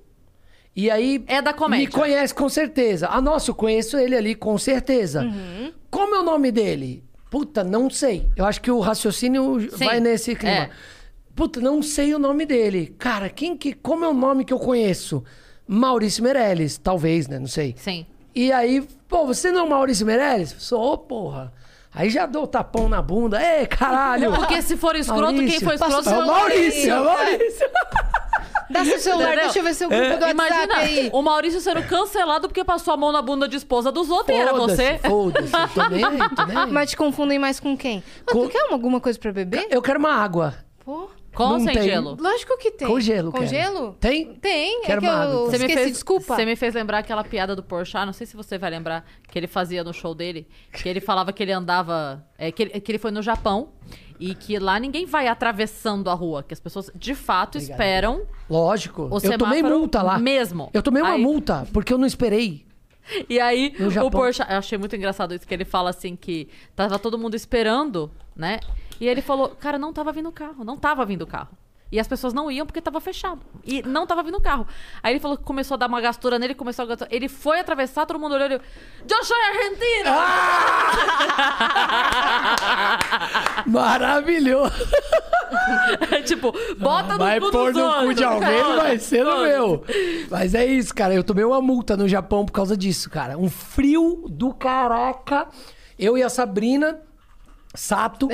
C: e aí.
A: É da comédia.
C: Me conhece com certeza. Ah, nossa, eu conheço ele ali com certeza.
A: Uhum.
C: Como é o nome dele? Puta, não sei. Eu acho que o raciocínio
A: Sim,
C: vai nesse clima.
A: é.
C: Puta, não sei o nome dele. Cara, quem que. Como é o nome que eu conheço? Maurício Meirelles, talvez, né? Não sei.
A: Então, sim.
C: E aí, pô, você não é o Maurício Meirelles? Sou, porra. Aí já dou o tapão na bunda. Ei, caralho!
A: <laughs> Porque se
C: <laughs>
A: for escroto, quem foi escroto
C: é
A: foi
C: o Maurício. É o Maurício.
B: Dá seu celular,
A: Entendeu?
B: deixa eu ver seu
C: É,
B: grupo do WhatsApp
A: Imagina
B: aí.
A: o Maurício sendo cancelado porque passou a mão na bunda de esposa dos outros e era
C: Foda-se,
A: você.
C: Foda-se, tô nem aí, tô nem aí.
B: Mas te confundem mais com quem? Ah,
C: Com-
B: Tu quer alguma coisa pra beber?
C: Eu quero uma água.
B: Pô,
A: Com ou
C: Não
A: sem
C: tem.
A: gelo?
B: Lógico que tem.
C: Com gelo,
B: Com
C: quero.
B: gelo?
C: Tem?
B: Tem.
C: Quero
B: é que
C: amado.
B: eu
C: Você
A: me
B: esqueci,
A: fez,
B: desculpa. <laughs>
A: Você me fez lembrar aquela piada do Porchat, não sei se você vai lembrar, que ele fazia no show dele, que ele falava que ele andava, é, que, ele, que ele foi no Japão e que lá ninguém vai atravessando a rua, que as pessoas de fato esperam
C: Lógico.
A: o
C: eu tomei
A: semáforo
C: multa lá.
A: é mesmo.
C: Eu tomei uma
A: Aí-
C: multa, porque eu não esperei.
A: E aí,
C: No
A: o
C: Japão.
A: Porchat... Eu achei muito engraçado isso, que ele fala assim que tava todo mundo esperando, né? E ele falou, cara, não tava vindo carro, não tava vindo carro. E as pessoas não iam porque tava fechado. E não tava vindo carro. Aí ele falou que começou a dar uma gastura nele, começou a gastura. Ele foi atravessar, todo mundo olhou e ele... Eu sou argentino!
C: Ah! Maravilhoso.
A: <laughs> tipo, bota no
C: vai
A: cu dos
C: pôr no cu
A: outros,
C: de alguém,
A: cara.
C: vai ser no
A: Foda-se.
C: meu. Mas é isso, cara. Eu tomei uma multa no Japão por causa disso, cara. Um frio do caraca. Eu e a Sabrina, Sato.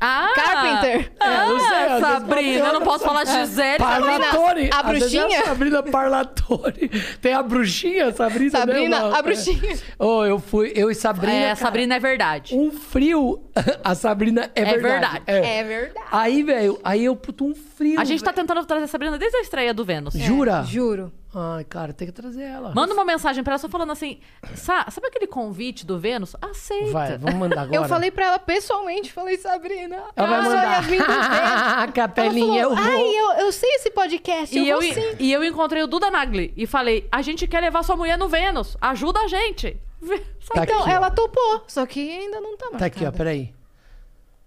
A: Ah!
B: Carpenter.
A: Ah,
C: não sei, às vezes
A: Sabrina, eu não
C: eu-
A: posso
C: <laughs>
A: falar Gisele.
C: Parlatore.
B: tá a
C: Às vezes é
B: bruxinha?
C: a Sabrina Parlatore. <laughs> Tem a bruxinha, Sabrina. né,
B: Sabrina,
C: mano?
B: a bruxinha.
C: Ô, eu fui, eu e Sabrina.
A: É,
C: cara,
A: Sabrina é verdade.
C: Um frio. <laughs> A Sabrina é,
A: É verdade.
C: verdade.
B: É verdade.
C: Aí, velho, aí eu puto um frio.
A: A gente tá tentando trazer a Sabrina desde a estreia do Vênus.
C: velho.
B: É,
C: Jura?
B: Juro.
C: Ai, cara, tem que trazer ela.
A: Manda uma mensagem pra ela só falando assim: "Sa- sabe aquele convite do Vênus? Aceita.
C: Vai, vamos mandar agora.
B: Eu falei pra ela pessoalmente, falei, Sabrina, ah,
C: Ela vai
B: eu sou a
C: mandar. <laughs>
B: Yasmin Butê.
C: Capelinha,
B: Ela
C: eu
B: falou,
C: vou.
B: Ai, eu, eu sei esse
A: <laughs>
B: podcast,
A: E eu,
B: eu vou sim.
A: e eu encontrei o Duda Nagli e falei: a gente quer levar sua mulher no Vênus. Ajuda a gente. <laughs>
C: Tá
B: Então,
C: aqui, ó.
B: ela topou, só que ainda não tá mais.
C: Tá aqui, ó, peraí.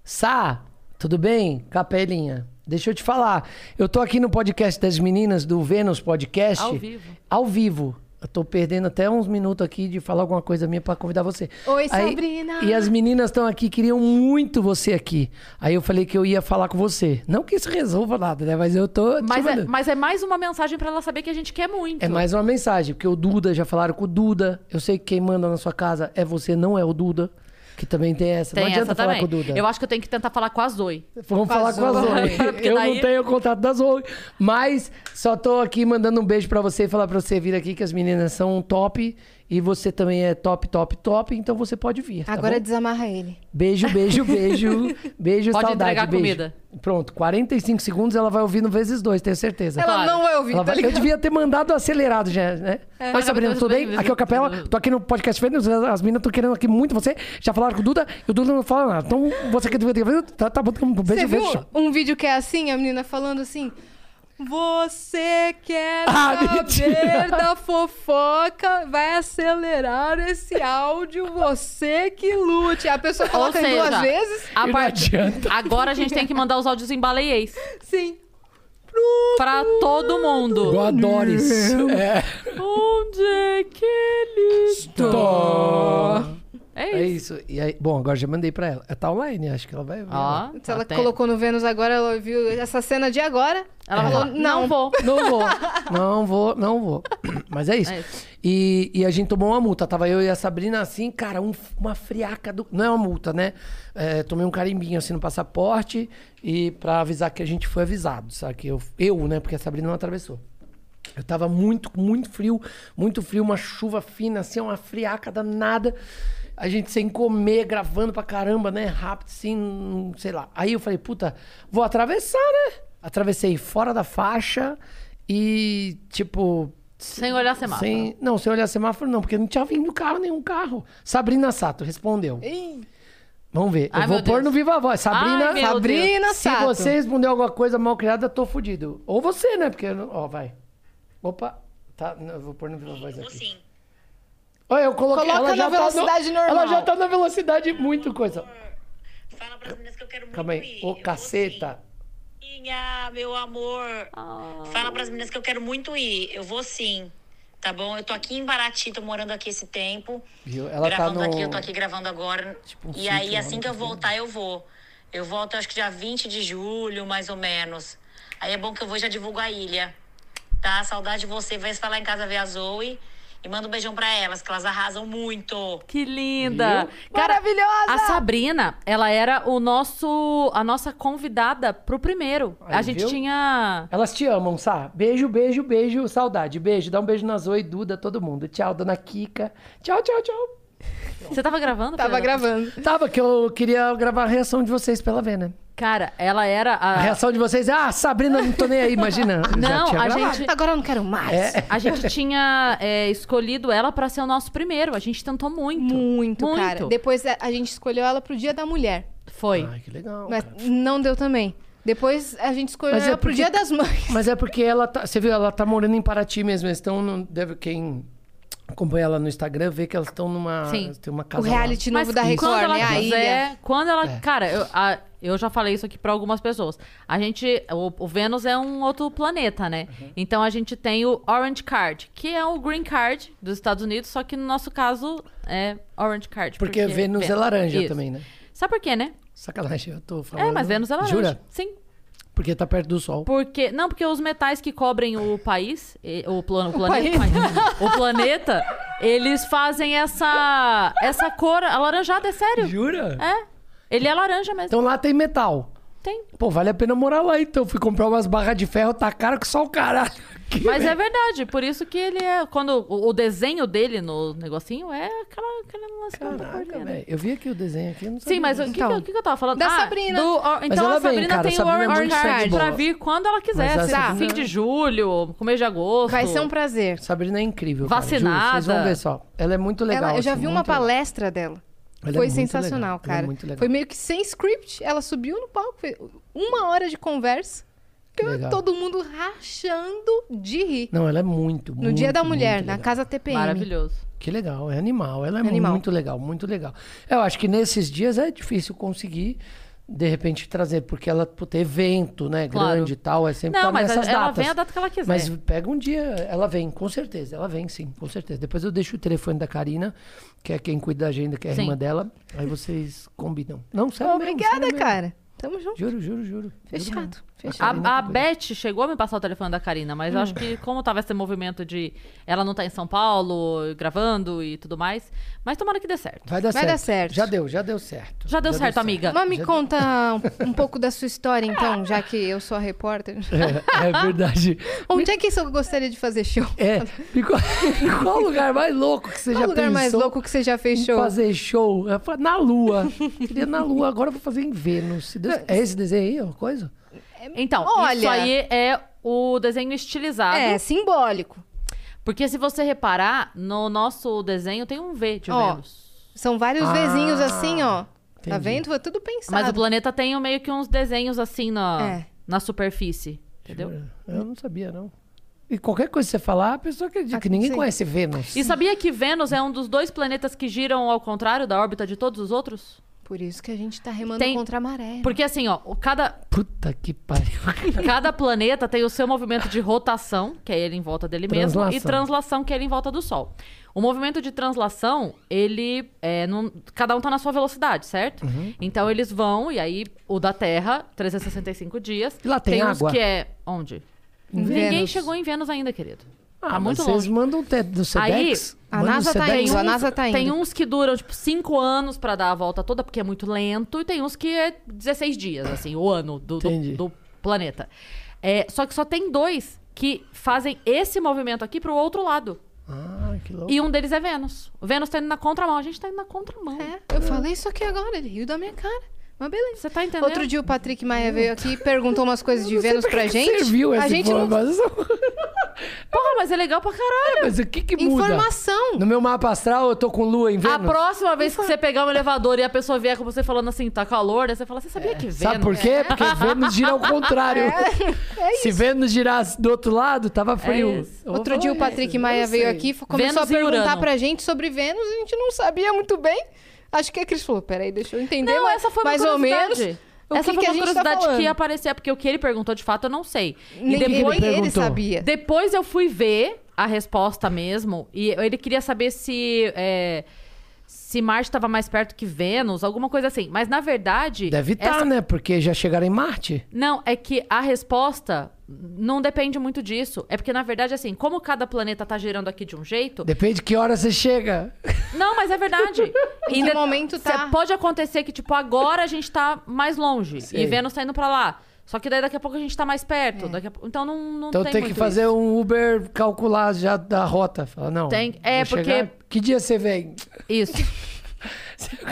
C: Sá, tudo bem? Capelinha. Deixa eu te falar. Eu tô aqui no podcast das meninas do Vênus Podcast.
A: Ao vivo.
C: Ao vivo. Eu tô perdendo até uns minutos aqui de falar alguma coisa minha pra convidar você.
B: Oi, Sabrina.
C: E as meninas estão aqui, queriam muito você aqui. Aí eu falei que eu ia falar com você. Não que isso resolva nada, né? Mas eu tô. te
A: Mas é,
C: mandando.
A: mas é mais uma mensagem pra ela saber que a gente quer muito.
C: É mais uma mensagem, porque o Duda, já falaram com o Duda. Eu sei que quem manda na sua casa é você, não é o Duda. Que também tem essa.
A: Tem
C: não adianta
A: essa
C: falar
A: também.
C: com o Duda.
A: Eu acho que eu tenho que tentar falar com a Zoe.
C: Vamos falar
B: Zoe.
C: com a
A: Vai,
C: Zoe.
A: porque
C: Eu
A: daí-
C: não tenho o contato da Zoe. Mas só tô aqui mandando um beijo pra você e falar pra você vir aqui, que as meninas são top. E você também é top, top, top. Então você pode vir. tá
B: Agora
C: bom?
B: desamarra ele.
C: Beijo,
B: <laughs>
C: beijo, beijo. Beijo,
A: Pode
C: saudade.
A: entregar
C: beijo.
A: comida.
C: Pronto, 45 segundos ela vai ouvindo vezes dois, tenho certeza.
B: Ela
A: Claro.
B: não vai ouvir,
C: Ela
B: tá
C: vai- Eu
B: ligado?
C: devia ter mandado acelerado já, né? Oi, Sabrina, tudo bem? Aqui é o Capela. Tô aqui no podcast Vênus. As meninas estão querendo aqui muito você. Já falaram com o Duda e o Duda não fala nada. Então você que devia ter. Tá, tá bom, um
B: Você
C: beijo,
B: viu
C: beijo.
B: um vídeo que é assim, a menina falando assim... Você quer
C: <laughs> Ah,
B: saber
C: mentira.
B: da fofoca? Vai acelerar esse áudio, você que lute. A pessoa
A: Ou
B: coloca em
A: seja,
B: duas vezes.
A: a
C: Não
A: part-
C: adianta.
A: agora a gente tem que mandar os áudios em baleiês
B: Sim.
A: pra todo mundo.
C: Eu adoro isso. É.
A: Onde é que ele É
C: É
A: isso.
C: isso. E aí, bom, agora já mandei pra ela. Ela tá online, acho que ela vai ver.
A: Ó,
B: Se ela
A: até-
B: colocou no Vênus agora, ela viu essa cena de agora.
A: Ela
C: É.
A: falou,
B: Ela-
A: não
B: não.
A: vou.
C: Não vou, não vou, não vou. <clears throat> Mas é isso.
A: É isso.
C: E, e a gente tomou uma multa. Tava eu e a Sabrina assim, cara, um- uma friaca do. Não é uma multa, né? É, tomei um carimbinho assim no passaporte e pra avisar que a gente foi avisado, sabe? Que eu, eu, né? Porque a Sabrina não atravessou. Eu tava muito, muito frio, muito frio, uma chuva fina, assim, uma friaca danada. A gente sem comer, gravando pra caramba, né? Rápido, assim, não- sei lá. Aí eu falei, puta, vou atravessar, né? Atravessei fora da faixa e, tipo.
A: Sem olhar semáforo.
C: Sem, não, sem olhar semáforo, não, porque não tinha vindo carro, nenhum carro. Sabrina Sato respondeu. Vamos ver.
A: Ai,
C: eu vou
A: meu
C: pôr
A: Deus.
C: no Viva Voz. Sabrina,
A: Ai, meu
C: Sabrina
B: Deus.
C: Se
B: Sato.
C: você responder alguma coisa mal criada, eu tô fudido. Ou você, né? Porque, eu não- ó, vai. Opa. Tá, não, eu vou pôr no Viva Voz
F: Então,
C: aqui.
F: assim?
C: Sim. Olha, eu coloquei.
B: Coloca
C: ela
B: na
C: já tá no-
B: velocidade normal.
C: Ela já tá na velocidade muito coisa.
F: Fala pras meninas que eu quero muito
C: Calma aí.
F: ir.
C: Ô,
F: Eu vou
C: caceta.
F: sim. Minha, meu amor. Fala pras meninas que eu quero muito ir. Eu vou sim. Tá bom? Eu tô aqui em Paraty, tô morando aqui esse tempo.
C: Viu? Ela tá
F: gravando
C: no-
F: aqui, eu tô aqui gravando agora.
C: Tipo um
F: e aí,
C: sítio,
F: assim
C: né?
F: que eu voltar, eu vou. Eu volto, acho que dia 20 de julho, mais ou menos. Aí é bom que eu vou e já divulgo a ilha. Tá? Saudade de você. Vai se lá em casa ver a Zoe. E manda um beijão pra elas, que elas arrasam muito.
A: Que linda!
B: Maravilhosa!
A: A Sabrina, ela era o nosso, a nossa convidada pro primeiro.
C: Aí,
A: a gente
C: viu?
A: tinha.
C: Elas te amam, Sá. Beijo, beijo, beijo. Saudade. Beijo. Dá um beijo na Zoe, Duda, todo mundo. Tchau, dona Kika. Tchau, tchau, tchau.
A: Você tava gravando?
B: Tava
A: Fernanda?
B: gravando.
C: Tava, que eu queria gravar a reação de vocês pra ela ver, né?
A: Cara, ela era
C: A
A: a.
C: reação de vocês é, ah, Sabrina, não tô nem
B: <laughs>
C: aí, imagina. Já
A: Não,
C: tinha
A: a
C: gravado.
A: gente-
B: Agora eu não quero mais.
C: É,
A: A gente tinha é, escolhido ela pra ser o nosso primeiro. A gente tentou muito.
B: Muito, cara. Depois a, a gente escolheu ela pro Dia da Mulher.
A: Foi.
C: Ai, que legal.
B: Mas
C: cara.
B: não deu também. Depois a gente escolheu
C: Mas é
B: ela pro
C: porque-
B: Dia das
C: <laughs>
B: Mães.
C: Mas é porque ela tá. Você viu, ela tá morando em Paraty mesmo. Eles estão. no- Deve, quem acompanha ela no Instagram vê que elas estão numa.
A: Sim.
C: Tem uma
B: O
C: casa. lá.
B: reality novo da Record,
A: quando ela
B: né? A
A: quiser,
B: ilha.
A: quando ela,
C: É.
A: cara, eu, a- eu já falei isso aqui pra algumas pessoas. A gente, o, o Vênus é um outro planeta, né?
C: Uhum.
A: Então a gente tem o Orange Card, que é o Green Card dos Estados Unidos, só que no nosso caso é Orange Card.
C: Porque Vênus é laranja também, né?
A: Sabe por quê, né?
C: Sacanagem, eu tô falando.
A: É, mas Vênus é laranja.
C: Jura?
A: Sim.
C: Porque tá perto do sol.
A: Porque, não, porque os metais que cobrem o país, e- o, plano, o planeta, o planeta, eles fazem essa essa cor alaranjada, é sério?
C: Jura?
A: É. Ele é laranja mesmo.
C: Então lá tem metal.
A: Tem.
C: Pô, vale a pena morar lá então. Fui comprar umas barras de ferro, tá caro que só o caralho. aqui,
A: Mas é
C: velho.
A: verdade, por isso que ele é. Quando o o desenho dele no negocinho é aquela, aquela lance com outra cor,
C: Caraca,
A: né?
C: velho. Eu vi aqui o desenho aqui, eu não sabia.
A: Sim, mas o que, que eu- o que que eu tava falando?
B: Então, Da
A: Ah,
B: Sabrina.
A: do- ó, então
C: ela
A: a
C: vem,
A: Sabrina
C: cara,
A: tem
C: a Sabrina é
A: o
C: muito
A: Orange
C: sangue
A: Card
C: boa.
A: pra vir quando ela quiser.
C: Mas a
A: sei lá,
C: Sabrina-
A: fim de julho, começo de agosto.
B: Vai ser um prazer.
C: Sabrina é incrível. cara, juro. Vocês
A: Vacinada.
C: vão ver só. Ela é muito legal.
B: Ela- eu já
C: assim,
B: vi uma
C: muito legal.
B: palestra dela.
C: Ela é
B: foi
C: muito
B: sensacional,
C: legal, ela é
B: cara.
C: muito legal.
B: Foi meio que sem script. Ela subiu no palco, foi uma hora de conversa. que
C: Legal.
B: Todo mundo rachando de rir.
C: Não, ela é muito,
B: no Dia da Mulher, na
C: na casa.
B: Casa TPM.
A: Maravilhoso.
C: Que legal, é animal. Ela é
B: Animal.
C: muito legal, muito legal. Eu acho que nesses dias é difícil conseguir, de repente, trazer, porque ela, puta, evento, né?
A: Claro.
C: Grande e tal, é sempre
A: Não,
C: tá
A: mas
C: nessas
A: ela
C: datas.
A: vem a data que ela quiser.
C: Mas pega um dia, ela vem, com certeza. Ela vem, sim, com certeza. Depois eu deixo o telefone da Karina, que é quem cuida da agenda, que é a
A: Sim.
C: irmã dela. Aí vocês combinam. Não, Ah, sério mesmo,
B: Obrigada,
C: sério mesmo.
B: cara. Tamo junto.
C: Juro, juro, juro. Juro mesmo.
B: Fechado. Fechado.
C: Karina
A: A, a
C: cuida.
A: Beth chegou a me passar o telefone da Karina, mas eu acho que como tava esse movimento de ela não tá em São Paulo, gravando e tudo mais, mas tomara que dê certo.
C: Vai dar
B: Vai
C: certo.
B: dar certo.
C: Já deu, já deu certo.
A: Já deu certo, amiga.
B: Mas me conta um, um pouco da sua história, então, já que eu sou a repórter.
C: <laughs> É, é verdade.
B: Onde é que isso eu gostaria de fazer
C: <laughs>
B: show?
C: É, e qual, qual o lugar mais louco que você
B: Qual
C: já
B: lugar
C: pensou?
B: mais louco que você já fez show?
C: Fazer show Eu falei, na Lua. Queria na Lua, agora eu vou fazer em Vênus. se Deus- É esse desenho aí, ó, coisa?
A: Então, isso
B: Olha.
A: aí é o desenho
C: um
A: estilizado.
B: É, simbólico.
A: Porque se você reparar, no nosso desenho tem um V de
B: Ó,
A: Vênus.
B: São vários vizinhos assim, ó. Tá
C: Ah, entendi.
B: vendo? Foi tudo pensado.
A: Mas o planeta tem um meio que uns desenhos assim na,
B: É.
A: na superfície. Entendeu?
C: Eu não sabia, não. E qualquer coisa que você falar, a pessoa acredita que ninguém
B: Ah, sim.
C: conhece Vênus.
A: E sabia que Vênus é um dos dois planetas que giram ao contrário da órbita de todos os outros?
B: Por isso que a gente tá remando
A: Tem-
B: contra a maré.
A: Porque assim, ó, o- cada,
C: Puta que pariu.
A: Cada planeta tem o seu movimento de rotação, que é ele em volta dele mesmo,
C: Translação.
A: e translação, que é ele em volta do Sol. O movimento de translação, ele. É, num- cada um tá na sua velocidade, certo?
C: Uhum.
A: Então eles vão, e aí o da Terra, 365 dias.
C: E lá tem
A: uns
C: água?
A: que é. Onde?
C: Em
A: Ninguém
B: Vênus.
A: chegou em Vênus ainda, querido.
C: <laughs>
A: tá
C: Ah, mas
A: muito
C: vocês
A: longe.
C: mandam um te- do SEDEX?
B: A
C: Manda o
B: NASA tá
C: SEDEX?
B: indo, a NASA tá indo.
A: Tem uns que duram, tipo, 5 anos pra dar a volta toda, porque é muito lento, e tem uns que é 16 dias, assim, o ano do, do-
C: Entendi.
A: do planeta. É, só que só tem dois que fazem esse movimento aqui pro outro lado.
C: Ah, que louco.
A: E um deles é Vênus. O Vênus tá indo na contramão, a gente tá indo na contramão.
B: É, eu falei isso aqui agora, ele riu da minha cara. Mas beleza.
A: Você tá entendendo?
B: Outro dia o Patrick Maia veio aqui e perguntou umas coisas de Vênus pra gente.
C: Serviu essa
B: a gente não...
C: informação.
A: Porra, mas é legal pra caralho.
C: Mas o que que muda?
B: Informação.
C: No meu mapa astral, eu tô com lua em
A: A
C: Vênus?
A: próxima vez que você pegar um elevador e a pessoa vier com você falando assim, tá calor, né? Você fala, você
B: É.
A: sabia que Vênus... É.
C: Sabe por quê? Porque Vênus gira
A: <laughs>
C: ao contrário. Se Vênus girasse do outro lado, tava frio.
A: É isso.
C: Eu vou
B: Outro
C: falar
B: dia o
C: isso,
B: Patrick
C: eu
B: Maia
C: sei.
B: veio aqui e começou
A: Vênus
B: a
A: e
B: perguntar
A: Urano.
B: pra gente sobre Vênus, a gente não sabia muito bem. Acho que a Cris falou, peraí, deixa eu entender
A: Não,
B: mas-
A: essa foi uma
B: mais ou menos.
A: curiosidade.
B: o
A: essa
B: que
A: foi
B: que
A: uma
B: a gente tá
A: curiosidade que
B: falando.
A: ia aparecer, porque o que ele perguntou de fato eu não sei.
B: Nem
A: e depois,
B: ele, ele
C: perguntou.
B: sabia.
A: depois eu fui ver a resposta mesmo, e ele queria saber se. é, se Marte estava mais perto que Vênus, alguma coisa assim. Mas na verdade.
C: Deve estar,
A: essa-
C: né? Porque já chegaram em Marte.
A: Não, é que a resposta não depende muito disso. É porque, na verdade, assim, como cada planeta tá girando aqui de um jeito,
C: Depende de que hora você chega.
A: não, mas é verdade.
B: Em que momento
A: cê-
B: tá?
A: Pode acontecer que, tipo, agora a gente tá mais longe.
C: Sei.
A: E Vênus tá indo pra lá. Só que daí daqui a pouco a gente tá mais perto. Daqui a pou- Então não, não
C: Então
A: tem
C: tem, que
A: muito
C: fazer
A: isso.
C: um Uber calcular já da rota. Fala, não.
A: Tem- é,
C: vou
A: porque-
C: chegar- Que dia você vem?
A: Isso.
C: <laughs>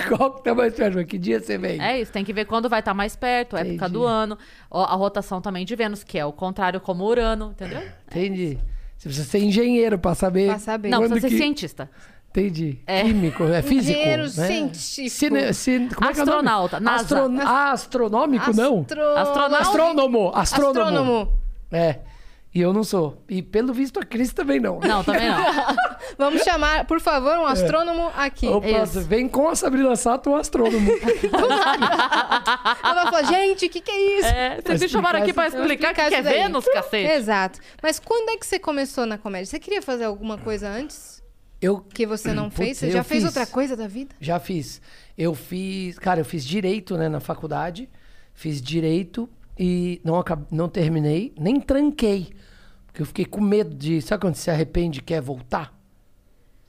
C: Qual que tá mais perto? Que dia você vem?
A: É isso, tem que ver quando vai estar mais perto, a época do
C: Entendi.
A: ano, ó, a rotação também de Vênus, que é o contrário como Urano, entendeu?
C: É. Entendi. Você precisa ser engenheiro pra saber.
B: Pra saber.
A: Não,
C: quando
A: precisa ser
C: que-
A: cientista.
C: Entendi. Químico, é físico.
B: Engenheiro
C: né?
B: científico.
C: Cine, cine, como é que é o nome?
A: Astronauta, NASA.
C: Astro- astronômico, não?
B: Astro-
A: Astronauta.
C: Astrônomo. Astrônomo.
B: Astrônomo.
C: É. E eu não sou. E pelo visto a Cris também não.
A: Não, também não.
C: <laughs>
A: É.
B: Vamos chamar, por favor, um astrônomo aqui.
C: Opa,
A: Isso.
C: vem com a Sabrina Sato, um astrônomo.
B: Ela falou, gente, o que, que é isso?
A: É, vocês me
C: explicar
A: chamaram aqui pra
B: Vou
A: explicar o que, que é
B: isso daí.
A: Vênus, cacete.
B: Exato. Mas quando é que você começou na comédia? Você queria fazer alguma coisa antes
C: eu
B: que você não fez?
C: Putz,
B: Você
C: eu
B: já fez
C: fiz.
B: outra coisa da vida?
C: Já fiz. Eu fiz, cara, eu fiz direito, né, na faculdade. Fiz direito e não acab... não terminei, nem tranquei. Porque eu fiquei com medo de, sabe quando você se arrepende e quer voltar?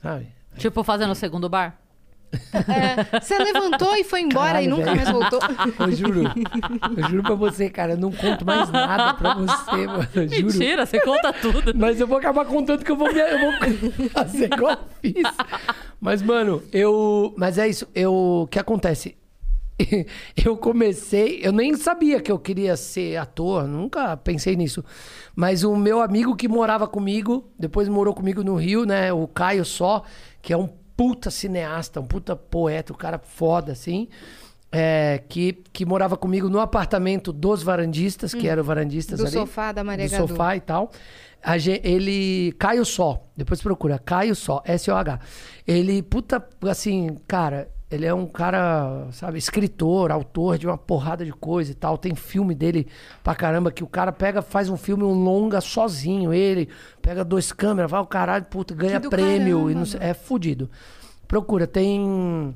C: Sabe?
A: Tipo, fazendo o segundo bar.
B: É. Você levantou e foi embora
C: Caralho,
B: e nunca
C: velho.
B: mais voltou.
C: <laughs> Eu juro. Eu juro pra você, cara, eu não conto mais nada pra você, mano. Eu juro.
A: <laughs> Mentira, você
C: <laughs>
A: conta tudo.
C: Mas eu vou acabar contando que eu vou, me, eu vou <laughs> fazer igual eu fiz. Mas, mano, eu. Mas é isso. Eu, o que acontece? <laughs> Eu comecei. Eu nem sabia que eu queria ser ator, nunca pensei nisso. Mas o meu amigo que morava comigo, depois morou comigo no Rio, né? O Caio Só, que é um puta cineasta, um puta poeta, um cara foda, assim. é, que, que morava comigo no apartamento dos varandistas, que eram varandistas
B: Hum. Do
C: ali.
B: sofá da Maria
C: do
B: Gadu.
C: sofá e tal. A gen- ele. Caio Só. Depois procura. Caio Só. S-O-H. Ele, puta, assim, cara. Ele é um cara, sabe, escritor, autor de uma porrada de coisa e tal. Tem filme dele pra caramba que o cara pega, faz um filme, um longa sozinho. Ele pega dois câmeras, vai o caralho, puta, ganha
B: do
C: prêmio. e
B: caramba,
C: não sei- é fudido. Procura. Tem.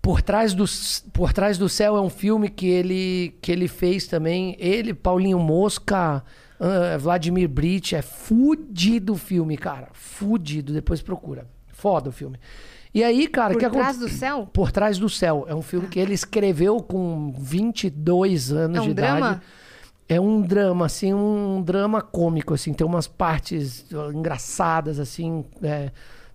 C: Por trás, do, C- Por trás do Céu é um filme que ele, que ele fez também. Ele, Paulinho Mosca, ah, Vladimir Brit. É fudido o filme, cara. Fudido. Depois procura. Foda o filme. E aí, cara...
B: Por
C: que
B: trás
C: aconte-
B: do céu? Ah.
C: Por Trás do Céu. É um filme que ele escreveu com 22 anos
B: É um
C: de idade.
B: drama?
C: É um drama, assim, um drama cômico, assim. Tem umas partes ó, engraçadas, assim, é,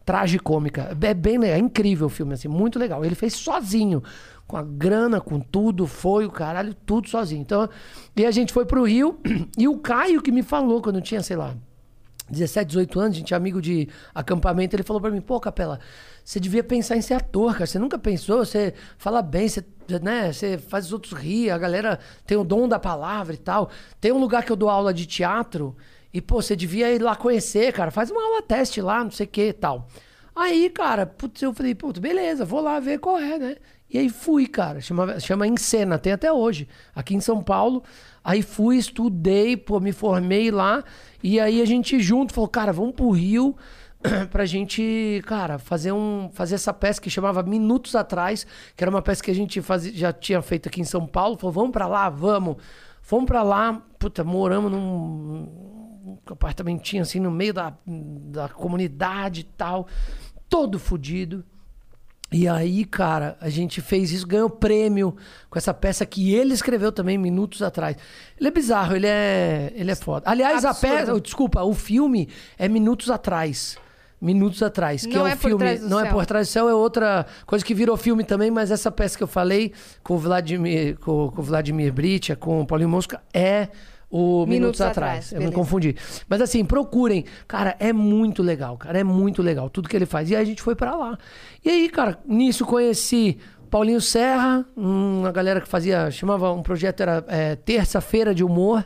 C: tragicômica. É bem legal, é incrível o filme, assim, muito legal. Ele fez sozinho, com a grana, com tudo, foi o caralho, tudo sozinho. Então, e a gente foi pro Rio, <clears throat> e o Caio que me falou, quando eu tinha, sei lá, 17, 18 anos, a gente é amigo de acampamento, ele falou pra mim, pô, Capela, você devia pensar em ser ator, cara. Você nunca pensou, você fala bem, você, né, você faz os outros rir, a galera tem o dom da palavra e tal. Tem um lugar que eu dou aula de teatro e, pô, você devia ir lá conhecer, cara. Faz uma aula teste lá, não sei o que e tal. Aí, cara, putz, eu falei, putz, beleza, vou lá ver qual é, né? E aí fui, cara. Chama, chama Encena, tem até hoje, aqui em São Paulo. Aí fui, estudei, pô, me formei lá. E aí a gente junto falou, cara, vamos pro Rio <clears throat> pra gente, cara, fazer um fazer essa peça que chamava Minutos Atrás, que era uma peça que a gente fazia, já tinha feito aqui em São Paulo. Falou, vamos pra lá, vamos. Fomos pra lá, puta, moramos num um apartamentinho assim no meio da, da comunidade e tal, todo fudido. E aí, cara, a gente fez isso, ganhou prêmio com essa peça que ele escreveu também minutos atrás. Ele é bizarro, ele é, ele é foda. Aliás,
B: Absurdo.
C: a peça, oh, desculpa, o filme é minutos atrás. Minutos atrás, que
B: Não
C: é um
B: é Por
C: filme,
B: Trás do
C: não é
B: Céu.
C: por trás do céu é outra coisa que virou filme também, mas essa peça que eu falei com o Vladimir, com, com o Vladimir Britia, com o Paulinho Mosca é o Minutos,
B: Minutos
C: atrás.
B: Atrás,
C: Eu me
B: beleza.
C: confundi. Mas assim, procurem. Cara, é muito legal, cara. É muito legal tudo que ele faz. E aí a gente foi pra lá. E aí, cara, nisso conheci Paulinho Serra, uma galera que fazia, chamava um projeto, era é, Terça-feira de Humor.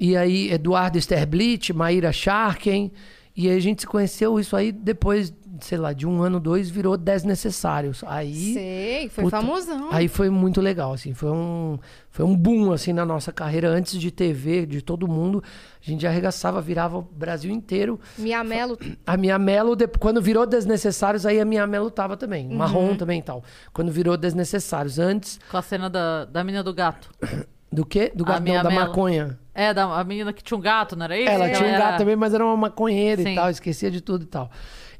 C: E aí, Eduardo Sterblit, Maíra Sharken. E aí a gente se conheceu isso aí depois, sei lá, de um ano, dois, virou Dez Necessários. Aí.
B: Sei, foi
C: Puta,
B: famosão.
C: Aí foi muito legal, assim, foi um, foi um boom, assim, na nossa carreira, antes de TV, de todo mundo, a gente arregaçava, virava o Brasil inteiro.
B: Mia Mello,
C: A minha Melo, de- quando virou Desnecessários, aí a minha Melo tava também,
B: Uhum.
C: marrom também e tal, quando virou Desnecessários, antes
A: Com a cena da, da menina do gato.
C: É. do que? Do
A: A
C: gatão,
A: Mia
C: da
A: Mello.
C: maconha.
A: É, da, a menina que tinha um gato, não era isso?
B: né?
C: Ela tinha um
A: era-
C: gato também, mas era uma maconheira
A: Sim.
C: e tal, esquecia de tudo e tal.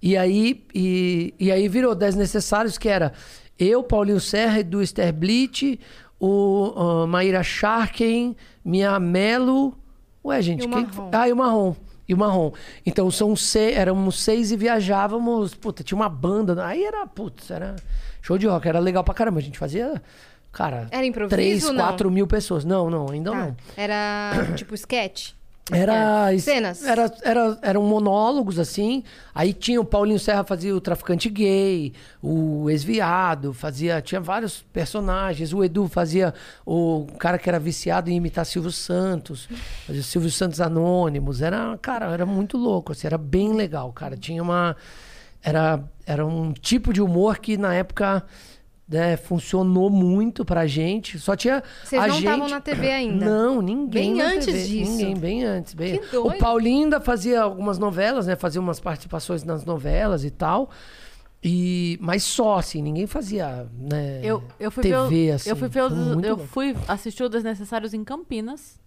C: E aí, e, e aí virou 10 necessários, que era eu, Paulinho Serra, Edu Sterblit, o ah, Maíra Sharken, Mia Melo. Ué, gente,
B: E o
C: quem que foi?
B: Marrom.
C: Ah, e o Marrom. e o marrom. Então são seis, éramos seis e viajávamos. Puta, tinha uma banda. Aí era, putz, era show de rock, era legal pra caramba. A gente fazia, cara,
B: Era improviso
C: três,
B: ou não? Tá.
C: quatro mil pessoas. Não, não, ainda não. <coughs>
B: Era tipo sketch?
C: Era,
B: É, cenas.
C: Era, era, eram monólogos, assim. Aí tinha o Paulinho Serra fazia o traficante gay, o ex-viado, fazia. Tinha vários personagens. O Edu fazia o cara que era viciado em imitar Silvio Santos, fazia o Silvio Santos Anônimos. Era, cara, era muito louco, assim, era bem legal, cara. Tinha uma. Era, era um tipo de humor que na época. né, funcionou muito pra gente. Só tinha.
B: Vocês
C: a
B: não estavam
C: gente-
B: na TV ainda?
C: Não, ninguém.
B: Bem
C: na
B: antes
C: TV,
B: disso.
C: Ninguém, bem antes. Bem
B: Que doido.
C: O Paulinho ainda fazia algumas novelas, né? Fazia umas participações nas novelas e tal. E, mas só, assim, ninguém fazia, né?
A: Eu, eu fui
C: TV,
A: ver, o-
C: assim.
A: eu fui ver os-
C: Muito
A: eu
C: bom.
A: fui assistir o Desnecessários em Campinas,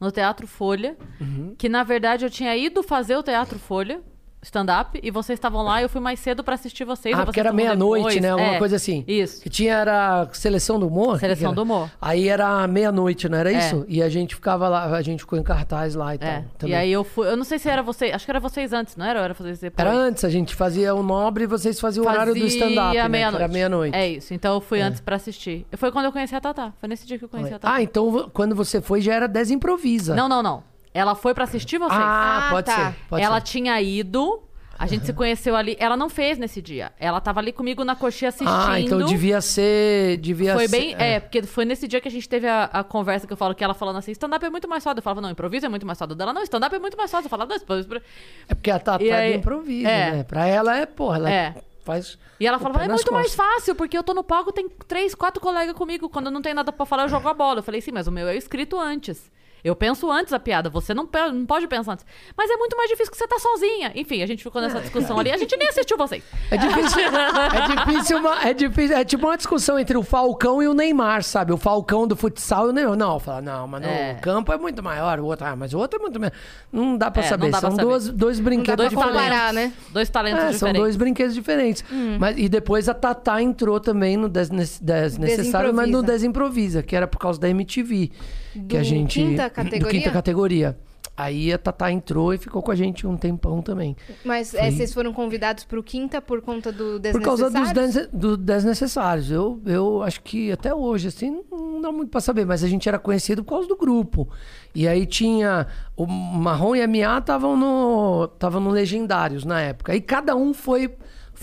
A: no Teatro Folha,
C: Uhum.
A: que na verdade eu tinha ido fazer o Teatro Folha stand-up e vocês estavam lá e eu fui mais cedo pra assistir vocês.
C: Ah,
A: ou
C: porque
A: vocês
C: era
A: estavam
C: meia-noite,
A: depois.
C: né? Alguma
A: É,
C: coisa assim.
A: Isso.
C: Que tinha era Seleção do Humor?
A: Seleção
C: que
A: do
C: era?
A: Humor.
C: Aí era meia-noite, não era
A: É.
C: isso? E a gente ficava lá, a gente ficou em cartaz lá
A: É.
C: e tal. Também.
A: E aí eu fui, eu não sei se era vocês, acho que era vocês antes, não era? Ou era vocês depois?
C: Era antes, a gente fazia o nobre e vocês faziam o horário do
A: Fazia
C: stand-up. né? Que
A: meia-noite.
C: Era meia-noite.
A: É isso. Então eu fui antes pra assistir. Foi quando eu conheci a Tatá. Foi nesse dia que eu conheci a Tatá.
C: ah, então vo- quando você foi já era desimprovisa.
A: Não, não, não. Ela foi pra assistir vocês.
C: Ah,
B: Ah,
C: pode
B: tá.
C: ser. Pode
A: ela
C: ser.
A: tinha ido, a gente se conheceu ali. Ela não fez nesse dia. Ela tava ali comigo na coxinha assistindo.
C: Ah, então devia ser. Devia
A: Foi
C: ser-
A: bem. É. porque foi nesse dia que a gente teve a, a conversa que eu falo que ela falando assim: stand-up é muito mais foda. Eu falava, não, improviso é muito mais foda. Dela, não, stand-up é muito mais foda. Eu falava, não, impro-
C: É porque a Tatá
A: E
C: é
A: aí-
C: do improviso,
A: é.
C: né? Pra ela é, porra, ela
A: É.
C: faz.
A: E ela
C: o
A: falava,
C: pé
A: é
C: nas
A: muito mais
C: costas.
A: fácil, porque eu tô no palco, tem três, quatro colegas comigo. Quando não tem nada pra falar, eu jogo a bola. Eu falei, sim, mas o meu é escrito antes. Eu penso antes a piada, você não, pe- não pode pensar antes. Mas é muito mais difícil que você tá sozinha. Enfim, a gente ficou nessa discussão ali. A gente nem assistiu vocês.
C: É difícil, é difícil, uma, é difícil, é tipo uma discussão entre o Falcão e o Neymar, sabe? O Falcão do futsal e o Neymar. Não, fala, não, mas no
A: É.
C: campo é muito maior, o outro, ah, mas o outro é muito menor. Não dá pra
A: É, não
C: saber,
A: dá pra
C: são
A: saber.
C: Dois, dois brinquedos
B: pra
C: diferentes.
B: comparar, né?
A: Dois talentos
C: É,
A: diferentes.
C: são dois brinquedos diferentes. Mas, e depois a Tatá entrou também no Desnes- Desnecessário, mas no
B: Desimprovisa.
C: Desimprovisa, que era por causa da MTV. que
B: Do
C: a gente.
B: quinta
C: Do
B: categoria?
C: quinta categoria. Aí a Tatá entrou e ficou com a gente um tempão também.
B: Mas é, vocês foram convidados pro Quinta por conta do
C: Por causa dos
B: Desnecessários?
C: des- do desnecessários. Eu, eu acho que até hoje, assim, não dá muito pra saber, mas a gente era conhecido por causa do grupo. E aí tinha. O Marrom e a Mia estavam no. estavam no Legendários na época. E cada um foi,
A: Pra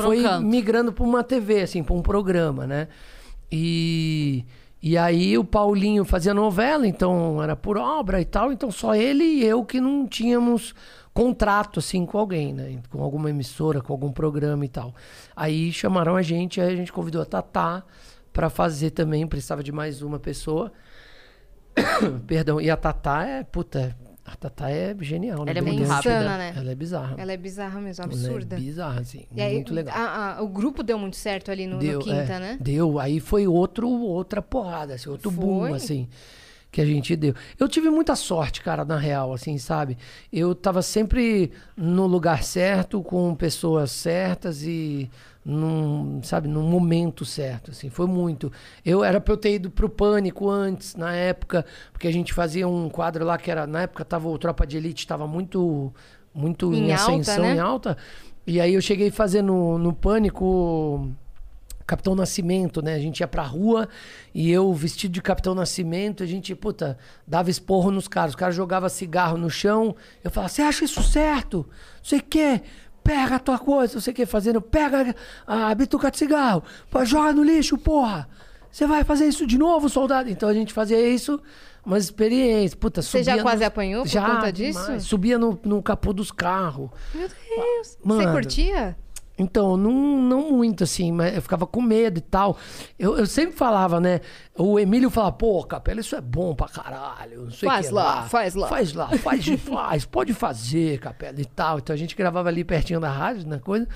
A: um
C: foi
A: canto.
C: migrando pra uma TV, assim, pra um programa, né? E. E aí o Paulinho fazia novela, então era por obra e tal, então só ele e eu que não tínhamos contrato assim com alguém, né? Com alguma emissora, com algum programa e tal. Aí chamaram a gente, aí a gente convidou a Tatá pra fazer também, precisava de mais uma pessoa. <coughs> Perdão, e a Tatá é, puta, a Tatá é genial, né?
A: Ela é
C: Meu
A: muito
C: Deus.
A: rápida.
B: Insana, né?
C: Ela é bizarra.
B: Ela é bizarra mesmo,
C: Ela é
B: absurda.
C: bizarra, assim,
B: E aí,
C: muito legal.
B: a- a- o grupo deu muito certo ali no, no Quinta,
C: é,
B: né?
C: Deu. Aí foi outro, outra porrada, assim, outro boom,
B: Foi?
C: assim, que a gente deu. Eu tive muita sorte, cara, na real, assim, sabe? Eu tava sempre no lugar certo, com pessoas certas e num, sabe, num momento certo, assim, foi muito. Eu era pra eu ter ido pro Pânico antes, na época, porque a gente fazia um quadro lá que era, na época tava o Tropa de Elite, tava muito, muito em,
B: Em alta,
C: ascensão,
B: né?
C: em alta. E aí eu cheguei a fazer no, no Pânico Capitão Nascimento, né? A gente ia pra rua e eu, vestido de Capitão Nascimento, a gente, puta, dava esporro nos caras. Os caras jogavam cigarro no chão. Eu falava, você acha isso certo? Não sei o quê. Pega a tua coisa, não sei o que, fazendo. Pega a bituca de cigarro. Pô, joga no lixo, porra. Você vai fazer isso de novo, soldado? Então a gente fazia isso, umas experiências. Puta,
B: Você já quase apanhou por
C: já,
B: conta disso?
C: demais. Subia no, no capô dos carros.
B: Meu Deus. Você
C: Mano.
B: curtia?
C: Então, não, não muito, assim, mas eu ficava com medo e tal. Eu, eu sempre falava, né? O Emílio falava, pô, Capela, isso é bom pra caralho, não sei o
B: Faz
C: que
B: lá, faz lá.
C: Faz lá,
B: <laughs>
C: faz, faz, pode fazer, Capela e tal. Então a gente gravava ali pertinho da rádio, na coisa.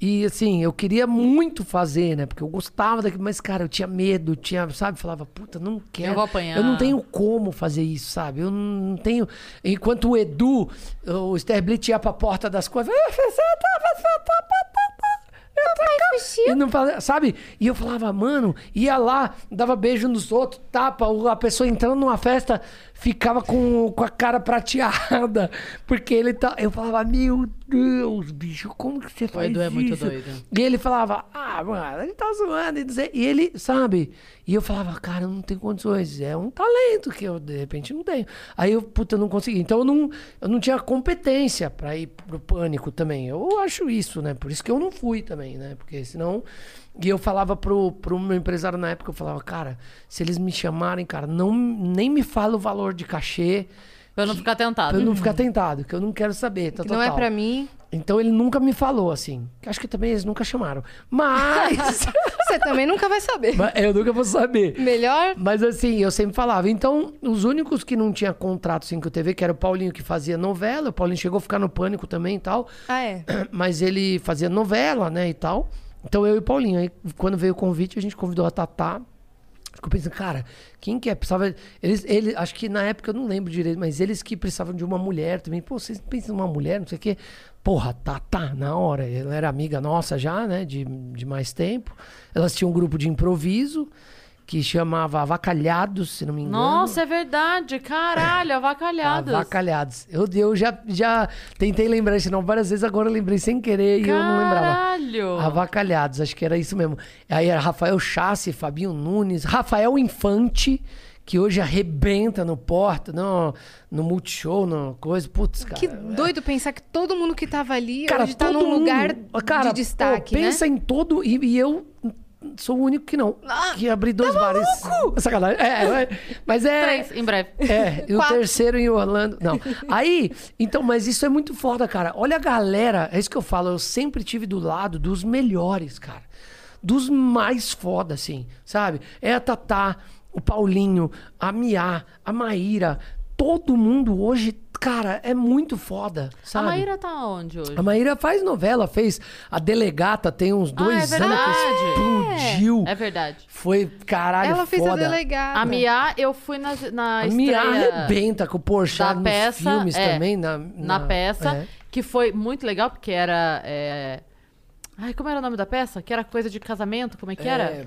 C: E assim, eu queria muito fazer, né? Porque eu gostava daquilo, mas, cara, eu tinha medo, tinha, sabe? Falava, puta, não quero.
A: vou apanhar.
C: Eu não tenho como fazer isso, sabe? Eu não tenho. Enquanto o Edu, o Sterblitz ia pra porta das coisas. "Ah, você tá- você tá- e não fala- sabe? E eu falava, mano, ia lá, dava beijo nos outros, tapa, o- a pessoa entrando numa festa, ficava com, com a cara prateada. <laughs> Porque ele tá. Eu falava, meu Deus, bicho, como que você faz
A: Edu é
C: isso?
A: muito doido.
C: E ele falava, ah, mano, ele tá zoando. e não sei- E ele, sabe? E eu falava, cara, eu não tenho condições. É um talento que eu, de repente, não tenho. Aí eu, puta, eu não consegui. Então eu não, eu não tinha competência pra ir pro pânico também. Eu acho isso, né? Por isso que eu não fui também, né? Porque senão. E eu falava pro, pro meu empresário na época, eu falava, cara, se eles me chamarem, cara, não, nem me fala o valor de cachê.
A: Pra eu não ficar tentado.
C: Pra eu não ficar tentado, que eu não quero saber. Tá,
B: Uhum. Que não é
C: tal.
B: pra mim.
C: Então ele nunca me falou assim. Acho que também eles nunca chamaram. Mas.
B: Você também nunca vai saber.
C: Mas eu nunca vou saber.
B: Melhor.
C: Mas assim, eu sempre falava. Então, os únicos que não tinha contrato assim, com o TV, que era o Paulinho que fazia novela, o Paulinho chegou a ficar no pânico também e tal.
B: Ah, é.
C: <clears throat> Mas ele fazia novela, né, e tal. Então eu e o Paulinho. Aí quando veio o convite, a gente convidou a Tatá. Ficou pensando, cara, quem que é? Precisava. Eles, eles, acho que na época eu não lembro direito, mas eles que precisavam de uma mulher também. Pô, vocês pensam numa mulher, não sei o quê. Porra, tá, tá, na hora. Ela era amiga nossa já, né? De, de mais tempo. Elas tinham um grupo de improviso que chamava Avacalhados, se não me engano.
A: Nossa, é verdade. Caralho, avacalhados.
C: Avacalhados. Eu, eu já, já tentei lembrar esse nome várias vezes, agora eu lembrei sem querer e eu não lembrava.
A: Caralho.
C: Avacalhados, acho que era isso mesmo. Aí era Rafael Chassi, Fabinho Nunes, Rafael Infante, que hoje arrebenta no Porta, no, no Multishow, no coisa. Putz, cara.
B: Que doido pensar que todo mundo que tava ali
C: Cara,
B: hoje tá
C: todo
B: num
C: mundo-
B: lugar
C: cara,
B: de destaque, né?
C: pô, pensa em todo... E, e eu sou o único que não.
B: Ah,
C: que abri dois
B: tá
C: bares. Sacanagem. É, é, mas é...
A: Três, em
C: <laughs>
A: breve. <laughs>
C: É, e o
B: Quatro.
C: terceiro em Orlando. Não. Aí, então, mas isso é muito foda, cara. Olha a galera, é isso que eu falo, eu sempre tive do lado dos melhores, cara. Dos mais foda, assim, sabe? É a Tatá, o Paulinho, a Mia, a Maíra. Todo mundo hoje, cara, é muito foda,
A: A
C: sabe?
A: Maíra tá onde hoje?
C: A Maíra faz novela, fez a Delegata tem uns dois
A: é
C: anos que
A: verdade.
C: explodiu.
A: É verdade.
C: Foi, caralho,
B: Ela fez
C: foda.
B: a delegada.
A: A Mia, eu fui na, na
C: A Mia
A: estreia
C: arrebenta com o Porchat
A: da
C: nos
A: peça.
C: filmes
A: é,
C: também. Na,
A: na peça,
C: é.
A: que foi muito legal, porque era... é, Ai, como era o nome da peça? Que era coisa de casamento, como é que
C: É,
A: era?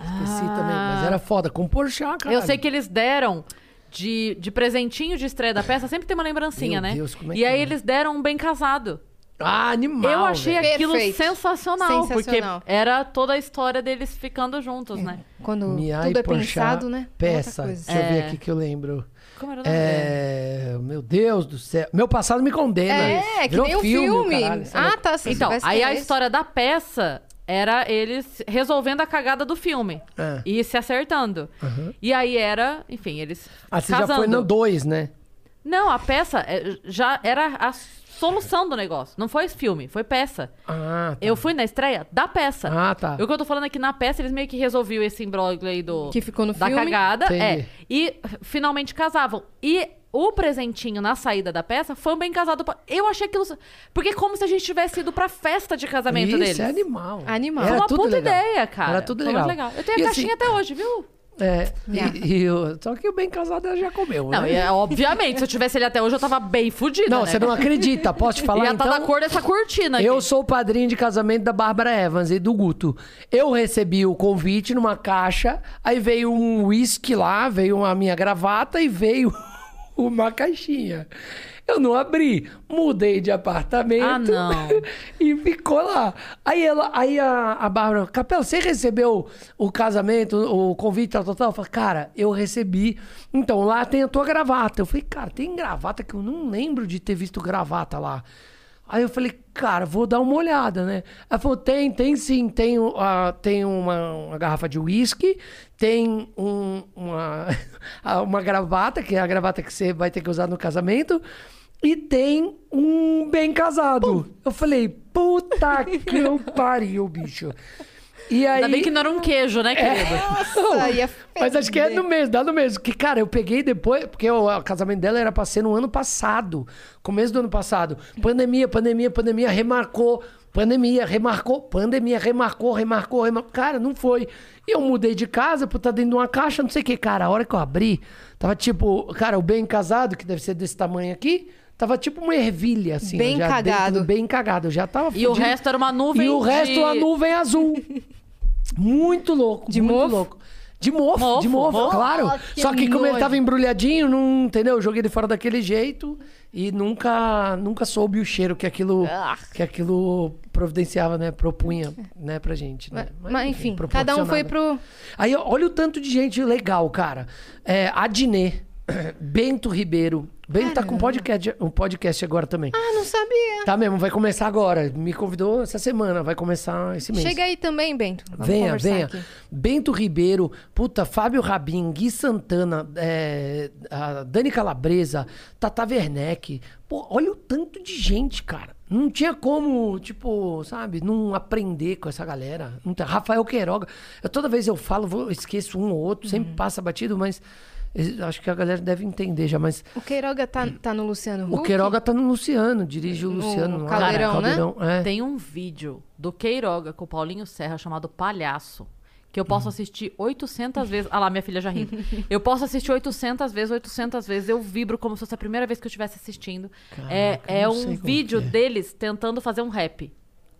C: esqueci também, mas era foda. Com o Porchat, cara.
A: Ah. Eu sei que eles deram de, de presentinho de estreia da peça, sempre tem uma lembrancinha,
C: Meu
A: né?
C: Deus, como é
A: e
C: que
A: aí
C: é?
A: eles deram um bem casado.
C: Ah, animal,
A: eu achei
C: velho.
A: aquilo
B: Perfeito.
A: sensacional,
B: Sensacional.
A: porque era toda a história deles ficando
C: É.
A: juntos, né?
B: Quando
C: Mia
B: tudo
C: e
B: é
C: Porchat,
B: pensado, né? É outra
C: Peça.
B: coisa.
C: Deixa eu ver aqui que eu lembro.
A: Como era o nome dele?
C: É... Meu Deus do céu. Meu passado me condena.
B: É, que
C: Virou
B: nem o filme.
C: caralho, sei lá.
B: ah, tá. se
A: Então,
B: soubesse
A: aí
B: que
A: a
C: é
B: era esse.
A: história da peça era eles resolvendo a cagada do filme
C: É.
A: e se acertando. E aí era, enfim, eles
C: Ah, você
A: casando.
C: já foi no 2, né?
A: Não, a peça é, já era a solução do negócio. Não foi filme, foi peça.
C: Ah, tá.
A: Eu fui na estreia da peça.
C: Ah, tá.
A: O que eu tô falando é que na peça eles meio que resolviam esse imbróglio aí do...
B: Que ficou no
A: da
B: filme.
A: cagada, é.
C: Entendi.
A: E finalmente casavam. E o presentinho na saída da peça foi um bem casado. pra- Eu achei aquilo... Porque é como se a gente tivesse ido pra festa de casamento
C: Isso
A: deles.
C: é animal.
B: Animal.
C: Era
A: Foi uma
C: tudo
A: puta
C: legal.
A: ideia, cara.
C: Era tudo
A: Foi muito
C: legal.
A: Eu tenho
C: E
A: a
C: assim-
A: caixinha até hoje, viu?
C: É,
B: Yeah.
C: e, e o- só que o bem casado ela já comeu,
A: Não,
C: né?
A: e
C: <laughs>
A: é- obviamente, se eu tivesse ele até hoje, eu tava bem fudida,
C: Não,
A: né?
C: você não acredita.
A: <laughs>
C: Posso te falar,
A: Ia
C: então?
A: tá da cor dessa cortina
C: Eu
A: aqui.
C: sou o padrinho de casamento da Bárbara Evans e do Guto. Eu recebi o convite numa caixa, aí veio um uísque lá, veio a minha gravata e veio <laughs> uma caixinha. Eu não abri, mudei de apartamento
A: Ah, não.
C: <laughs> e ficou lá. Aí ela, aí a, a Bárbara, Capela, você recebeu o casamento, o convite, tal, tal, tal? Eu falei, cara, eu recebi. Então, lá tem a tua gravata. Eu falei, cara, tem gravata que eu não lembro de ter visto gravata lá. Aí eu falei, cara, vou dar uma olhada, né? Ela falou, tem, tem sim, tem, o- a, tem uma, uma garrafa de uísque, tem um- uma, <laughs> a- uma gravata, que é a gravata que você vai ter que usar no casamento, e tem um bem casado. Eu falei, puta que eu pariu, bicho. E aí...
A: Ainda bem que não era um queijo, né, querido?
C: É.
B: Nossa, ia
C: <laughs> Mas acho que é
B: feder.
C: no mesmo, dá no mesmo. Que, cara, eu peguei depois, porque o, o casamento dela era pra ser no ano passado. Começo do ano passado. Pandemia, pandemia, pandemia, remarcou. Pandemia, remarcou, pandemia, remarcou, remarcou, remarcou. Cara, não foi. E eu mudei de casa, pô, tá dentro de uma caixa, não sei o que. Cara, a hora que eu abri, tava tipo, cara, o bem casado, que deve ser desse tamanho aqui, tava tipo uma ervilha, assim.
B: Bem
C: já dentro,
B: cagado.
C: bem cagado, eu já
A: E
C: tava
A: o
C: fudido. Tipo,
A: resto era uma nuvem
C: E o é
A: de-
C: resto, a nuvem azul. <laughs> Muito louco.
B: De
C: muito
B: mofo?
C: louco. De mofo,
A: Mofo,
C: de mofo,
A: mofo.
C: claro.
B: Ah, que
C: Só que como ele
B: nojo.
C: tava embrulhadinho, não, entendeu? Eu joguei ele fora daquele jeito e nunca, nunca soube o cheiro que aquilo,
A: Ah.
C: que aquilo providenciava, né? Propunha, né, pra gente. Né?
B: Mas enfim, cada um foi
C: proporcionava.
B: pro.
C: Aí, ó, olha o tanto de gente legal, cara. É, Adnê, <clears throat> Bento Ribeiro. Bento tá com podcast, um podcast agora também.
B: Ah, não sabia.
C: Tá mesmo, vai começar agora. Me convidou essa semana, vai começar esse mês.
B: Chega aí também, Bento. Vamos
C: Venha,
B: conversar
C: venha.
B: aqui.
C: Bento Ribeiro, puta, Fábio Rabin, Gui Santana, é, a Dani Calabresa, Tata Werneck. Pô, olha o tanto de gente, cara. Não tinha como, tipo, sabe, não aprender com essa galera. Não tem- Rafael Queiroga. Eu, toda vez eu falo, vou, esqueço um ou outro, sempre
B: Uhum.
C: passa batido, mas eh, acho que a galera deve entender já. Mas
B: O Queiroga tá, tá no Luciano
C: o
B: Huck?
C: Queiroga tá no Luciano, dirige o
B: No
C: Luciano. lá,
B: Caldeirão, né?
C: é.
A: Tem um vídeo do Queiroga com o Paulinho Serra chamado Palhaço. Que eu
C: Uhum.
A: posso assistir 800 vezes. Ah lá, minha filha já
C: <laughs>
A: riu. Eu posso assistir 800 vezes, 800 vezes. Eu vibro como se fosse a primeira vez que eu estivesse assistindo. é
C: Caraca, eu
A: é
C: não sei
A: um
C: como que
A: vídeo
C: é.
A: deles tentando fazer um rap.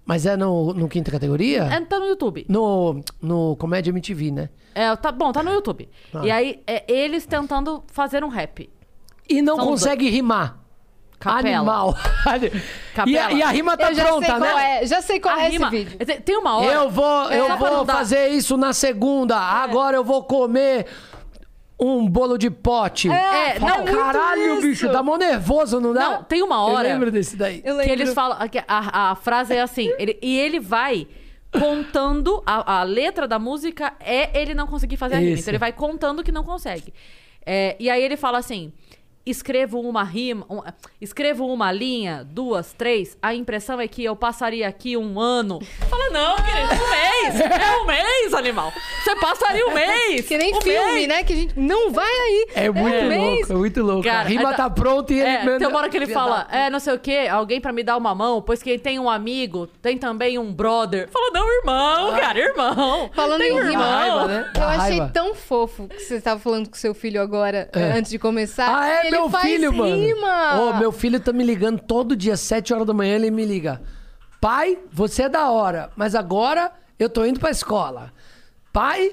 C: Mas é no, no quinta categoria?
A: É, tá no YouTube.
C: No, no Comédia MTV, né?
A: É, tá bom, tá no YouTube. E aí, é eles tentando fazer um rap.
C: E não
A: São
C: consegue rimar.
A: Capela.
C: Animal. <laughs> E, a,
A: Capela.
C: e a rima tá
B: Eu já
C: pronta,
B: sei
C: né?
B: qual é. Já sei qual
A: A
B: é
A: rima-
B: esse vídeo.
A: Quer dizer, Tem uma hora.
C: Eu vou,
A: É,
C: eu
A: só pra
C: vou
A: não dar- É.
C: fazer isso na segunda. Agora eu vou comer um bolo de pote.
A: É,
C: Fala,
A: não, muito
C: Caralho,
A: isso.
C: bicho, dá mó nervoso, não dá?
A: Não, tem uma hora-
C: Eu lembro desse daí.
B: Eu
A: Que
B: lembro.
A: eles falam. que A, a frase é assim. ele- e ele vai contando. A, a letra da música é ele não conseguir fazer a rima.
C: Isso.
A: Então ele vai contando que não consegue. É, e aí ele fala assim. Escrevo uma rima, um- escrevo uma linha, duas, três. A impressão é que eu passaria aqui um ano. Fala, não, querido, um mês! É um mês, animal! Você passaria um mês!
B: <laughs> Que nem
A: um
B: filme,
A: mês.
B: né? Que a gente. Não vai aí.
C: É muito louco, é muito louco. a
A: Cara,
C: rima
A: aí
C: tá pronta e ele
A: É,
C: manda-
A: Tem uma hora que ele
C: Filha
A: fala,
C: da-
A: é, não sei o quê, alguém pra me dar uma mão, pois quem tem um amigo, tem também um brother. Fala, não, irmão,
C: Ah.
A: cara,
C: <laughs>
A: irmão.
B: Falando
A: tem
B: em rima,
A: irmão.
C: raiva, né?
B: Eu
C: Dá
B: achei
C: raiva. É.
B: tão fofo que você estava falando com seu filho agora, antes de começar.
C: Ah, é
B: Ele
C: meu
B: faz
C: filho,
B: rima.
C: mano. Ô, meu filho tá me ligando todo dia, 7 horas da manhã, ele me liga. Pai, você é da hora, mas agora eu tô indo pra escola. Pai,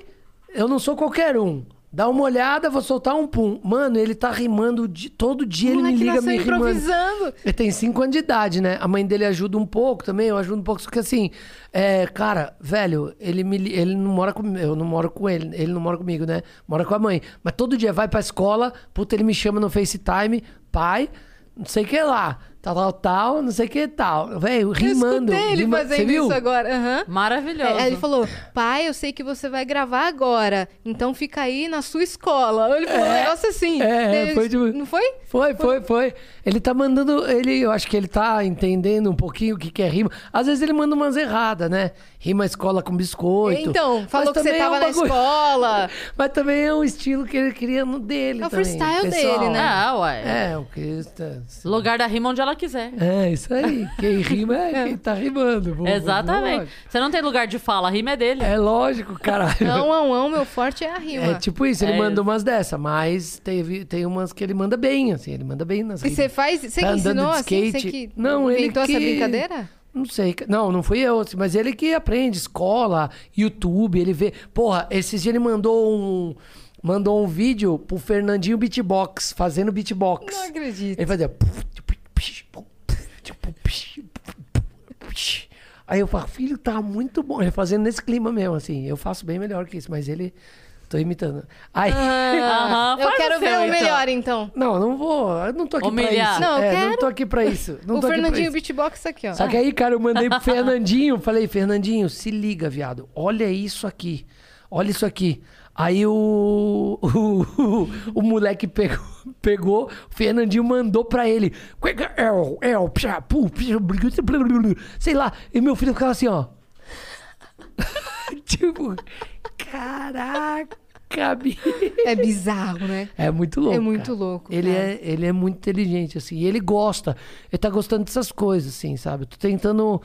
C: eu não sou qualquer um. Dá uma olhada, vou soltar um pum. Mano, ele tá rimando de, todo dia, ele me
B: Moleque
C: liga
B: nasceu
C: me rimando.
B: improvisando.
C: Ele tem 5 anos de idade, né? A mãe dele ajuda um pouco também, eu ajudo um pouco. Só que assim, é, cara, velho, ele, me, li- ele não mora comigo, eu não moro com ele, ele não mora comigo, né? Mora com a mãe. Mas todo dia vai pra escola, puta, ele me chama no FaceTime, pai, não sei o que lá, tal, tal, tal, não sei o que tal. Velho,
B: Eu
C: rimando.
B: escutei ele
C: rima-
B: fazendo
C: viu?
B: isso agora. aham.
A: Maravilhoso.
B: É, Ele falou, pai, eu sei que você vai gravar agora, então fica aí na sua escola. Ele falou um negócio assim.
C: é,
B: Ele-
C: foi de-
B: Não foi?
C: Foi, foi, foi. Ele tá mandando. Ele, eu acho que ele tá entendendo um pouquinho o que, que é rima. Às vezes ele manda umas erradas, né? Rima escola com biscoito.
B: Então,
C: Mas
B: falou que você
C: também é um
B: tava na
C: bagulho- <laughs>
B: escola.
C: Mas também é um estilo que ele cria no dele.
B: É o
C: também,
B: freestyle
C: pessoal.
B: dele, né?
A: Ah, ué.
C: É, o que. tá-
A: Lugar da rima onde ela quiser.
C: É, isso aí. Quem rima é quem tá rimando. pô.
A: Exatamente.
C: Lógico.
A: Você não tem lugar de fala, a rima é dele.
C: É lógico, caralho.
B: Não, não, não, meu forte é a rima.
C: É tipo isso, ele
A: É
C: manda
A: isso.
C: umas dessa, mas teve, tem umas que ele manda bem, assim, ele manda bem nas
B: E
C: rimas.
B: você faz. Você
C: Tá
B: que
C: andando
B: ensinou
C: de
B: assim? Você
C: skate.
B: que
C: Não, ele
B: inventou essa
C: que-
B: brincadeira?
C: Não sei. ca- Não, não fui eu, assim, mas ele que aprende, escola, YouTube, ele vê. Porra, esses dias ele mandou um. Mandou um vídeo pro Fernandinho Beatbox, fazendo beatbox.
B: Não acredito.
C: Ele fazia. Aí eu falo, filho, tá muito bom. Ele fazendo nesse clima mesmo, assim. Eu faço bem melhor que isso, mas ele. Tô imitando. Aí.
A: Aham,
B: Eu
A: faz
B: quero
A: o
B: ver
A: seu,
B: o
A: então.
B: melhor, então.
C: <laughs> Não, não vou. Eu não tô aqui pra
A: Humilhar.
C: isso.
B: Não, eu
C: é, não
B: quero-
C: tô aqui pra isso. Não
B: o
C: tô aqui pra
B: Fernandinho
C: isso.
B: Beatbox tá aqui, ó.
C: Só que aí, cara, eu
B: <laughs>
C: mandei pro Fernandinho, falei, Fernandinho, se liga, viado. Olha isso aqui. Olha isso aqui. Aí o, <laughs> o, o moleque pegou, pegou, o Fernandinho mandou pra ele. "Quega- é, o- é, o pia, pu, pia, blu, blu, blu, blu", Sei lá. E meu filho ficava assim, ó. <laughs> tipo, caraca, bicho.
B: É bizarro, né?
C: É muito louco.
B: É muito
C: cara.
B: louco,
C: Ele
B: cara.
C: é, ele é muito inteligente, assim. E ele gosta. Ele tá gostando dessas coisas, assim, sabe? Tô tentando.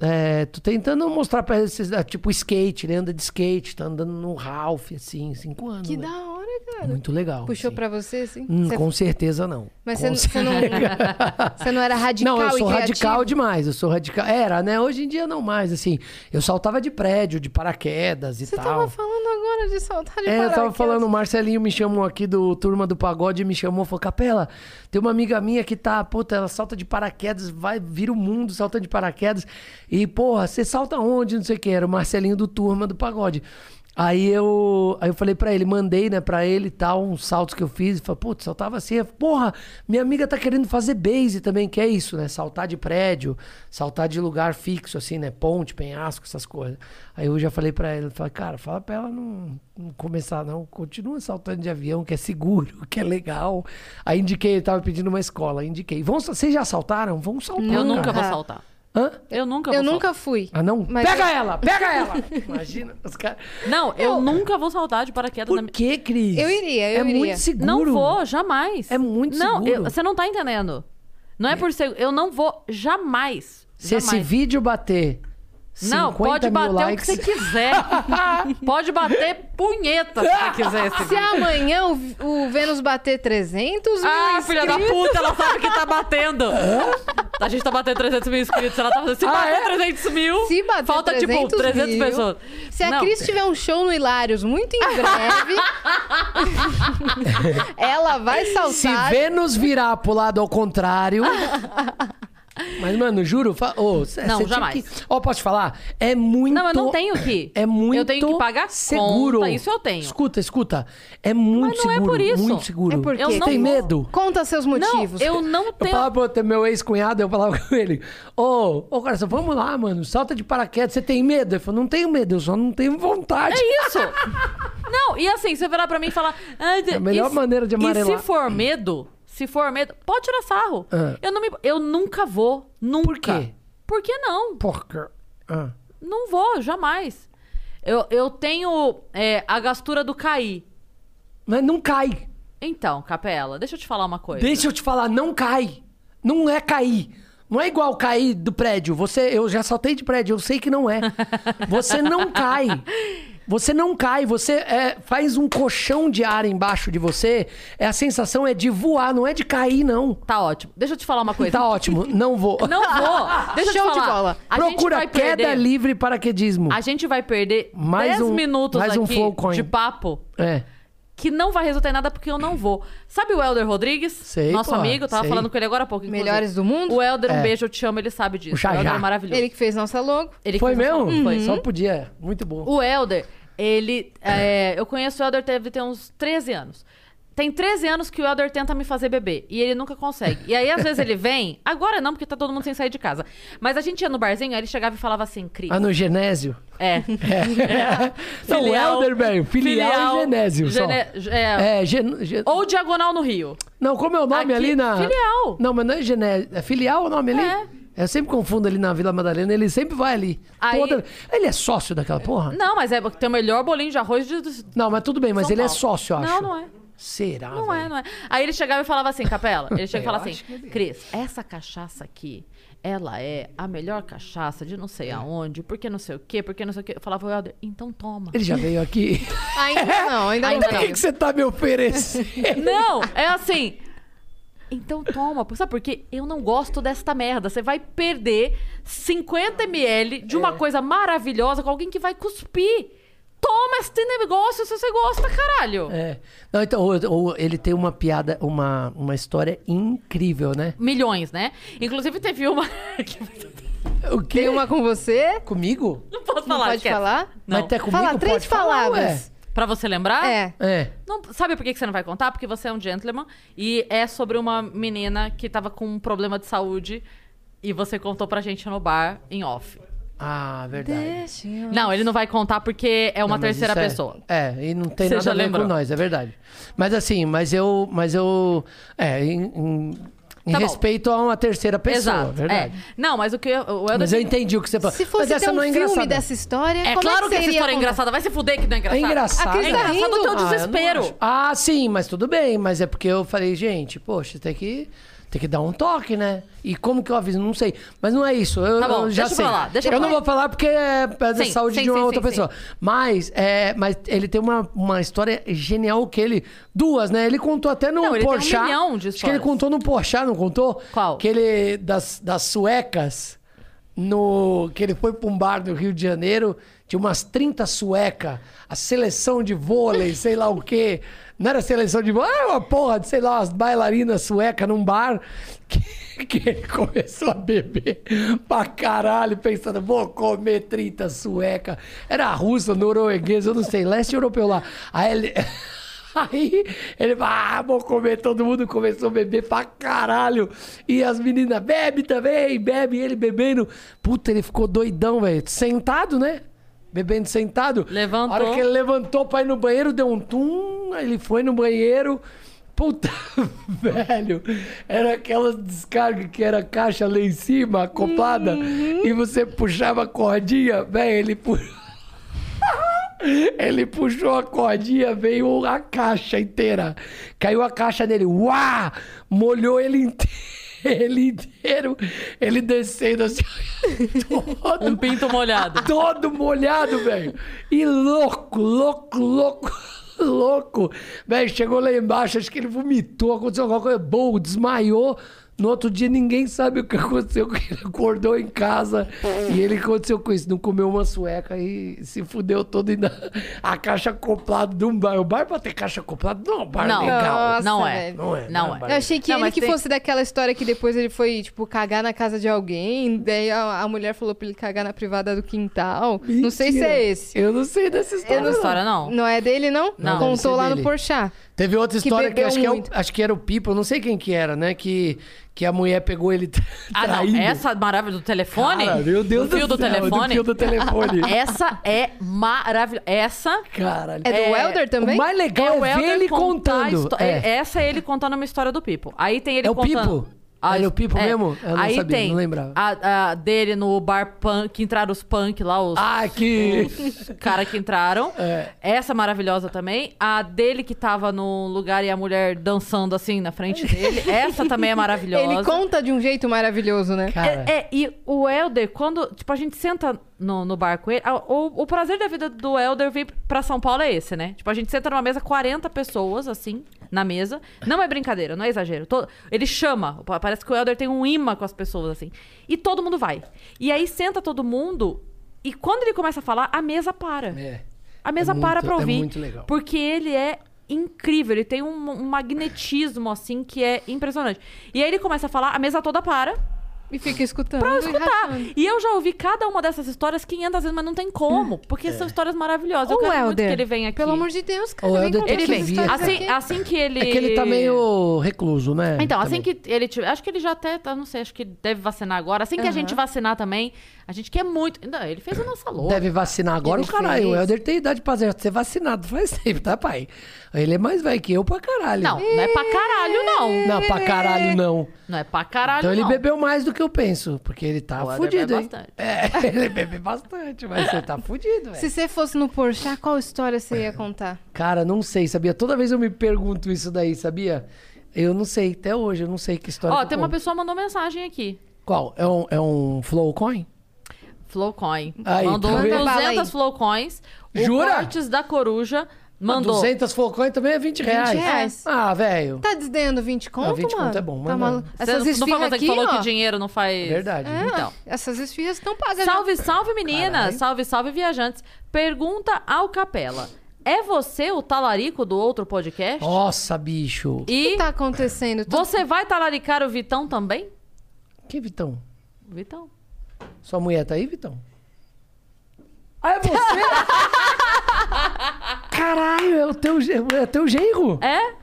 C: é, tô tentando mostrar pra ele, esses- ah, tipo, skate, ele anda de skate, tá andando no Ralph, assim, cinco anos.
B: Que
C: né?
B: da hora, cara.
C: Muito legal.
B: Puxou
C: assim.
B: pra você, assim?
C: Hum,
B: Você-
C: Com certeza não.
B: Mas
C: Com
B: você, você não, <laughs> você não era radical
C: <laughs> não, eu sou
B: e criativo?
C: radical demais, eu sou radical. Era, né? Hoje em dia não mais, assim. Eu saltava de prédio, de paraquedas e
B: Você
C: tal.
B: tava falando agora cara de saudade
C: É, eu
B: parar
C: tava
B: aqui,
C: falando,
B: ó.
C: o Marcelinho me chamou aqui do Turma do Pagode, me chamou, falou, Capela, tem uma amiga minha que tá, puta, ela salta de paraquedas, vai, vira o mundo saltando de paraquedas, e, porra, você salta onde, não sei o que, era o Marcelinho do Turma do Pagode. Aí eu, aí eu falei pra ele, mandei, né, pra ele e tal, uns saltos que eu fiz, e falei, putz, saltava assim, eu falei, porra, minha amiga tá querendo fazer base também, que é isso, né, saltar de prédio, saltar de lugar fixo, assim, né, ponte, penhasco, essas coisas. Aí eu já falei pra ela, falei, cara, fala pra ela não, não começar não, continua saltando de avião, que é seguro, <laughs> que é legal. Aí indiquei, ele tava pedindo uma escola, aí indiquei. Vão, sa- vocês já saltaram? Vão saltar.
A: Eu
C: cara.
A: nunca vou saltar.
C: Hã?
A: Eu nunca
B: Eu
A: vou
B: nunca fui.
C: Ah, não?
B: Mas-
C: Pega ela, pega ela! <laughs> Imagina, os caras...
A: saltar. Não, eu, nunca vou saltar de paraquedas na
C: Por
A: minha.
C: que, Cris?
B: Eu iria, eu
C: é
B: iria.
C: muito seguro.
A: Não vou, jamais.
C: É muito
A: não,
C: seguro.
A: eu- você não tá entendendo. Não é por ser. Eu não vou, jamais.
C: Se esse
A: jamais.
C: vídeo bater 50
A: Não, pode
C: mil
A: bater
C: likes...
A: o que você
C: <laughs>
A: quiser. pode bater punheta se você quiser. Esse
B: Se
A: vídeo.
B: amanhã o, o Vênus bater 300 mil
A: Ah, filha da
B: inscritos-
A: puta, ela sabe que tá batendo. A gente tá batendo 300 mil inscritos. Ela tá fazendo.
C: Ah,
A: Se bater
C: é?
A: 300 mil,
B: Se bater
A: falta
B: 300
A: tipo 300
B: mil,
A: pessoas.
B: Se
C: é
B: a
A: Não.
B: Cris tiver um show no Hilários muito em
C: <laughs>
B: breve, ela vai
C: Se
B: saltar.
C: Vênus virar pro lado
A: <laughs>
C: ao contrário. Mas, mano, juro. Fa... ô, cê-
A: Não,
C: cê tinha
A: jamais.
C: que- Ó, posso te falar? É muito.
A: Não, eu não tenho que.
C: É muito.
A: Eu tenho que pagar
C: seguro.
A: conta, isso eu tenho.
C: Escuta, escuta. É muito
A: Mas não é
C: seguro.
A: por isso.
C: Muito seguro.
B: É porque
A: Eu
C: Você
A: não
C: tem
A: vou.
C: medo?
B: Conta seus
A: Não,
B: motivos.
A: eu não
C: Eu
A: tenho.
C: falava pro outro- meu ex-cunhado, eu falava <laughs> com ele, ô, ô, coração, vamos lá, mano, salta de paraquedas, você tem medo? Ele falou, não tenho medo, eu só não tenho vontade.
A: É isso! Não, e assim, você virar pra mim e falar. "Ah, de-
C: É a melhor
A: e se-
C: maneira de
A: E se
C: amarelar."
A: for medo, se for medo, pode tirar sarro.
C: Ah.
A: Eu, não me, eu nunca vou. Nunca. Por
C: quê?
A: Por que não?
C: Porca. Ah.
A: Não vou, jamais. Eu, eu tenho é, a gastura do cair.
C: Mas não cai.
A: Então, Capela, deixa eu te falar uma coisa.
C: Deixa eu te falar, não cai. Não é cair. Não é igual cair do prédio. Você, eu já saltei de prédio, eu sei que não é.
A: <laughs>
C: Você não cai. Você não cai, você é, faz um colchão de ar embaixo de você. É, a sensação é de voar, não é de cair, não.
A: Tá ótimo. Deixa eu te falar uma coisa.
C: <laughs> Tá ótimo, não vou.
A: é. <laughs> Não vou. Deixa
B: Show
A: eu te
B: de
A: falar.
B: bola.
A: A
C: Procura
A: gente vai
C: queda
A: perder,
C: livre paraquedismo.
A: A gente vai perder
C: Mais
A: 10
C: um-
A: minutos
C: mais um
A: aqui
C: flow coin.
A: de papo
C: É.
A: que não vai resultar em nada porque eu não vou. Sabe o Helder Rodrigues?
C: Sei,
A: nosso
C: porra,
A: amigo, eu tava
C: sei.
A: falando com ele agora há pouco. inclusive.
B: Melhores do mundo?
A: O Helder, um
C: É.
A: beijo, eu te amo, ele sabe disso.
C: O Jajá.
A: Helder é maravilhoso.
B: Ele que fez nossa logo.
A: Ele que
C: Foi
A: fez
C: mesmo? Uhum.
A: essa- Foi.
C: Só podia. Muito bom.
A: Uhum. O Helder, ele. é, eu conheço o Helder, deve ter uns 13 anos. Tem 13 anos que o Helder tenta me fazer beber e ele nunca consegue. E aí, às vezes, ele vem, agora não, porque tá todo mundo sem sair de casa. Mas a gente ia no barzinho, aí ele chegava e falava assim, Cris.
C: Ah, no Genésio? <laughs>
A: É.
C: Não, o
A: Filial-
C: Helder, velho. Filial, e Genésio. só.
A: Gene- é,
C: É, gen... gen-
A: Ou Diagonal no Rio.
C: Não, como é o nome
A: Aqui,
C: ali na.
A: filial.
C: Não, mas não é Genésio. É filial o nome ali?
A: É.
C: Eu sempre confundo ali na Vila Madalena, ele sempre vai ali.
A: Aí-
C: Toda- Ele é sócio daquela porra?
A: Não, mas é porque tem o melhor bolinho de arroz de. de-
C: Não, mas tudo bem, mas
A: São
C: ele é
A: Paulo.
C: sócio, eu acho.
A: Não, não é.
C: Será?
A: Não é,
C: velho?
A: não é. Aí ele chegava e falava assim, Capela. Ele
C: <laughs>
A: chega e fala assim,
C: acho que ele é.
A: Cris, essa cachaça aqui, ela é a melhor cachaça de não
C: É.
A: sei aonde, porque não sei o quê, porque não sei o quê. Eu falava, Helder, então
C: <laughs>
A: toma.
C: Ele já
A: <laughs>
C: veio aqui.
B: Ainda não,
A: Ainda
B: ainda, não.
C: Por que,
B: veio.
C: que você tá me
A: <laughs>
C: oferecendo?
A: Não, é assim. Então toma, sabe por quê? Eu não gosto desta merda. Você vai perder 50 ml de
C: É.
A: uma coisa maravilhosa com alguém que vai cuspir. Toma este negócio se você gosta, caralho.
C: É. Não, então, o- o- ele tem uma piada, uma, uma história incrível, né?
A: Milhões, né? Inclusive teve uma. <laughs> que
C: O que?
B: Tem uma com você?
C: comigo?
A: não posso
B: Não
A: falar.
B: pode
A: esquece.
B: falar?
A: Não.
C: Mas até comigo
B: Fala três
C: pode falar,
B: palavras.
A: Pra você lembrar?
B: É.
C: ué. É.
A: Não, sabe por que que você não vai contar? Porque você é um gentleman e é sobre uma menina que tava com um problema de saúde e você contou pra gente no bar em off.
C: Ah, verdade.
A: Não, ele não vai contar porque é uma
C: Não, mas
A: terceira
C: isso é-
A: pessoa.
C: É, e não tem
A: Você já
C: nada a ver
A: lembrou.
C: com nós, é verdade. Mas assim, mas eu. Mas eu. É, em, em- em
A: Tá bom.
C: respeito a uma terceira pessoa,
A: Exato.
C: verdade.
A: é. Não, mas o que eu- o Elder
C: Mas eu entendi o que você falou.
B: Se fosse
C: mas essa
B: ter um
C: não é
B: filme
C: engraçada.
B: dessa história,
A: É
B: como
A: claro que
B: você
A: essa
B: iria
A: história é
B: contar?
A: engraçada. Vai se fuder que não é engraçada.
C: É engraçado.
B: Aqui
A: É
B: está
C: Ah,
A: engraçado o
B: rindo.
A: teu
C: eu não
A: desespero.
C: acho. Ah, sim, mas tudo bem. Mas é porque eu falei, gente, poxa, tem que, tem que dar um toque, né? E como que eu aviso? Não sei. Mas não é isso. Eu,
A: Tá bom,
C: eu já
A: deixa eu
C: sei.
A: falar, deixa eu
C: eu não
A: falar.
C: vou falar porque é da
A: Sim,
C: saúde
A: sim,
C: de uma
A: sim,
C: outra
A: sim,
C: pessoa. Mas, é, mas ele tem uma, uma história genial que ele... Duas, né? Ele contou até no
A: Não, ele tem um
C: Porchat.
A: milhão de
C: Acho que ele
A: histórias.
C: contou no Porchat, não contou?
A: Qual?
C: Que ele... Das, das suecas... no que ele foi pra um bar no Rio de Janeiro, tinha umas 30 sueca, a seleção de vôlei, sei lá o quê. Não era seleção de vôlei, era uma porra de, sei lá, umas bailarinas sueca num bar que, <laughs> que ele começou a beber pra caralho, pensando, vou comer 30 sueca. Era russa, norueguesa, eu não sei, leste europeu lá. Aí ele... <laughs> Aí ele fala, ah, vou comer, todo mundo começou a beber pra caralho. E as meninas, bebe também, bebe, e ele bebendo. Puta, ele ficou doidão, velho. Sentado, né? Bebendo sentado.
A: Levantou.
C: A hora que ele levantou pra ir no banheiro, deu um tum, ele foi no banheiro. Puta, <laughs> velho, era aquela descarga que era caixa lá em cima, acoplada, e você puxava a cordinha, velho, ele puxava. Ele puxou a cordinha, veio a caixa inteira. Caiu a caixa nele. Uá! Molhou ele <laughs> inteiro. Ele inteiro, ele descendo assim, <laughs> todo,
A: Um pinto molhado.
C: <laughs> todo molhado, velho. E louco, louco, louco, louco. Velho, chegou lá embaixo, acho que ele vomitou, aconteceu alguma coisa boa, desmaiou. No outro dia ninguém sabe o que aconteceu, que ele acordou em casa e ele aconteceu com isso, não comeu uma sueca e se fudeu todo e na- a caixa acoplada de um bar. O bar pra ter caixa acoplada não é um
A: <laughs>
C: bar
A: Não,
C: legal.
A: não
B: Nossa,
A: é.
B: velho.
C: Não é,
A: Não
C: não
A: é.
C: é.
B: Eu achei que
A: Não,
B: ele
A: mas
B: que
A: tem-
B: fosse daquela história que depois ele foi, tipo, cagar na casa de alguém, daí a, a mulher falou pra ele cagar na privada do quintal. Não sei se é
C: Mentira.
B: esse.
C: Eu não sei dessa história.
A: Essa história não.
B: Não é dele, não?
A: Não.
C: Deve ser
B: Contou lá
C: dele.
B: no Porchat.
C: Teve outra
B: Que
C: história que,
B: bebeu
C: acho, que é o,
B: muito.
C: acho que era o Pipo, não sei quem que era, né? Que, que a mulher pegou ele tra-
A: Ah,
C: traído.
A: não. Essa maravilha do telefone.
C: Cara, meu Deus
A: do fio do,
C: céu,
A: telefone.
C: Do fio do telefone.
A: Essa <laughs> é maravilhosa. Essa
C: Caralho.
B: É do
A: É,
B: Welder também?
C: O mais legal é, ver
A: Elder
C: ele
A: contar a
C: contando.
A: histó-
C: É.
A: é, Essa é ele contando uma história do Pipo. Aí tem ele
C: É o
A: contando... é.
C: Pipo? Era o Pipo mesmo? Eu não
A: Aí
C: sabia,
A: tem
C: não lembrava.
A: A, a dele no bar punk, que entraram os punk lá, os <laughs>
C: Ah, É. que...
A: caras que entraram. Essa é maravilhosa também. A dele que tava no lugar e a mulher dançando assim na frente dele. Essa
C: <laughs>
A: também é maravilhosa.
B: Ele conta de um jeito maravilhoso, né?
C: Cara,
A: É, é, e o Helder, quando tipo, a gente senta no, no bar com ele, a- o, o prazer da vida do Helder vir pra São Paulo é esse, né? Tipo, a gente senta numa mesa, 40 pessoas, assim, na mesa. Não é brincadeira, não é exagero. To- ele chama, pa- parece que o Helder tem um imã com as pessoas, assim. E todo mundo vai. E aí senta todo mundo, e quando ele começa a falar, a mesa para.
C: É.
A: A mesa
C: É muito-
A: para pra
C: é
A: ouvir.
C: muito legal.
A: Porque ele é incrível, ele tem um, um magnetismo, assim, que é impressionante. E aí ele começa a falar, a mesa toda para.
B: E fica escutando.
A: Pra eu
B: e
A: escutar.
B: rachando.
A: E eu já ouvi cada uma dessas histórias 500 vezes, mas não tem
C: É.
A: como. Porque são histórias maravilhosas. Eu
B: Ô,
A: quero muito
B: Helder,
A: que ele venha aqui.
B: é, Pelo amor de Deus, é cara.
C: Ô,
B: vem
C: Helder,
B: contar
C: tem
A: ele
C: que
B: essas
A: vem.
C: vir.
B: histórias
A: Assim,
B: aqui.
A: assim que ele.
C: É que ele tá meio recluso, né?
A: Então, assim
C: Também.
A: que ele tiver. Acho que ele já até. tá, Não sei, acho que deve vacinar agora. Assim que a gente vacinar também, a gente quer muito. Não, ele fez a nossa louca.
C: Deve vacinar agora, o
B: Ele
C: caralho. O
B: fez.
C: Helder tem idade pra ser vacinado faz <laughs> tempo, tá, pai? Ele é mais velho que eu pra caralho.
A: Não, não é pra caralho, não.
C: Não, pra caralho não.
A: Não é pra caralho,
C: Então ele
A: não.
C: bebeu mais do que eu penso, porque ele tá
A: Pô, ele
C: fudido,
A: bebe
C: hein?
A: bastante.
C: É, <laughs> ele bebe bastante, mas você
A: <laughs>
C: tá fudido,
B: Se
A: assim-
C: velho.
B: você fosse no Porchat, qual história você ia contar?
C: Cara, não sei, sabia? Toda vez eu me pergunto isso daí, sabia? Eu não sei, até hoje, eu não sei que história
A: Ó,
C: que eu
A: tem uma
C: conto.
A: pessoa que mandou mensagem aqui.
C: Qual? É um, é um Flowcoin?
A: Flowcoin.
C: Aí,
A: mandou
C: tá vendo?
B: Manda bala aí.
A: 200 Flowcoins. O
C: Jura?
A: Cortes da Coruja mandou.
C: 200 Flowcoin também é 20 reais.
B: reais.
C: Ah, velho.
B: Tá desdenhando 20 conto,
C: 20
B: mano?
C: conto é bom,
B: tá
C: mano.
B: maluco.
A: Cê-
B: Essas
A: não foi
B: esfirras
A: você que
B: aqui,
A: falou
B: ó,
A: que dinheiro não faz...
C: Verdade.
B: é,
A: Então.
B: Essas esfirras estão pagas. já.
A: Salve, salve, meninas! Salve, salve, viajantes! Pergunta ao Capela. É você o talarico do outro podcast?
C: Nossa, bicho.
B: O que
A: E
B: tá acontecendo? Tô-
A: você vai talaricar o Vitão também?
C: Que Vitão?
A: Vitão.
C: Sua mulher tá aí, Vitão? Ah,
A: <laughs>
C: é você? Caralho, é o teu, ge- é o teu genro?
A: É?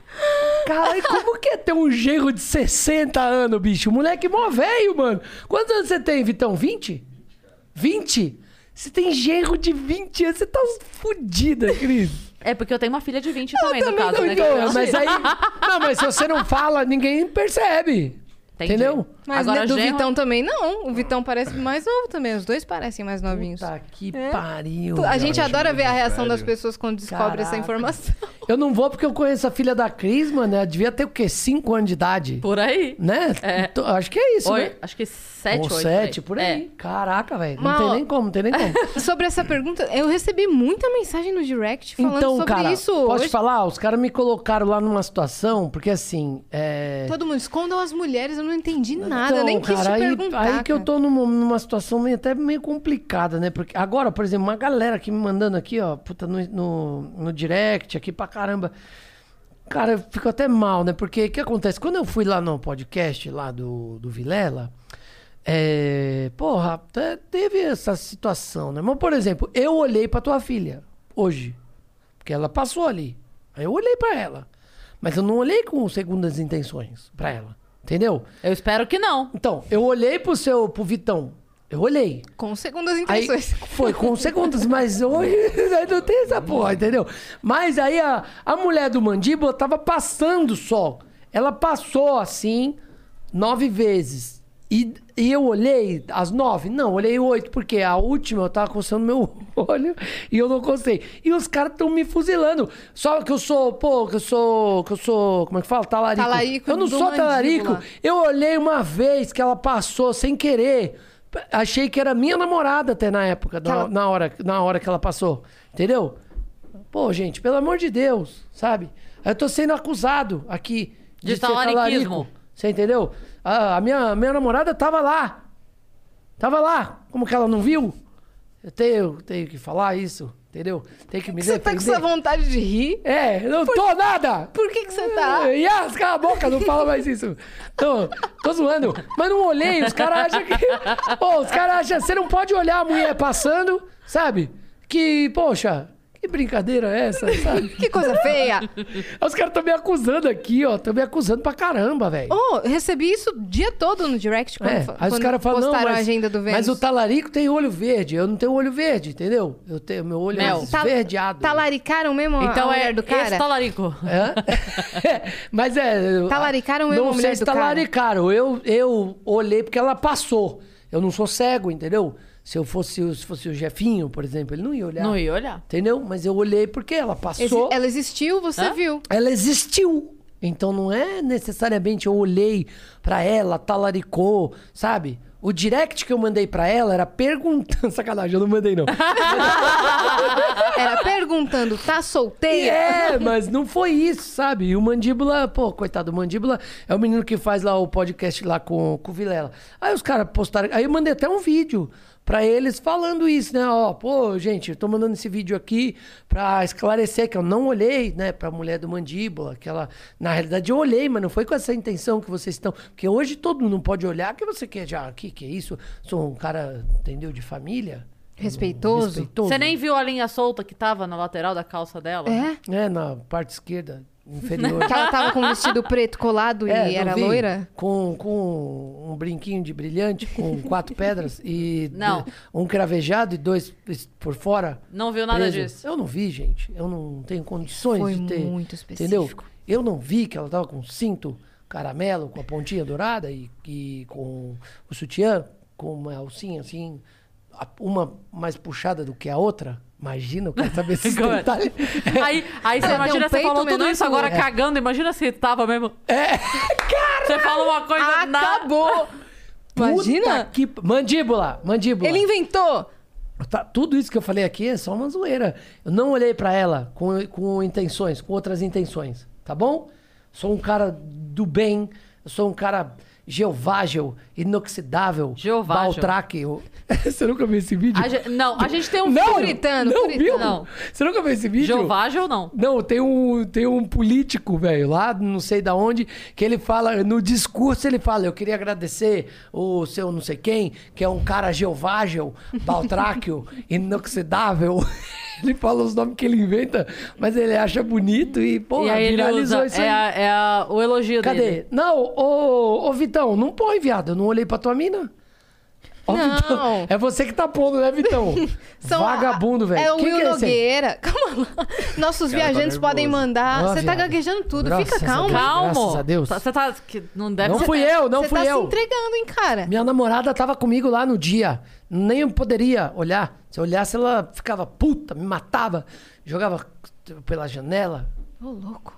C: Caralho, como que é ter um genro de 60 anos, bicho? Moleque é mó velho, mano. Quantos anos você tem, Vitão? 20? 20? Você tem genro de 20 anos, você tá fudida, Cris.
A: É porque eu tenho uma filha de 20 também, no
C: Também
A: caso,
C: não
A: né?
C: entendo,
A: Gabriel?
C: mas aí. Não, mas se você não fala, ninguém percebe.
A: Entendi. é
C: Entendeu?
B: Mas
A: Agora, um-
B: né, do
A: genro-
B: Vitão também não. O Vitão parece mais novo também. Os dois parecem mais novinhos.
C: Puta que
B: É.
C: pariu.
B: A
C: velho.
B: gente adora ver a reação das pessoas quando descobre essa
C: Caraca.
B: informação. <laughs>
C: Eu não vou porque eu conheço a filha da Cris, mano. Ela devia ter o quê? 5 anos de idade?
A: Por aí.
C: Né? Tô- Acho que é isso,
A: Oi,
C: né?
A: acho que 7,
C: Ou
A: 8.
C: sete, por aí.
A: É.
C: Caraca, velho. Não
B: Mas,
C: tem
B: ó,
C: nem como, não tem nem
B: <laughs>
C: como.
B: Sobre essa pergunta, eu recebi muita mensagem no direct falando
C: Então,
B: sobre
C: cara,
B: isso
C: posso
B: hoje.
C: te falar? Os caras me colocaram lá numa situação, porque assim, é...
B: Todo mundo escondam as mulheres, eu não entendi nada. nada, eu nem quis
C: Então, cara,
B: te
C: aí,
B: perguntar.
C: aí que eu
B: cara.
C: tô numa, numa situação meio, até meio complicada, né? Porque agora, por exemplo, uma galera aqui me mandando aqui, ó, puta, no, no, no direct, aqui pra caramba. Cara, eu fico até mal, né? Porque o que acontece? Quando eu fui lá no podcast lá do, do Vilela, é, porra, até teve essa situação, né? Mas, por exemplo, eu olhei pra tua filha hoje, porque ela passou ali. Aí eu olhei pra ela. Mas eu não olhei com segundas intenções pra ela. Entendeu?
A: É. Eu espero que não.
C: Então, eu olhei pro seu, pro Vitão. Eu olhei.
B: Com segundas
C: Aí
B: intenções.
C: foi com segundos, mas hoje aí não tem essa porra, entendeu? Mas aí a, a mulher do mandíbula tava passando só. Ela passou assim nove vezes. E, e eu olhei as nove? Não, olhei oito, porque a última eu tava coçando meu <laughs> olho e eu não cocei. E os caras tão me fuzilando. Só que eu sou, pô, que eu sou, que eu sou, como é que fala? Talarico.
B: Talarico
C: eu não
B: do
C: sou talarico.
B: mandíbula.
C: Eu olhei uma vez que ela passou sem querer. P- Achei que era minha namorada até na época, na,
B: ela-
C: na hora, na hora que ela passou. Entendeu? Pô, gente, pelo amor de Deus, sabe? Eu tô sendo acusado aqui
A: De
C: ser
A: talariquismo.
C: talarico. Você entendeu? A, a minha, minha namorada tava lá. Tava lá. Como que ela não viu? Eu tenho, tenho que falar isso, entendeu? Tenho que
B: <laughs>
C: me
B: Você tá com
C: defender.
B: essa vontade de rir?
C: É, eu não tô nada!
B: Por que, que você tá?
C: Yas, É, cala a boca, não fala mais isso. Tô, tô zoando. Mas não olhei, os caras acham que. Pô, os caras acham. Você não pode olhar a mulher passando, sabe? Que, poxa, que brincadeira é essa, sabe?
B: Que coisa
C: <laughs>
B: feia!
C: Os caras estão me acusando aqui, ó. Estão me acusando pra caramba, velho.
B: Oh, recebi isso o dia todo no direct quando,
C: É,
B: fa-
C: aí os
B: quando
C: caras falam, não,
B: postaram
C: mas,
B: a agenda do Vênus.
C: mas o talarico tem olho verde, eu não tenho olho verde, entendeu? Eu tenho meu olho é
A: Mel.
B: Ta-
C: esverdeado.
B: Talaricaram mesmo a-
A: Então
B: a
C: Ah,
A: é
B: mulher do cara?
A: esse talarico.
B: <laughs>
C: Hã? Mas é.
B: Talaricaram eu,
C: Não
B: a
C: sei
B: mulher
C: se
B: do cara.
C: talaricaram. Eu, eu olhei porque ela passou. Eu não sou cego, entendeu? Se eu fosse, o- se fosse o Jefinho, por exemplo, ele não ia olhar.
A: Não ia olhar.
C: Entendeu? Mas eu olhei porque ela
B: Exi- é-
C: passou. ela...
B: Ela existiu, você viu.
C: existiu. Então não é necessariamente eu olhei pra ela, talaricou, sabe? O direct que eu mandei pra ela era perguntando. <laughs> Sacanagem, eu não mandei não.
B: Era perguntando, tá solteira?
C: É, mas não foi isso, sabe? E o Mandíbula, pô, coitado, o Mandíbula é o menino que faz lá o podcast lá com, com o Vilela. Aí os caras postaram, aí eu mandei até um vídeo pra eles falando isso, né? Ó, pô, gente, eu tô mandando esse vídeo aqui pra esclarecer que eu não olhei, né, pra mulher do Mandíbula, que ela, na realidade, eu olhei, mas não foi com essa intenção que vocês estão, porque hoje todo mundo pode olhar, que você quer já, que que é isso? Sou um cara, entendeu, de família?
B: Respeitoso.
C: Respeitoso.
A: Você nem viu a linha solta que tava na lateral da calça dela?
B: É?
C: É, na parte esquerda,
A: <laughs>
C: inferior. Tá
B: Que ela tava com um vestido preto colado
C: É,
B: e
C: não
B: era
C: vi.
B: loira?
C: Com, com um brinquinho de brilhante,
B: <laughs>
C: com quatro pedras e
A: Não.
C: do- um cravejado e dois es- por fora.
A: Não viu nada
C: preso. <laughs>
A: disso.
C: Eu não vi, gente. Eu não tenho condições
B: Foi
C: de ter.
B: muito
C: Entendeu?
B: específico.
C: Eu não vi que ela tava com cinto caramelo, com a pontinha dourada e, e com o sutiã, com uma alcinha assim, a- uma mais puxada do que a outra. Imagina, eu quero saber
B: <laughs>
C: esses
A: Como é?
C: detalhes.
A: <laughs> Aí, aí
C: É,
A: você
B: Ela tem
A: imagina,
B: um
A: você
B: peito
A: falou tudo
B: menor
A: isso
B: que o
A: agora
B: outro.
A: cagando, imagina se tava mesmo. É! <laughs> Você fala uma
C: Ah,
A: coisa na.
B: Acabou! Imagina?
C: <laughs> Puta que... Mandíbula, mandíbula.
B: Ele inventou!
C: Tá, tudo isso que eu falei aqui é só uma zoeira. Eu não olhei pra ela com, com intenções, com outras intenções, tá bom? Sou um cara do bem, eu sou um cara geovágel, inoxidável,
A: Geovágel.
C: baltráqueo. <laughs> Você nunca viu esse vídeo?
A: A gente- não, a gente tem um
C: Não,
B: puritano,
C: não
B: puritano.
C: viu?
A: Não.
C: Você nunca viu esse vídeo?
A: Jeovagem ou não?
C: Não, tem um, tem um político, velho, lá, não sei da onde, que ele fala, no discurso ele fala, eu queria agradecer o seu não sei quem, que é um cara geovágel, baltráquio, <laughs> inoxidável. <laughs> Ele fala os nomes que ele inventa, mas ele acha bonito e, pô,
A: e aí ele
C: viralizou
A: usa.
C: isso aí.
A: É, a- é a- o elogio
C: Cadê?
A: dele.
C: Não, ô, ô Vitão, não põe, viado, eu não olhei pra tua mina. Ó,
B: Não.
C: Vitão, é você que tá pondo, né, Vitão?
B: <laughs> São a-
C: Vagabundo, velho.
B: É o
C: Quem
B: Will
C: que é esse aí?
B: Nogueira. <laughs> Calma lá. Nossos
A: tá
B: viajantes podem mandar.
C: Ah,
B: Você tá
C: viado.
B: gaguejando tudo.
C: Graças
B: Fica
C: a
B: calmo.
C: Deus.
A: Calmo.
C: Graças a Deus.
A: Tá- Você tá. que não deve
C: Não
A: ser.
C: fui eu, não
B: Você
C: fui
B: tá se
C: eu.
B: entregando, hein, cara?
C: Minha namorada tava comigo lá no dia. Nem poderia olhar. Se eu olhasse, ela ficava puta, me matava. Jogava pela janela.
B: Ô, louco.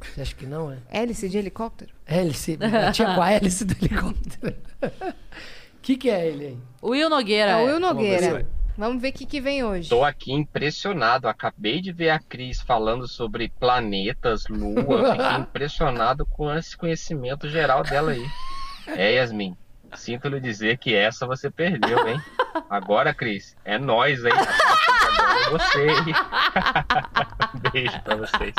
C: Você acha que não, é?
B: Hélice de helicóptero?
C: Hélice. me batia com a hélice do helicóptero. <laughs> O que, que é ele aí?
A: Will Nogueira.
B: É o
A: é.
B: Will
G: Vamos
B: Nogueira.
G: ver.
B: Vamos ver o que, que vem hoje.
G: Tô aqui impressionado. Acabei de ver a Cris falando sobre
C: <laughs>
G: planetas, lua. Fiquei impressionado com esse conhecimento geral dela aí. É, Yasmin. Sinto lhe dizer que essa você perdeu, hein? Agora, Cris, é nós, hein? Agora é você. hein? <laughs> Beijo pra vocês.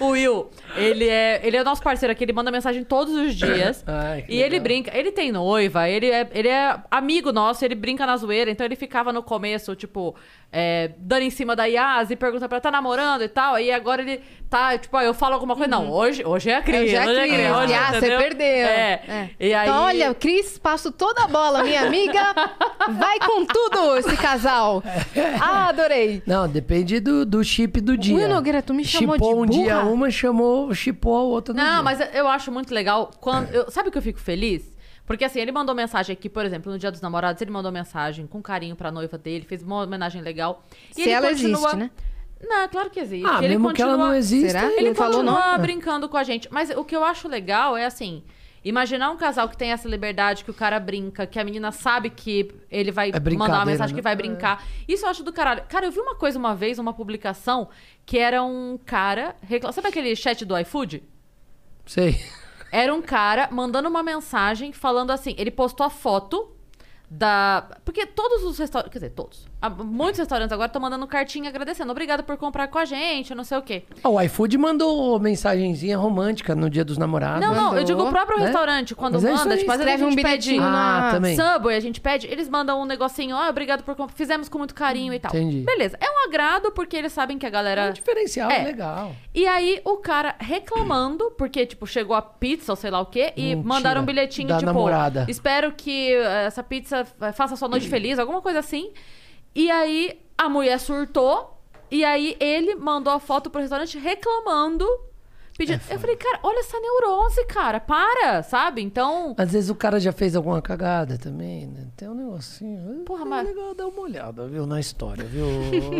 A: O Will, ele é, ele é o nosso parceiro aqui, ele manda mensagem todos os dias.
C: Ai, que
A: e ele
C: legal.
A: brinca, ele tem noiva, ele é, ele é amigo nosso, ele brinca na zoeira, então ele ficava no começo, tipo, é, dando em cima da Yas e pergunta pra ela, tá namorando e tal? Aí agora ele tá, tipo, ah, eu falo alguma coisa. Não, hoje, hoje é a Cris.
B: Hoje é a
A: hoje
B: Cris.
A: hoje,
B: Ah, você
A: entendeu?
B: perdeu.
A: É.
B: É.
A: E aí,
B: Então, olha, Cris, passo toda a bola, minha
C: <laughs>
B: amiga. Vai com tudo esse casal. Ah, adorei.
C: Não, depende do, do chip do dia.
B: Nogueira, tu me chamou de
C: Chipou um dia
B: burra?
C: uma, chamou, chipou a outra no
A: Não,
C: dia.
A: mas eu acho muito legal quando. eu- sabe o que eu fico feliz? Porque assim, ele mandou mensagem aqui, por exemplo, no Dia dos Namorados, ele mandou mensagem com carinho pra noiva dele, fez uma homenagem legal. E
B: Se
A: ele
B: ela
A: continua...
B: existe, né?
A: Não, é claro que existe.
C: Ah,
A: ele
C: mesmo
A: continua...
C: que ela não exista,
B: Será?
C: ele
A: Ele
B: Não falou
A: continua
B: não?
A: brincando com a gente. Mas o que eu acho legal é assim. Imaginar um casal que tem essa liberdade, que o cara brinca, que a menina sabe que ele vai mandar uma
C: brincadeira,
A: mensagem que
C: né?
A: vai brincar. Isso eu acho do caralho. Cara, eu vi uma coisa uma vez, uma publicação, que era um cara. recla- Sabe aquele chat do iFood?
C: Sei.
A: Era um cara mandando uma mensagem falando assim. Ele postou a foto da. Porque todos os restaurantes. Quer dizer, todos. Ah, Muitos restaurantes agora estão mandando cartinha agradecendo. Obrigado por comprar com a gente, não sei o quê.
C: Ah, o iFood mandou mensagenzinha romântica no dia dos namorados.
A: Não, não, eu
B: Mandou,
A: digo o próprio
C: né?
A: restaurante, quando
C: Mas Ah, é isso
A: manda,
C: aí,
A: tipo, às vezes
B: Escreve
A: a
B: um
A: gente pede
B: bilhetinho
C: Ah,
B: na...
C: também.
A: Subway, a gente pede, eles mandam um negocinho, ó, obrigado por comprar, fizemos com muito carinho e tal.
C: Entendi.
A: Beleza, é um agrado porque eles sabem que a galera...
C: Um diferencial
A: É.
C: legal.
A: E aí o cara reclamando, porque, tipo, chegou a pizza ou sei lá o quê, e
C: Mentira.
A: mandaram um bilhetinho,
C: Da
A: tipo,
C: namorada.
A: espero que eh, essa pizza eh, faça sua noite feliz, alguma coisa assim. E aí a mulher surtou, e aí ele mandou a foto pro restaurante reclamando.
C: É
A: Pedindo. eu falei, cara, olha essa neurose, cara, para, sabe? Então.
C: Às vezes o cara já fez alguma cagada também, né? Tem um negocinho.
A: Porra,
C: é
A: mas-
C: legal dar uma olhada, viu, na história,
A: <laughs>
C: viu?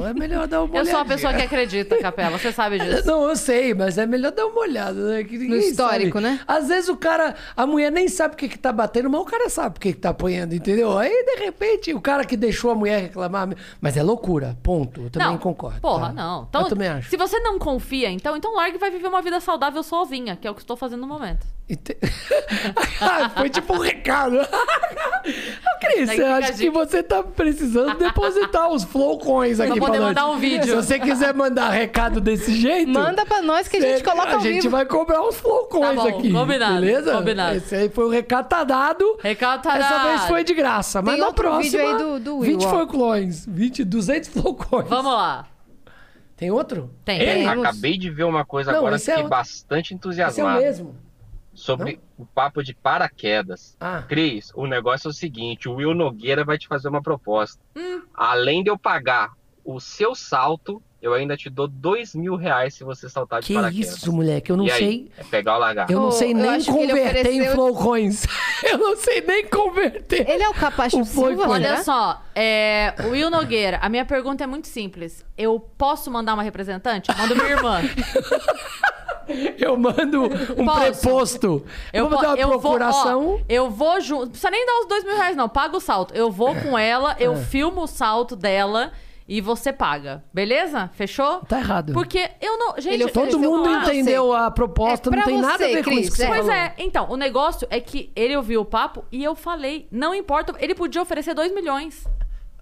C: É melhor dar uma
A: Eu
C: olhada.
A: sou a pessoa que acredita, Capela, você sabe disso.
C: Não, <laughs> eu sei, mas é melhor dar uma olhada, né? Que ninguém
B: histórico,
C: sabe.
B: né?
C: Às vezes o cara, a mulher nem sabe o que, que tá batendo, mas o cara sabe o que, que tá apanhando, entendeu? Aí, de repente, o cara que deixou a mulher reclamar. Mas é loucura, ponto. Eu também
A: não,
C: concordo.
A: Porra,
C: tá?
A: não. Então,
C: eu também acho.
A: Se você não confia, então, então larga e vai viver uma vida saudável sozinha, que é o que estou fazendo no momento.
C: Ente- <laughs> Ah, Foi tipo um recado. Ô, Cris,
A: Daí
C: eu
A: fica a
C: acho que
A: dica.
C: você tá precisando depositar os flowcoins aqui
A: Pra poder
C: pra nós.
A: mandar um vídeo.
C: Se você quiser mandar recado desse jeito...
B: Manda pra nós que a gente
C: cê-
B: coloca
C: A
B: ao
C: gente
B: vivo.
C: vai cobrar uns flowcoins
A: Tá bom,
C: aqui,
A: combinado,
C: beleza?
A: combinado.
C: Esse aí foi o recado tá dado.
A: Recado tá
C: Essa
A: dado.
C: vez foi de graça, mas
B: Tem
C: na
B: outro vídeo
C: próxima...
B: aí do- do Will,
C: 20
B: ó.
C: flowcoins, 20, 200 flowcoins.
A: Vamos lá.
C: Tem outro?
A: Tem.
G: É,
B: Temos.
G: acabei de ver uma coisa
C: Não,
G: agora,
C: esse é
G: fiquei
C: outro.
G: bastante
C: Esse é o
G: entusiasmado.
C: mesmo.
G: sobre o papo de paraquedas.
C: Ah.
G: Cris, o negócio é o seguinte: o Will Nogueira vai te fazer uma proposta.
C: Hum.
G: Além de eu pagar o seu salto, eu ainda te dou dois mil reais se você saltar de
C: Que
G: paraquedas.
C: isso, moleque, eu não
G: e aí?
C: sei...
G: É pegar ou largar.
C: Eu
B: Oh,
C: não sei
B: eu
C: nem
B: acho que ele
C: converter em
B: ofereceu-
C: flowcoins. <laughs> eu não sei nem converter.
B: Ele é o Capacho
C: O né? foi,
B: Silva,
C: foi.
B: será?
A: Olha só, é, Will Nogueira, a minha pergunta é muito simples. Eu posso mandar uma representante? Mando minha
C: <laughs>
A: irmã.
C: Eu mando um
A: é- Posso?
C: preposto.
A: Eu,
C: Vamos
A: po-
C: dar uma
A: eu
C: procuração.
A: Vou, ó, eu vou junto. Não precisa nem dar os dois mil reais, não. Paga o salto. Eu vou com ela, eu
C: É.
A: filmo o salto dela e você paga. Beleza? Fechou?
C: Tá errado. é
A: Porque eu não. Gente,
B: Ele
C: Todo
B: ofereceu
A: eu-
C: mundo
B: pra você.
C: entendeu a
B: É
C: proposta, não
B: pra
C: tem nada a
B: você,
C: ver com isso
B: Cris,
C: que você
B: é.
C: falou.
A: Pois é, então, o negócio é que ele ouviu o papo e eu falei, não importa, ele podia oferecer 2 milhões.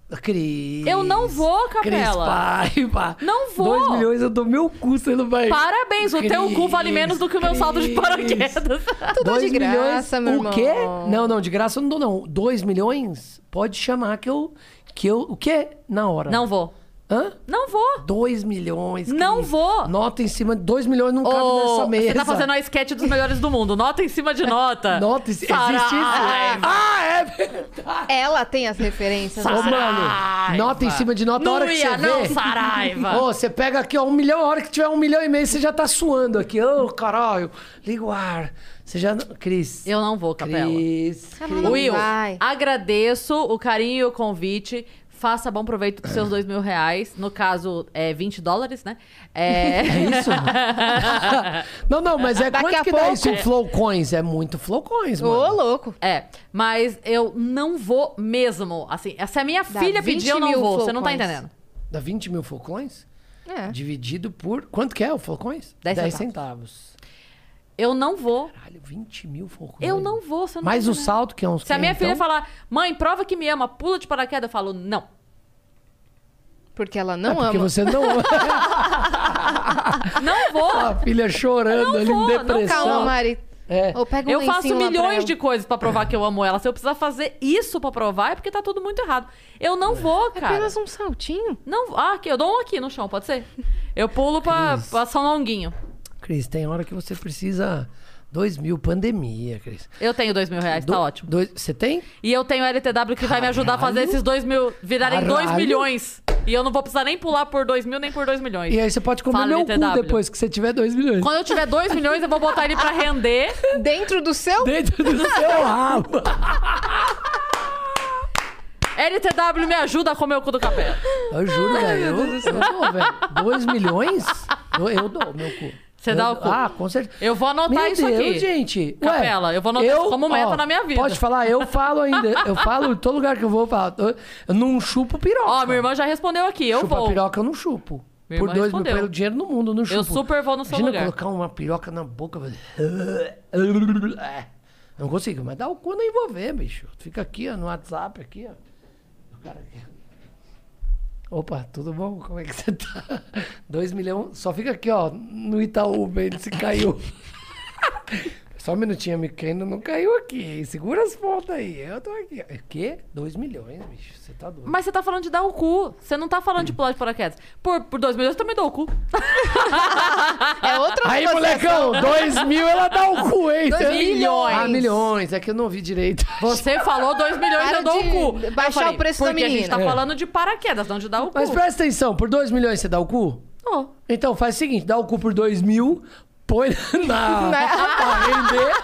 C: é Cris.
A: Eu não vou,
C: Cris,
A: Capela.
C: pai, pá.
A: Não vou.
C: 2 milhões eu dou meu cu, você não vai.
A: Parabéns, o teu cu vale menos do que o meu saldo de
C: Cris.
A: paraquedas. <laughs>
B: dá
C: Dois
B: de graça,
C: milhões,
B: meu
C: O quê?
B: irmão.
C: Não, não, de graça eu não dou, não. 2 milhões? Pode chamar que eu. Que eu o quê? Na hora.
A: Não vou.
C: Hã?
A: Não vou.
C: 2 milhões.
A: Não
C: Cris.
A: vou.
C: Nota em cima de 2 milhões não cabe
A: Ô,
C: nessa mesa.
A: Você tá fazendo a sketch dos melhores do mundo. Nota em cima de nota.
C: <laughs> Nota em cima.
A: Saraiva.
C: Existe isso? Ah, é verdade.
B: Ela tem as referências.
C: Ô,
B: né?
C: mano, nota em cima de nota a
A: Não
C: hora que
A: ia,
C: você
A: não,
C: vê.
A: Saraiva.
C: Ô, você pega aqui, ó, um milhão, a hora que tiver um milhão e meio, você já tá suando aqui. Ô, caralho, liga o ar. Você já. não- Cris.
A: Eu não vou, Capela. é
C: Cris.
B: Ela não
A: Will,
B: vai.
A: agradeço o carinho e o convite. Faça bom proveito dos seus dois mil reais. No caso, é 20 dólares, né?
C: É
A: <laughs> É...
C: isso? não, não, mas é
B: Daqui
C: quanto
B: a
C: que dá
B: pouco-
C: isso? Um flow coins. É muito flow coins,
B: Ô,
C: mano.
B: louco.
A: É, mas eu não vou mesmo. Assim, se a minha
B: Dá
A: filha
B: 20
A: pedir, eu não
B: mil
A: vou. Você não tá
B: flocões.
A: entendendo.
C: Dá 20 mil flow coins?
B: É.
C: Dividido por. Quanto que é o flow coins?
A: Dez
C: 10
A: centavos.
C: centavos.
A: Eu não vou.
C: Caralho, 20 mil focos.
A: Eu não vou. Você não
C: Mais
A: vai,
C: o
A: né?
C: salto, que é uns
A: Se a minha
C: 500,
A: filha falar, mãe, prova que me ama, pula de paraquedas, eu falo, não.
B: Porque ela não
C: é Porque
B: ama.
C: você
A: <laughs>
C: não.
A: Não vou.
C: <laughs> a filha chorando
A: Eu
C: ali,
A: não
C: em
A: vou, não,
C: depressão.
B: Calma, Mari.
C: É.
B: Ou pega um
A: Eu faço
B: lencinho lá pra
A: milhões
B: ela.
A: de coisas pra provar que eu amo ela. Se eu precisar fazer isso pra provar, é porque tá tudo muito errado. Eu
C: É.
A: não vou, cara.
B: Apenas um saltinho.
A: Não, ah, aqui, eu dou um aqui no chão, pode ser? Eu pulo pra, pra São Longuinho.
C: Cris, tem hora que você precisa. 2 mil, pandemia, Cris.
A: Eu tenho dois mil reais, tá
C: Do-
A: ótimo.
C: dois- Você tem?
A: E eu tenho LTW que vai me ajudar a fazer
C: Caralho.
A: esses dois mil virarem dois
C: Caralho.
A: milhões. E eu não vou precisar nem pular por dois mil nem por dois milhões.
C: E aí você pode comer
A: Fala,
C: meu cu
A: LTW.
C: depois que você tiver 2 milhões.
A: Quando eu tiver dois milhões, eu vou botar ele pra
C: <laughs>
A: render.
B: Dentro do seu?
C: Dentro
A: <laughs>
C: do seu rabo.
A: LTW me ajuda a comer o cu do capela.
C: Eu juro, velho. Eu, eu dou, velho. 2 milhões? Eu, eu dou meu cu.
A: Você
C: Eu-
A: dá o cu.
C: Ah, com certeza.
A: Eu vou anotar
C: Meu
A: isso
C: Deus,
A: aqui.
C: gente. Ué,
A: Capela, eu vou anotar isso como meta na minha vida.
C: Pode falar, eu falo ainda. Eu falo em todo lugar que eu vou, eu falo. Eu, eu não chupo piroca.
A: Ó, minha irmã já respondeu aqui, eu
C: Chupa
A: vou.
C: piroca, eu não chupo.
A: Minha
C: Por
A: irmã
C: dois mil,
A: respondeu.
C: pelo dinheiro no mundo, eu não chupo.
A: super vou no seu
C: Imagina
A: lugar.
C: colocar uma piroca na boca. velho. <laughs> É, Não consigo, mas dá o cu nem vou ver, bicho. Fica aqui, ó, no WhatsApp, aqui, ó. O cara aqui, ó. Opa, tudo bom? Como é que você tá? <laughs> Dois milhões, só fica aqui, ó, no Itaú, ele se caiu. <laughs> Só um minutinho, amigo, que ainda não caiu aqui. hein? Segura as pontas aí, eu tô aqui. O quê? Dois milhões, bicho, você tá doido.
A: Mas você tá falando de dar o cu. Você não tá falando de pular de paraquedas. Por, por dois milhões, eu também dou o cu.
C: Tá
B: É outra
C: Aí,
B: negociação.
C: molecão, dois mil ela dá o cu, hein?
B: Dois
C: Cê-
B: milhões.
C: Ah, milhões. É que eu não ouvi direito.
A: Você falou dois milhões,
B: Para
A: eu dou
B: de
A: o cu. Eu
B: baixar o preço da
A: porque a gente
B: menina.
A: tá falando de paraquedas, não de dar o
C: <laughs> É. Mas
A: cu.
C: presta atenção, por dois milhões você dá o cu?
A: Dou.
C: Então faz o seguinte, dá o cu por dois mil, põe
B: <laughs>
C: na...
B: Né?
C: pra vender.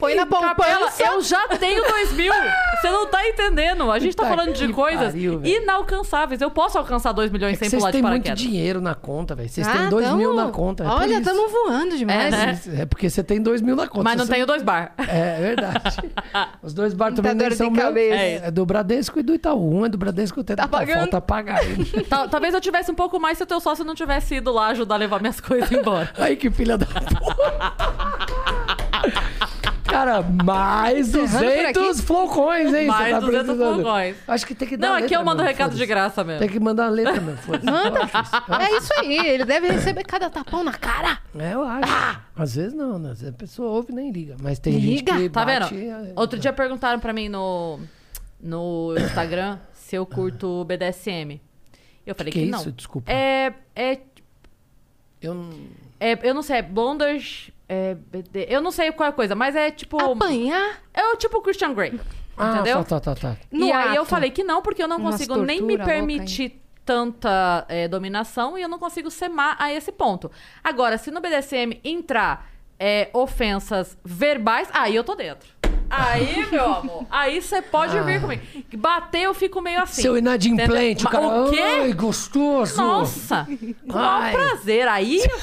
B: Põe na
A: Capela,
B: poupança.
A: eu
C: <laughs>
A: já tenho dois mil. Você não tá entendendo. A gente tá
C: Puta
A: falando de
C: que
A: coisas
C: pariu, velho.
A: inalcançáveis. Eu posso alcançar dois milhões
C: É
A: sem
C: que vocês
A: pular de
C: têm muito
A: paraquedas.
C: dinheiro na conta, velho. Vocês
B: Ah,
C: têm dois
B: tamo-
C: mil na conta. é por
B: Olha, tá
C: isso.
B: tamo voando
A: É,
B: demais.
A: né?
C: É porque você tem dois mil na conta.
A: Mas não
C: Você-
A: tenho dois bar.
B: <laughs>
C: É verdade. Os dois bar também
B: dor
C: nem
B: de
C: são meus.
B: cabeça.
C: É, é do Bradesco e do Itaú. Um é do Bradesco e outro é do
B: Tá
C: Itaú.
B: pagando?
C: Falta pagar
B: <laughs>
C: ainda.
A: Tal- Talvez eu tivesse um pouco mais se o teu sócio não tivesse ido lá ajudar a levar minhas <laughs> coisas embora.
C: Ai, que filha da puta. Cara, mais
B: Encerrando por
C: 200 flocões, hein?
A: Mais
C: Você tá
A: 200
C: precisando.
A: flocões.
C: Acho que tem que dar
A: Não,
C: a
A: aqui
C: letra,
A: eu mando
C: então, mano,
A: recado de
C: foda-se.
A: graça mesmo.
C: Tem que mandar a letra, Tá meu. Manda.
B: É isso aí, ele deve receber cada tapão na cara.
C: É, eu acho.
A: Ah!
C: Às vezes não, né? Às vezes a pessoa ouve e nem liga. Mas tem
B: Liga.
C: gente que
A: Tá vendo?
C: bate, é,
A: Outro dia perguntaram pra mim no, no Instagram se eu curto BDSM. Eu falei que,
C: Ah. Que é
A: não.
C: isso? Desculpa.
A: É, é,
C: Eu não...
A: é- Eu não sei, é bondage. é BD eu não sei qual é a coisa, mas é tipo.
B: Apanhar
A: É o tipo Christian Grey.
C: Ah,
A: entendeu?
C: tá, tá, tá, tá.
B: no
A: e aí eu
B: ato.
A: falei que não, porque eu não
B: Umas
A: consigo nem me
B: tortura louca,
A: permitir tanta eh, dominação e eu não consigo ser má a esse ponto. Agora, se no BDSM entrar eh, ofensas verbais, aí eu tô dentro. Aí, meu amor, aí você pode
B: Ah.
A: vir comigo. Bater, eu fico meio assim.
C: Seu inadimplente,
A: Entendeu?
C: o cara...
A: Mas O
C: Ai,
A: quê?
C: gostoso.
A: Nossa! Qual
C: Ai. é
A: prazer? Aí, eu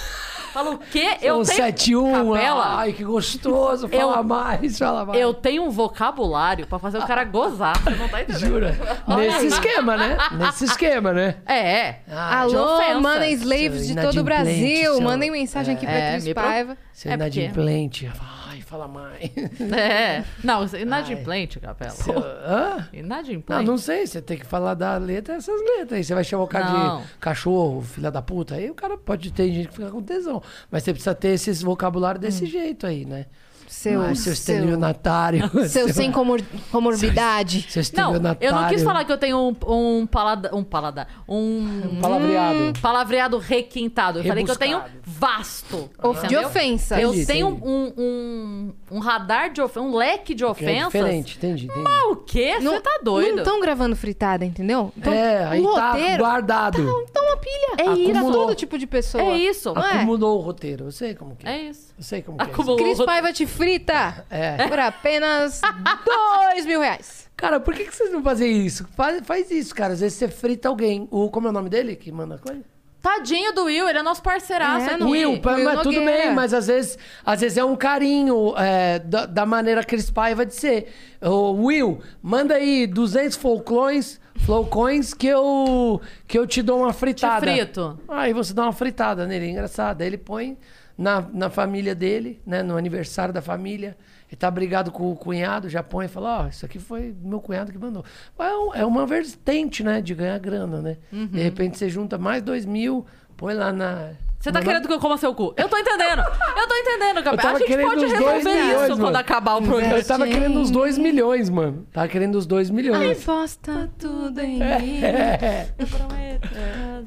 A: falo o quê? Eu
C: Seu
A: tenho...
C: 7-1.
A: Capela.
C: Ai, que gostoso. Fala
A: Eu-
C: mais, fala mais.
A: Eu tenho um vocabulário pra fazer o cara gozar. Você
C: Ah.
A: não tá entendendo. <laughs>
C: Jura? Nesse esquema, né? Nesse esquema, né?
A: É. de ofensa.
B: Alô, mandem slaves de
C: Seu
B: todo o Brasil.
C: inadimplente,
B: Mandem
C: seu-
B: mensagem aqui
A: É,
B: pra Cris
A: me pro-
B: Paiva.
C: Seu
A: É porque-
C: inadimplente. Ai,
A: <laughs>
C: fala mais.
A: É. Não, inadimplente, Capela.
C: Seu- Hã? Não,
A: Inadimplente.
C: Ah, não sei. Você tem que falar da letra essas letras. Aí você vai chamar o cara
A: Não.
C: de cachorro, filha da puta. Aí o cara pode ter gente que fica com tesão. Mas você precisa ter esses vocabulário desse
A: Hum.
C: jeito aí, né?
B: Seu,
C: Ai,
A: <laughs>
C: seu estelionatário.
B: seu sem comor- comorbidade.
C: Seu
A: Não,
C: estelionatário.
A: eu não quis falar que eu tenho um, um paladar. Um paladar. Um
C: Palavreado.
A: palavreado requintado. Eu falei que eu tenho
C: Rebuscado.
A: vasto.
B: Of- de
A: entendeu?
B: ofensa.
A: Eu
C: Entendi,
A: tenho
C: entendi.
A: um, um, um radar de ofensas, um leque de
C: Que é
A: ofensas.
C: diferente, entendi, entendi.
A: Ah, o quê? Você tá doido?
B: Não estão gravando fritada, entendeu? Então,
C: é, aí
B: o
C: tá
B: roteiro.
C: guardado.
B: Então uma pilha.
A: É isso.
B: Pra todo tipo de pessoa.
A: É isso.
B: Não é?
C: Acumulou o roteiro. Eu sei como que é.
A: É isso.
C: Eu sei como que é. isso.
A: Acumulou.
B: Cris Paiva te frita
C: É.
B: por
C: <laughs>
B: apenas dois mil reais.
C: Cara, por que, que vocês não fazem isso? Faz, faz isso, cara. Às vezes você frita alguém. O, como é o nome dele que manda coisa?
A: Tadinho do Will, ele é nosso parceiraço
B: É,
A: aqui.
B: não-
C: Will, pa-
B: Will
C: mas tudo
B: Nogueira.
C: bem, mas às vezes, às vezes é um carinho é, da, da maneira Cris Paiva de ser. Ô, Will, manda aí 200 folcões, flocões que eu, que eu te dou uma fritada.
A: frito.
C: Aí você dá uma fritada nele, é engraçado. Aí ele põe na, na família dele, né? No aniversário da família. Ele tá brigado com o cunhado, já põe e fala, ó, isso aqui foi meu cunhado que mandou. Mas É, um- é uma vertente, né? De ganhar grana, né? De repente você junta mais dois mil, põe lá na...
A: Você tá
C: na-
A: querendo que eu coma seu cu? Eu tô entendendo. Eu tô entendendo,
C: Eu
A: Gabriel.
C: tava
A: A gente
C: querendo
A: pode
C: os dois
A: resolver
C: milhões,
A: isso
C: mano.
A: quando acabar o programa.
C: Eu tava querendo os dois milhões, mano. Tava querendo os dois
B: Ai,
C: milhões.
B: posta tudo em
C: É. <laughs>
B: mim.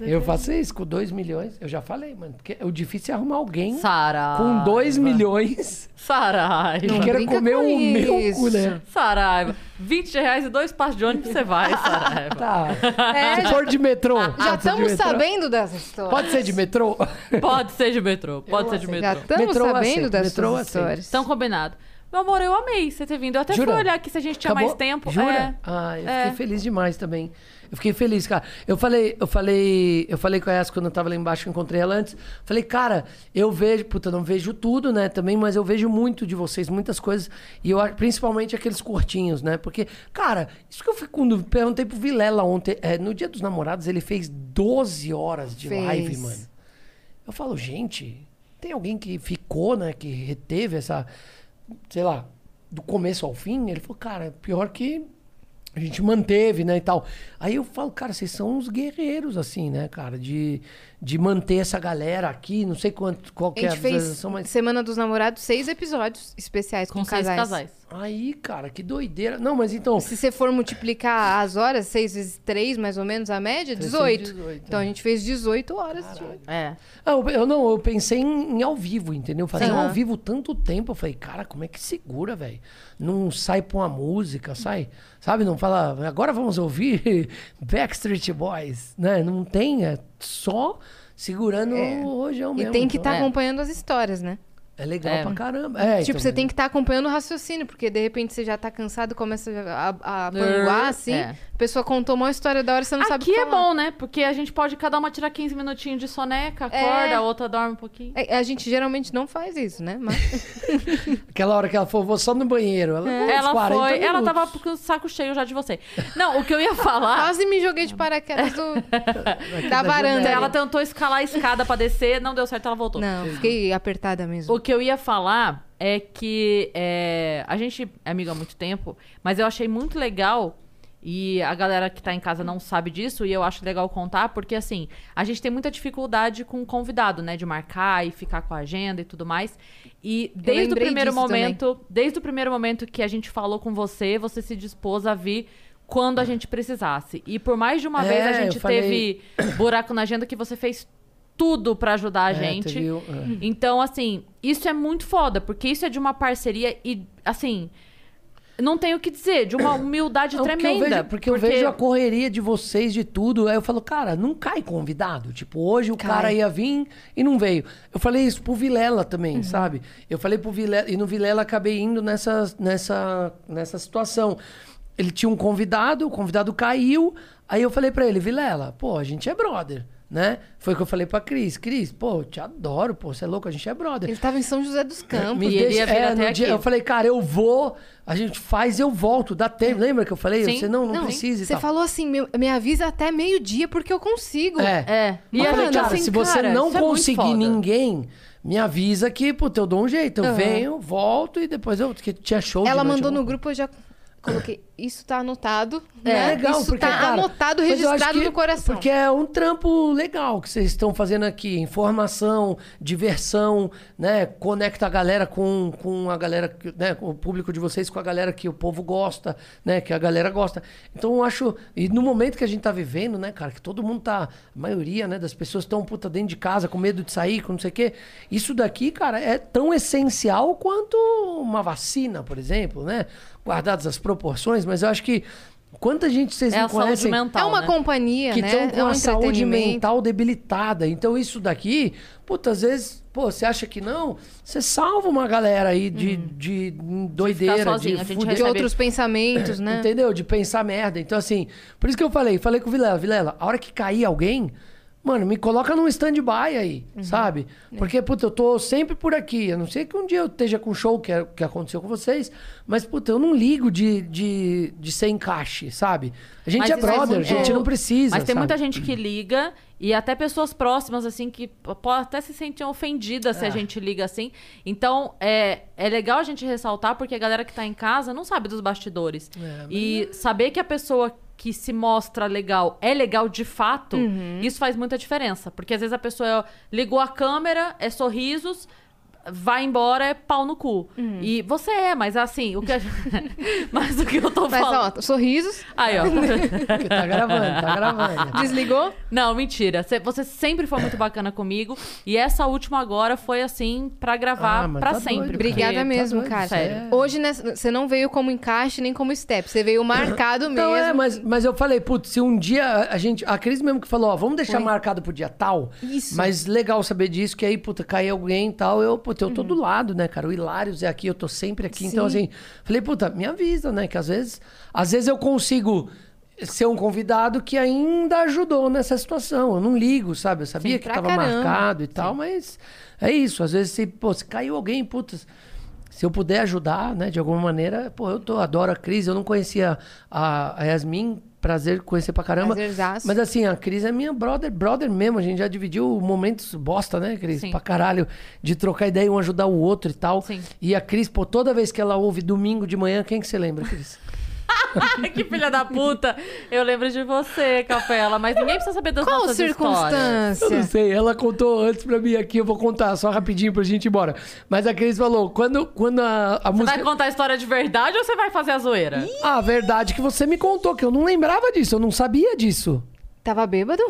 C: Eu faço isso com 2 milhões. Eu já falei, mano. Porque o difícil é arrumar alguém
A: Sara.
C: com 2 milhões
B: <laughs>
C: que
A: Saraiva.
C: queira
B: brinca
C: comer
B: com
C: o meu
B: isso.
C: cu, né?
A: Saraiva. 20 reais e dois pares de ônibus você vai, Saraiva.
C: Tá.
B: É,
C: Se for de metrô.
B: Já
C: ah, se for de
B: estamos
C: metrô.
B: sabendo dessa história.
C: Pode ser de metrô?
A: <laughs> Pode ser de metrô, pode ser de
B: Já
A: metrô.
B: estamos
C: Metrô eu
B: sabendo
C: aceito,
B: dessas
C: metrô eu aceito.
B: histórias.
A: Então, combinado. Meu amor, eu amei você ter vindo. Eu até
C: Jura?
A: fui olhar aqui se a gente tinha
C: Acabou?
A: mais tempo.
C: Jura?
A: É.
C: Ah, eu
A: É.
C: fiquei feliz demais também. Eu fiquei feliz, cara. Eu falei, eu falei, eu falei com a Yas quando eu tava lá embaixo, eu encontrei ela antes. Falei, cara, eu vejo, puta, eu não vejo tudo, né, também, mas eu vejo muito de vocês, muitas coisas. E eu acho- principalmente aqueles curtinhos, né? Porque, cara, isso que eu fico com dúvida, perguntei pro Vilela ontem, é, no Dia dos Namorados, ele fez 12 horas de
B: Fez.
C: live, mano. Eu falo, gente, tem alguém que ficou, né? Que reteve essa, sei lá, do começo ao fim? Ele falou, cara, pior que a gente manteve, né? E tal. Aí eu falo, cara, vocês são uns guerreiros, assim, né, cara? De, de manter essa galera aqui, não sei quanto, qual
B: a
C: que é a
B: gente fez
C: visualização, mas...
B: Semana dos Namorados, seis episódios especiais com,
A: Com seis
B: casais.
A: casais.
C: Aí, cara, que doideira. Não, mas então...
B: Se você for multiplicar as horas, seis vezes três, mais ou menos, a média, 18.
C: 18,
B: Então a gente fez 18 horas. De...
A: É.
C: Ah, eu, eu não, eu pensei em, em ao vivo, entendeu? Fazendo
B: Aham.
C: ao vivo tanto tempo, eu falei, cara, como é que segura, velho? Não sai pra uma música, sai, sabe? Não fala, agora vamos ouvir <laughs> Backstreet Boys, né? Não tem, é só segurando hoje é o
B: E
C: mesmo.
B: tem que tá estar
C: então.
A: É.
B: acompanhando as histórias, né?
C: É legal
A: É.
C: pra caramba. É,
B: tipo,
C: então,
B: você tem que estar acompanhando o raciocínio, porque de repente você já tá cansado, começa a, a panguar,
A: É.
B: assim. A pessoa contou uma história da hora, você não sabe o
A: Aqui
B: que
A: é
B: falar.
A: bom, né? Porque a gente pode cada uma tirar 15 minutinhos de soneca, acorda,
B: É.
A: a outra dorme um pouquinho.
B: É, A gente geralmente não faz isso, né?
A: <laughs>
B: Mas
C: Aquela hora que ela falou, vou só no banheiro. Ela,
B: É.
C: "Pô, É, uns
A: Ela
C: 40
A: foi, ela
C: minutos."
A: tava com o saco cheio já de você. Não, o que eu ia
B: <laughs>
A: falar,
B: quase me joguei de paraquedas do- da varanda.
A: ela tá-
B: ali.
A: tentou escalar a escada pra descer, não deu certo, ela voltou.
B: Não, fiquei apertada mesmo.
A: O que eu ia falar é que é, a gente é amigo há muito tempo, mas eu achei muito legal. E a galera que tá em casa não sabe disso, e eu acho legal contar, porque assim, a gente tem muita dificuldade com o convidado, né? De marcar e ficar com a agenda e tudo mais. E desde o
B: lembrei
A: primeiro
B: disso também.
A: momento, desde o primeiro momento que a gente falou com você, você se dispôs a vir quando
B: É.
A: a gente precisasse. E por mais de uma
C: É,
A: vez a
C: eu
A: gente
C: falei-
A: teve buraco na agenda que você fez tudo pra ajudar a
C: É,
A: gente.
C: teve o- é.
A: Então, assim, isso é muito foda, porque isso é de uma parceria e, assim, não tenho o que dizer, de uma humildade
C: Não, porque É eu
A: tremenda.
C: vejo- Porque eu, vejo, a correria de vocês, de tudo. Aí eu falo, cara, não cai convidado. Tipo, hoje o cara ia vir e não veio. Eu falei isso pro Vilela também, sabe? Eu falei pro Vilela, e no Vilela acabei indo nessa, nessa, nessa situação. Ele tinha um convidado, o convidado caiu. Aí eu falei pra ele, Vilela, pô, a gente é brother, né? Foi o que eu falei pra Cris. Cris, pô, eu te adoro, pô, você é louco, a gente é brother.
B: Ele tava em São José dos Campos. É,
C: Me
A: E ele ia vir até
C: é, no dia-
A: aqui.
C: eu falei, cara, eu vou, a gente faz, eu volto, dá tempo. Lembra que eu falei?
A: Sim.
C: Você não, não,
B: Não,
C: precisa. e
B: você
C: tal.
B: falou assim, me, me avisa até meio-dia porque eu consigo.
C: É.
A: É. E
C: Mas
A: a
C: falei,
A: gente,
C: cara,
A: assim,
C: se você
A: cara,
C: não
A: isso é muito
C: conseguir
A: foda.
C: ninguém, me avisa que, puta, eu dou um jeito. Eu venho, volto e depois eu. Porque tinha show. de
B: Ela
C: noite,
B: mandou
C: eu-
B: no grupo, eu já coloquei. Isso tá anotado.
C: É,
B: né?
C: legal,
B: Isso
C: porque,
B: tá
C: cara,
B: anotado,
C: mas eu acho
B: registrado
C: que-
B: no coração.
C: Porque é um trampo legal que vocês estão fazendo aqui. Informação, diversão, né? Conecta a galera com, com a galera, que- né? Com o público de vocês, com a galera que o povo gosta, né? Que a galera gosta. Então eu acho... E no momento que a gente tá vivendo, né, cara? Que todo mundo tá... A maioria, né? Das pessoas estão, puta, dentro de casa, com medo de sair, com não sei o quê. Isso daqui, cara, é tão essencial quanto uma vacina, por exemplo, né? Guardadas as proporções, mas eu acho que... Quanta gente vocês
A: É a
C: não
A: saúde
C: conhecem
A: mental.
B: é uma
A: né?
B: companhia,
C: que
B: né?
C: estão com
B: é um
C: a saúde
B: entretenimento.
C: mental debilitada. Então, isso daqui, puta, às vezes, pô, você acha que não, você salva uma galera aí de,
A: Uhum.
C: de doideira, de,
A: sozinho, a gente
C: fuder- Então,
B: De
A: Recebe-
B: outros pensamentos,
C: <laughs>
B: né?
C: Entendeu? De pensar merda. Então, assim, por isso que eu falei, falei com o Vilela, Vilela, a hora que cair alguém, Mano, me coloca num stand-by aí,
A: Uhum.
C: sabe?
A: É.
C: Porque, puta, eu tô sempre por aqui. A não ser que um dia eu esteja com um show que, é- que aconteceu com vocês. Mas, puta, eu não ligo de, de, de ser encaixe, sabe? A gente
A: Mas
C: é
A: isso faz
C: brother, a
A: muito-
C: gente
A: é.
C: não precisa.
A: Mas tem
C: sabe?
A: muita gente que liga e até pessoas próximas, assim, que p- pô, até se sentem ofendidas
C: É.
A: se a gente liga assim. Então, é, é legal a gente ressaltar, porque a galera que tá em casa não sabe dos bastidores.
C: É,
A: E saber que a pessoa que se mostra legal é legal de fato,
C: Uhum.
A: isso faz muita diferença. Porque às vezes a pessoa ligou a câmera, é sorrisos. Vai embora, é pau no cu.
C: Uhum.
A: E você é, mas assim, o que a... <laughs> Mas o que eu tô
B: Mas,
A: falando.
B: ó, sorrisos.
A: Aí, ó.
C: <laughs> Porque tá gravando, tá gravando.
B: Então é, Desligou?
C: Ah,
A: Não, mentira. Cê- Você sempre foi muito bacana comigo. E essa última agora foi assim pra gravar
C: Ah, mas
A: pra
C: tá
A: sempre.
C: doido,
A: porque-
B: Obrigada
A: <laughs>
C: tá
B: mesmo,
C: doido,
B: cara.
A: sério.
B: Hoje nessa- você não veio como encaixe nem como step. Você veio marcado mesmo.
C: Não, é, mas, mas eu falei, putz, se um dia a- a gente. A Cris mesmo que falou, ó, vamos deixar marcado pro dia tal.
B: Isso.
C: Mas legal saber disso, que aí, puta, cai alguém e tal. Eu, puta, eu
B: Uhum.
C: tô do lado, né, cara? O Hilário é aqui, eu tô sempre aqui. Então, assim, falei, puta, me avisa, né? Que às vezes. Às vezes eu consigo ser um convidado que ainda ajudou nessa situação. Eu não ligo, sabe? Eu sabia
B: Sim,
C: que
B: pra
C: tava
B: caramba.
C: marcado e tal, mas é isso. Às vezes, se, pô, se caiu alguém, putz. Se eu puder ajudar, né, de alguma maneira, pô, eu tô, adoro a Cris, eu não conhecia a, a Yasmin, prazer conhecer pra caramba.
B: Prazerzaço.
C: Mas assim, a Cris é minha brother, brother mesmo, a gente já dividiu momentos bosta, né, Cris,
A: Sim.
C: pra caralho, de trocar ideia, um ajudar o outro e tal.
A: Sim.
C: E a Cris, pô, toda vez que ela ouve domingo de manhã, quem que você lembra, Cris?
A: <laughs> que filha da puta. Eu lembro de você, Capela. Mas ninguém precisa saber das
B: Qual
A: nossas histórias.
B: circunstância?
C: Eu não sei, ela contou antes pra mim aqui, eu vou contar só rapidinho pra gente ir embora. Mas a Cris falou, quando, quando a, a
A: Você
C: música...
A: vai contar a história de verdade ou você vai fazer a zoeira?
C: A verdade que você me contou, que eu não lembrava disso, eu não
A: <laughs>
C: sabia disso.
B: Tava
C: <laughs>
B: bêbado?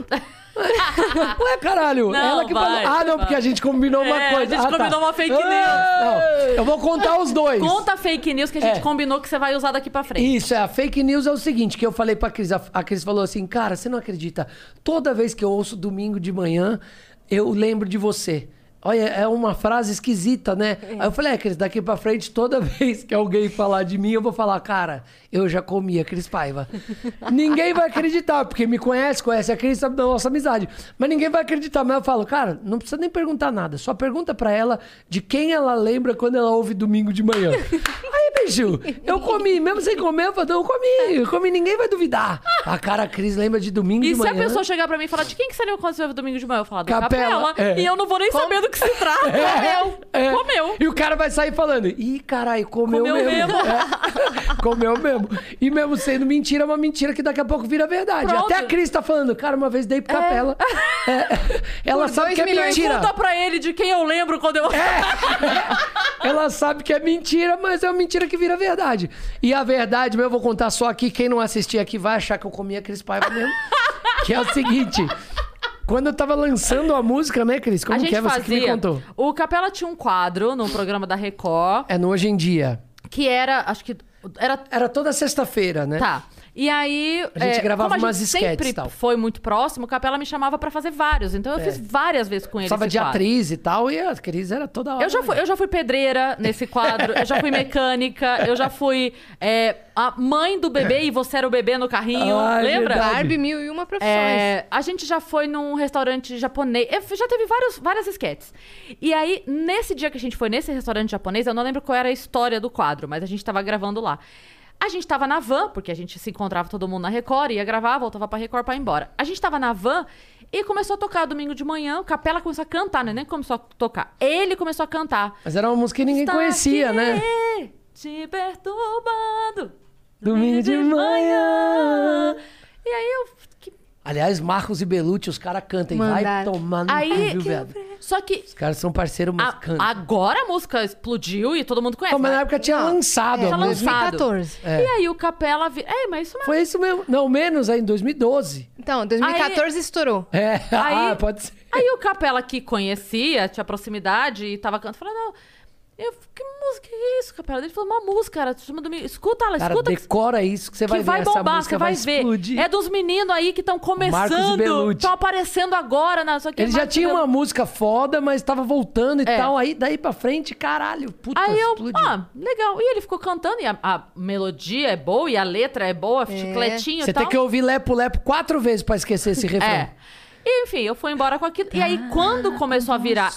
C: Ué, caralho,
A: Não,
C: ela que
A: vai,
C: falou. Ah, não,
A: vai.
C: porque a gente combinou uma
A: É, a
C: coisa.
A: gente
C: Ah, tá.
A: combinou uma fake news.
C: Ah, Não, eu vou contar os dois.
A: Conta a fake news que a gente
C: É.
A: combinou que você vai usar daqui pra frente.
C: Isso, é, a fake news é o seguinte, que eu falei pra Cris, a, a Cris falou assim, cara, você não acredita, toda vez que eu ouço domingo de manhã, eu lembro de você. Olha, é uma frase esquisita, né? Aí eu falei, é, Cris, daqui pra frente, toda <laughs> vez que alguém falar de mim, eu vou falar, cara, eu já comia Cris Paiva. ninguém vai acreditar, porque me conhece, conhece a Cris, sabe da nossa amizade. Mas ninguém vai acreditar. Mas eu falo, cara, não precisa nem perguntar nada, só pergunta pra ela de quem ela lembra quando ela ouve domingo
A: <laughs>
C: de manhã. Aí, bicho, eu comi, mesmo sem comer, eu falei, não, eu comi, eu comi, ninguém vai duvidar. A cara Cris lembra de domingo
A: E
C: de
A: se
C: manhã.
A: a pessoa chegar pra mim e falar de quem que você lembra quando você ouve domingo de manhã? Eu falar do Capela.
C: Capela, é.
A: E eu não vou nem saber do que se trata. Comeu.
C: <laughs> É.
A: Comeu.
C: E o cara vai sair falando, ih, caralho, comeu,
A: Comeu
C: mesmo.
A: mesmo.
C: É. <laughs> comeu mesmo. E mesmo sendo mentira, é uma mentira que daqui a pouco vira verdade.
A: Pronto.
C: Até a Cris tá falando, cara, uma vez dei pro
A: <laughs>
C: Capela. É. Ela
B: Por
C: sabe
B: dois
C: que é
B: milhões.
C: mentira. É,
A: Conta pra ele de quem eu lembro quando eu...
C: Ela sabe que é mentira, mas é uma mentira que vira verdade. E a verdade, meu, eu vou contar só aqui. Quem não assistir aqui vai achar que eu comia Cris
A: <laughs>
C: Paiva mesmo. que é o seguinte. Quando eu tava lançando a música, né, Cris? Como
A: a gente
C: que é? Você que me
A: fazia.
C: contou.
A: O Capela tinha um quadro no programa da Record
C: É no Hoje em Dia.
A: que era, acho que era
C: Era toda sexta-feira, né?
A: tá. E aí, é,
C: A gente gravava
A: como a
C: umas
A: gente
C: esquetes
A: sempre
C: e tal.
A: foi muito próximo, o Capela me chamava pra fazer vários. Então eu fiz várias vezes com ele.
C: Precisava
A: esse
C: de
A: quadro.
C: atriz e tal, e a Cris era toda hora. né?
A: Eu já, fui, eu já fui pedreira nesse quadro, eu já
C: <laughs>
A: fui mecânica, eu já fui é, a mãe do bebê e você era o bebê no carrinho.
C: Ah, é
A: lembra?
C: verdade.
B: Barbie, mil e uma profissões.
A: É, a gente já foi num restaurante japonês. Eu fui- já teve vários, várias esquetes. E aí, nesse dia que a gente foi nesse restaurante japonês, eu não lembro qual era a história do quadro, mas a gente tava gravando lá. A gente tava na van, porque a gente se encontrava todo mundo na Record, ia gravar, voltava pra Record pra ir embora. A gente tava na van e começou a tocar domingo de manhã, o Capela começou a cantar, né? Nem começou a tocar. Ele começou a cantar.
C: Mas era uma música que ninguém
A: Tá
C: conhecia,
A: aqui,
C: né?
A: Te perturbando.
C: <laughs> Domingo de manhã.
A: E aí eu. que
C: Aliás, Marcos e Belucci, os caras cantam. e Vai
B: Mandaram.
C: tomar no cu,
A: Aí,
C: viu, velho?
A: só que
C: Os caras são parceiros, mas
A: a-
C: cantam.
A: agora a música explodiu e todo mundo conhece.
C: Não, mas na
A: né?
C: época tinha lançado
A: Tinha
C: a música.
A: lançado.
B: 2014.
A: E aí o Capela... Vi... É, mas isso mesmo.
C: É. Foi isso mesmo. Não, menos aí, em 2012.
B: Então, 2014 estourou.
C: É, <laughs>
A: Aí-
C: ah, pode ser.
A: Aí o Capela que conhecia, tinha proximidade e tava cantando, falou, não... Eu, que música é isso, Capela? Ele falou, uma música, cara. Chama do... Escuta ela,
C: Cara,
A: escuta. que-
C: decora isso que você vai
A: que
C: ver.
A: vai
C: essa
A: bombar,
C: música
A: você vai ver.
C: explodir.
A: É dos meninos aí que estão
C: Marcos e
A: começando,
C: Bellucci.
A: estão aparecendo agora. Na... Só que
C: Ele já
A: Marcos e
C: tinha uma
A: Bellucci-
C: música foda, mas tava voltando e
A: É.
C: tal. Aí daí pra frente, caralho, puta,
A: Aí eu,
C: explodiu.
A: ah, legal. E ele ficou cantando, e a, a melodia é boa, e a letra é boa, chicletinho
C: você
A: e tal. <laughs>
C: tem que ouvir Lepo Lepo quatro vezes pra esquecer esse refrão.
A: É. E, enfim, eu fui embora com aquilo. E aí, quando começou a virar.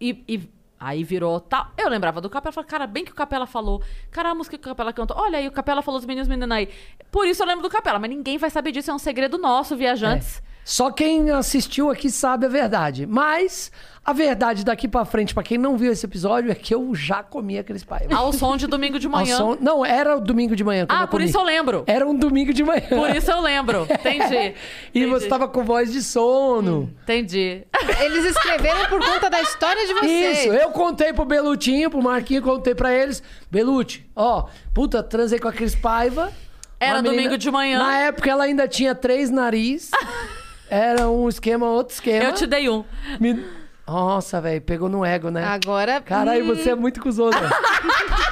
A: E, e aí virou tal. Eu lembrava do Capela. Falei, cara, bem que o Capela falou. Cara, a música que o Capela cantou. Olha aí, o Capela falou dos meninos e meninas aí. Por isso eu lembro do Capela. Mas ninguém vai saber disso. É um segredo nosso, viajantes.
C: Só quem assistiu aqui sabe a verdade. Mas a verdade daqui pra frente, pra quem não viu esse episódio, é que eu já comi aqueles pais.
A: Ao som de domingo de
C: É. Ao
A: manhã.
C: som- Não, era o domingo de manhã. quando
A: Ah, por
C: comi.
A: isso eu lembro.
C: Era um domingo de manhã.
A: Por isso eu lembro.
C: <laughs>
A: Entendi.
C: E
A: Entendi.
C: você tava com voz de sono.
A: Entendi.
B: Eles escreveram por conta da história de
A: Ah,
B: vocês.
C: Isso, é. eu contei pro Belutinho, pro Marquinho, contei pra eles. Belute, ó, puta, transei com a Cris Paiva.
A: Era
C: Uma
A: domingo de manhã.
C: Na época ela ainda tinha
A: <laughs>
C: três nariz. Era um esquema, outro esquema.
A: Eu te dei um.
C: Me- Nossa, velho, pegou no ego, né?
B: Agora.
C: Caralho,
B: hum,
C: você é
A: <laughs>
C: muito cuzona.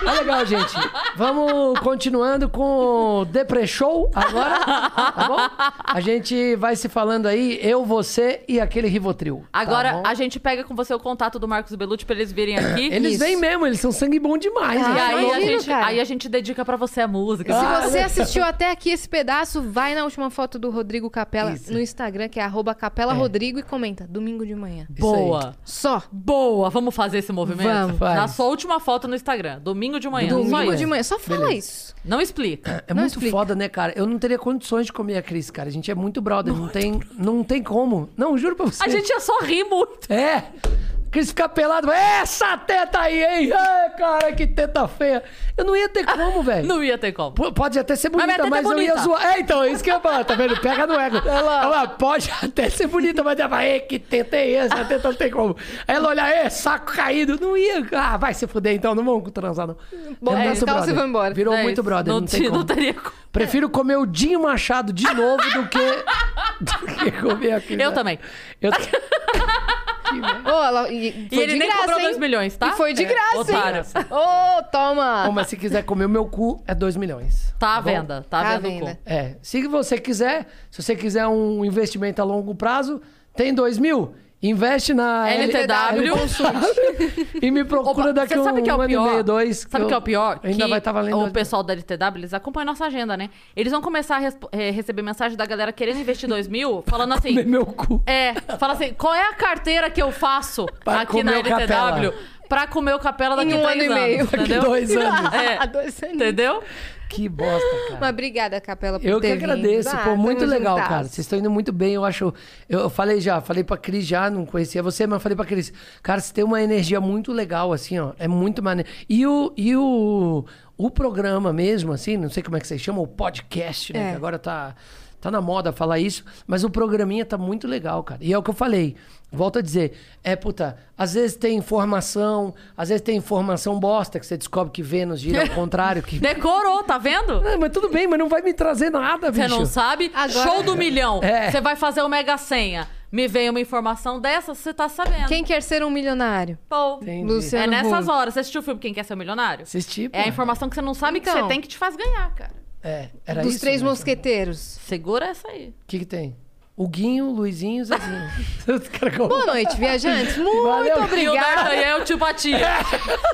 C: Tá legal, gente. Vamos continuando com o Depre Show agora, tá bom? A gente vai se falando aí, eu, você e aquele Rivotril. tá
A: Agora
C: bom?
A: a gente pega com você o contato do Marcos Belucci pra eles virem aqui.
C: Eles
B: Isso.
C: vêm mesmo, eles são sangue bom demais.
A: E
C: né?
B: Ah,
A: aí, a
B: imagino,
A: gente,
B: cara.
A: aí a gente dedica pra você a música.
B: Se
C: Ah,
B: você assistiu até aqui esse pedaço, vai na última foto do Rodrigo Capela no Instagram, que é arroba Capela Rodrigo, e comenta, domingo de manhã.
C: Isso aí.
A: Boa.
B: Só.
A: Boa. Vamos fazer esse movimento?
B: Vamos.
C: Faz.
A: Na sua última foto no Instagram. Domingo de manhã. Só
B: Domingo
A: isso.
B: de manhã. Só fala isso.
A: Não explica.
C: É
B: Não
C: muito
B: explica.
C: foda, né, cara? Eu não teria condições de comer a Cris, cara. A gente é muito brother. não, tem, não tem como. Não, juro pra você.
A: A gente ia só rir muito.
C: É! Cris ficar pelado. Essa teta aí, hein? Ai, cara, que teta feia. Eu não ia ter
A: <laughs>
C: como, velho.
A: Não ia ter como.
C: P- Pode até ser
A: minha
C: bonita,
A: teta é
C: mas, eu ia
A: bonita.
C: zoar. É, então, é isso que eu ia falar, tá vendo? Pega no ego. Ela, pode até ser bonita, mas ela fala, "Ei, que teta é essa? A teta não tem como. Aí Ela olha, é, saco caído. Não ia. Ah, vai se fuder então, não vamos transar, não.
B: Bom, é,
C: É muito
B: então
C: brother.
B: você vai embora.
C: Virou
A: É
C: muito
A: isso.
C: brother, não,
A: não,
C: tem
A: te-
C: como.
A: não teria como.
C: Prefiro comer o Dinho Machado de novo do que, <laughs> do que comer aquele.
A: Eu também.
C: Eu t- <laughs>
B: Ô, ela, e, foi
A: ele
B: de
A: nem
B: graça,
A: cobrou
B: hein?
A: dois milhões, tá?
B: E foi de
A: É,
B: graça,
A: otário.
B: hein? Ô, toma.
C: Bom, mas se quiser comer o meu cu, é 2 milhões.
A: Tá à
C: bom?
A: venda. Tá,
B: Tá à
A: vendo
B: venda.
A: como.
C: É, se você quiser, se você quiser um investimento a longo prazo, tem 2 mil. Investe na
A: LTW.
C: <laughs> e me procura
A: Opa,
C: daqui
A: você
C: um,
A: sabe que é o
C: um ano
A: pior?
C: e meio, dois.
A: Sabe o
C: eu-
A: que é o pior?
C: Ainda
A: que
C: vai estar valendo.
A: O pessoal da LTW, eles acompanham nossa agenda, né? Eles vão começar a respo- eh, receber mensagem da galera querendo investir 2 mil,
C: <laughs>
A: falando assim.
C: Comer <laughs> meu cu.
A: É, fala assim, qual é a carteira que eu faço
C: Pra
A: aqui na
C: comer o
A: LTW
C: capela.
A: pra comer o capela daqui
B: Em um
A: três
B: ano e
A: anos,
B: meio. Daqui
A: entendeu?
C: <laughs> dois anos.
A: <laughs> É.
B: dois anos.
A: Entendeu?
C: Que bosta, cara.
B: Mas obrigada, Capela, por
C: Eu que
B: ter vindo.
C: agradeço,
B: Ah,
C: pô,
B: tamo
C: muito legal,
B: juntas.
C: cara. Vocês estão indo muito bem, eu acho. Eu eu falei já, falei pra Cris já, não conhecia você, mas falei pra Cris, cara, você tem uma energia muito legal, assim, ó. É muito maneiro. E o. E o o programa mesmo, assim, não sei como é que vocês chamam, o podcast, né?
B: É.
C: Que agora tá, tá na moda falar isso, mas o programinha tá muito legal, cara. E é o que eu falei, volto a dizer, é, puta, às vezes tem informação, às vezes tem informação bosta, que você descobre que Vênus gira
A: <laughs>
C: ao contrário, que...
A: Decorou, tá vendo?
C: Ah, <laughs> mas tudo bem, mas não vai me trazer nada, bicho.
A: Você não sabe?
B: Agora-
A: Show do milhão.
C: É.
A: Você vai fazer o mega senha. Me vem uma informação dessa, você tá sabendo.
B: Quem quer ser um milionário?
A: Pô,
C: Entendi.
B: Luciano
A: é nessas
B: Huck.
A: horas. Você assistiu o filme Quem Quer Ser Um Milionário?
C: Assisti,
A: É a
C: pô.
A: informação que você não sabe que
B: Então.
A: você tem que te faz ganhar, cara.
C: tipo? É, era
B: Dos
C: isso
B: três
C: mesmo.
B: mosqueteiros.
A: Segura essa aí.
C: O que, que tem? O Guinho, Luizinho e
B: <laughs>
C: Zezinho. Os caras com-
B: Boa noite,
C: <laughs>
B: viajantes. Muito
C: Valeu.
B: obrigada.
A: E eu te bati.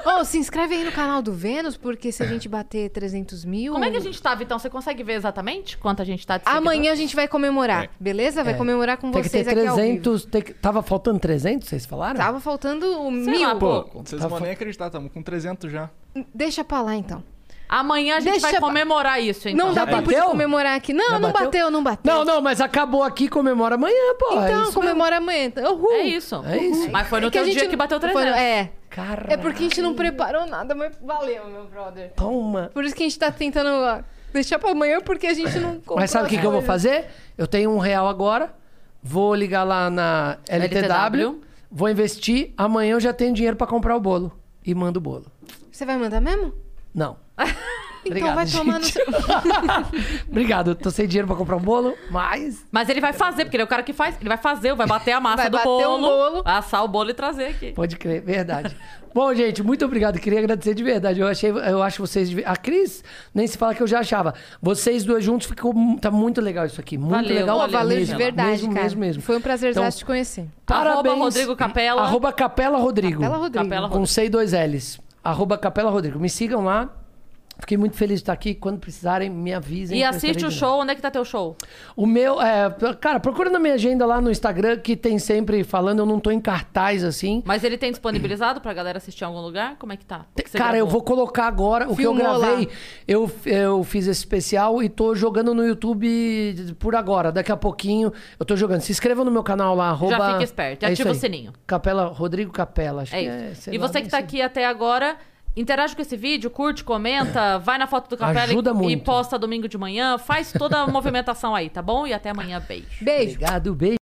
B: Ô, se inscreve aí no canal do Vênus, porque se a gente bater 300 mil...
A: Como é que a gente tá, Vitão? Você consegue ver exatamente quanto a gente tá de seguidor?
B: Amanhã a gente vai comemorar, beleza? Vai comemorar com
C: É. Tem que ter
B: vocês aqui ao vivo.
C: 300. tem que- Tava faltando 300, vocês falaram?
B: Tava faltando o
A: Sei
B: mil.
A: lá,
H: Pô,
A: pô.
H: vocês vão nem acreditar, estamos com 300 já.
B: Deixa pra lá, então.
A: Amanhã a gente
B: Deixa
A: vai
B: pra-
A: comemorar isso, então.
B: Não dá
C: Já
B: tempo de
C: bateu?
B: comemorar aqui. Não,
C: Já
B: não
C: bateu?
B: bateu, não bateu.
C: Não, não, mas acabou aqui, comemora amanhã, pô. é
B: Então,
C: isso
B: comemora amanhã. então. Uhul.
A: É isso.
C: É isso.
A: Mas foi no
B: É que a
A: teu
B: gente
A: dia
B: não-
A: que bateu
B: foi no-
A: 300.
B: É.
C: mesmo. Cara,
B: É porque a gente não preparou nada, mas valeu, meu brother.
C: toma.
B: Por isso que a gente tá tentando ó, deixar pra amanhã, porque a gente não comprou
C: Mas sabe o que,
B: as
C: que eu vou
B: coisas.
C: fazer? Eu tenho um real agora, vou ligar lá na LTW,
A: LTW.
C: vou investir, amanhã eu já tenho dinheiro pra comprar o bolo. E mando o bolo.
B: Você vai mandar mesmo?
C: Não.
B: então
C: Obrigado,
B: vai tomar no
C: gente.
B: seu.
C: <laughs> Obrigado, tô sem dinheiro pra comprar o bolo, mas
A: Mas ele vai fazer, porque ele é o cara que faz. Ele vai fazer, vai bater a massa
B: Vai
A: do
B: bater
A: bolo,
B: um bolo.
A: assar o bolo e trazer aqui.
C: Pode crer, verdade. Bom, gente, muito obrigado. Queria agradecer de verdade. Eu achei, eu acho vocês. de- A Cris, nem se fala que eu já achava. Vocês dois juntos ficou. mu- Tá muito legal isso aqui. Muito
A: Valeu,
C: legal.
A: Pô,
C: mesmo,
B: Valeu de
C: mesmo,
B: verdade,
C: mesmo,
B: cara.
C: Mesmo, mesmo.
B: Foi um prazer
C: Então,
B: te conhecer.
C: Parabéns.
A: Arroba Rodrigo Capela.
C: Arroba Capela Rodrigo.
B: Capela Rodrigo.
A: Capela
C: Com
A: Rodrigo.
C: C e dois L's. Arroba Capela Rodrigo. Me sigam lá. Fiquei muito feliz de estar aqui. Quando precisarem, me avisem.
A: E
C: que eu
A: assiste
C: estarei
A: o
C: de
A: show. Onde é que tá teu show?
C: o meu, é, cara, procura na minha agenda lá no Instagram, que tem sempre falando, eu não tô em cartaz assim.
A: Mas ele tem disponibilizado pra galera assistir em algum lugar? Como é que tá? O que você
C: Cara, eu
A: gravou?
C: vou colocar agora o que eu
B: Filmou lá.
C: gravei. Eu, eu fiz esse especial e tô jogando no YouTube por agora. Daqui a pouquinho eu tô jogando. Se inscreva no meu canal lá, arroba... É
A: fica esperto e
C: isso
A: ativa o
C: aí.
A: sininho.
C: Capela, Rodrigo Capela, acho
A: É
C: que
A: isso.
C: sei
A: e
C: lá,
A: você
C: nem
A: que tá
C: sei.
A: aqui até agora, interage com esse vídeo, curte, comenta, vai na foto do Capela e-
C: Ajuda
A: e <laughs>
C: muito.
A: posta domingo de manhã. Faz toda a movimentação aí, tá bom? E até amanhã. Beijo.
B: Beijo.
C: Obrigado, beijo.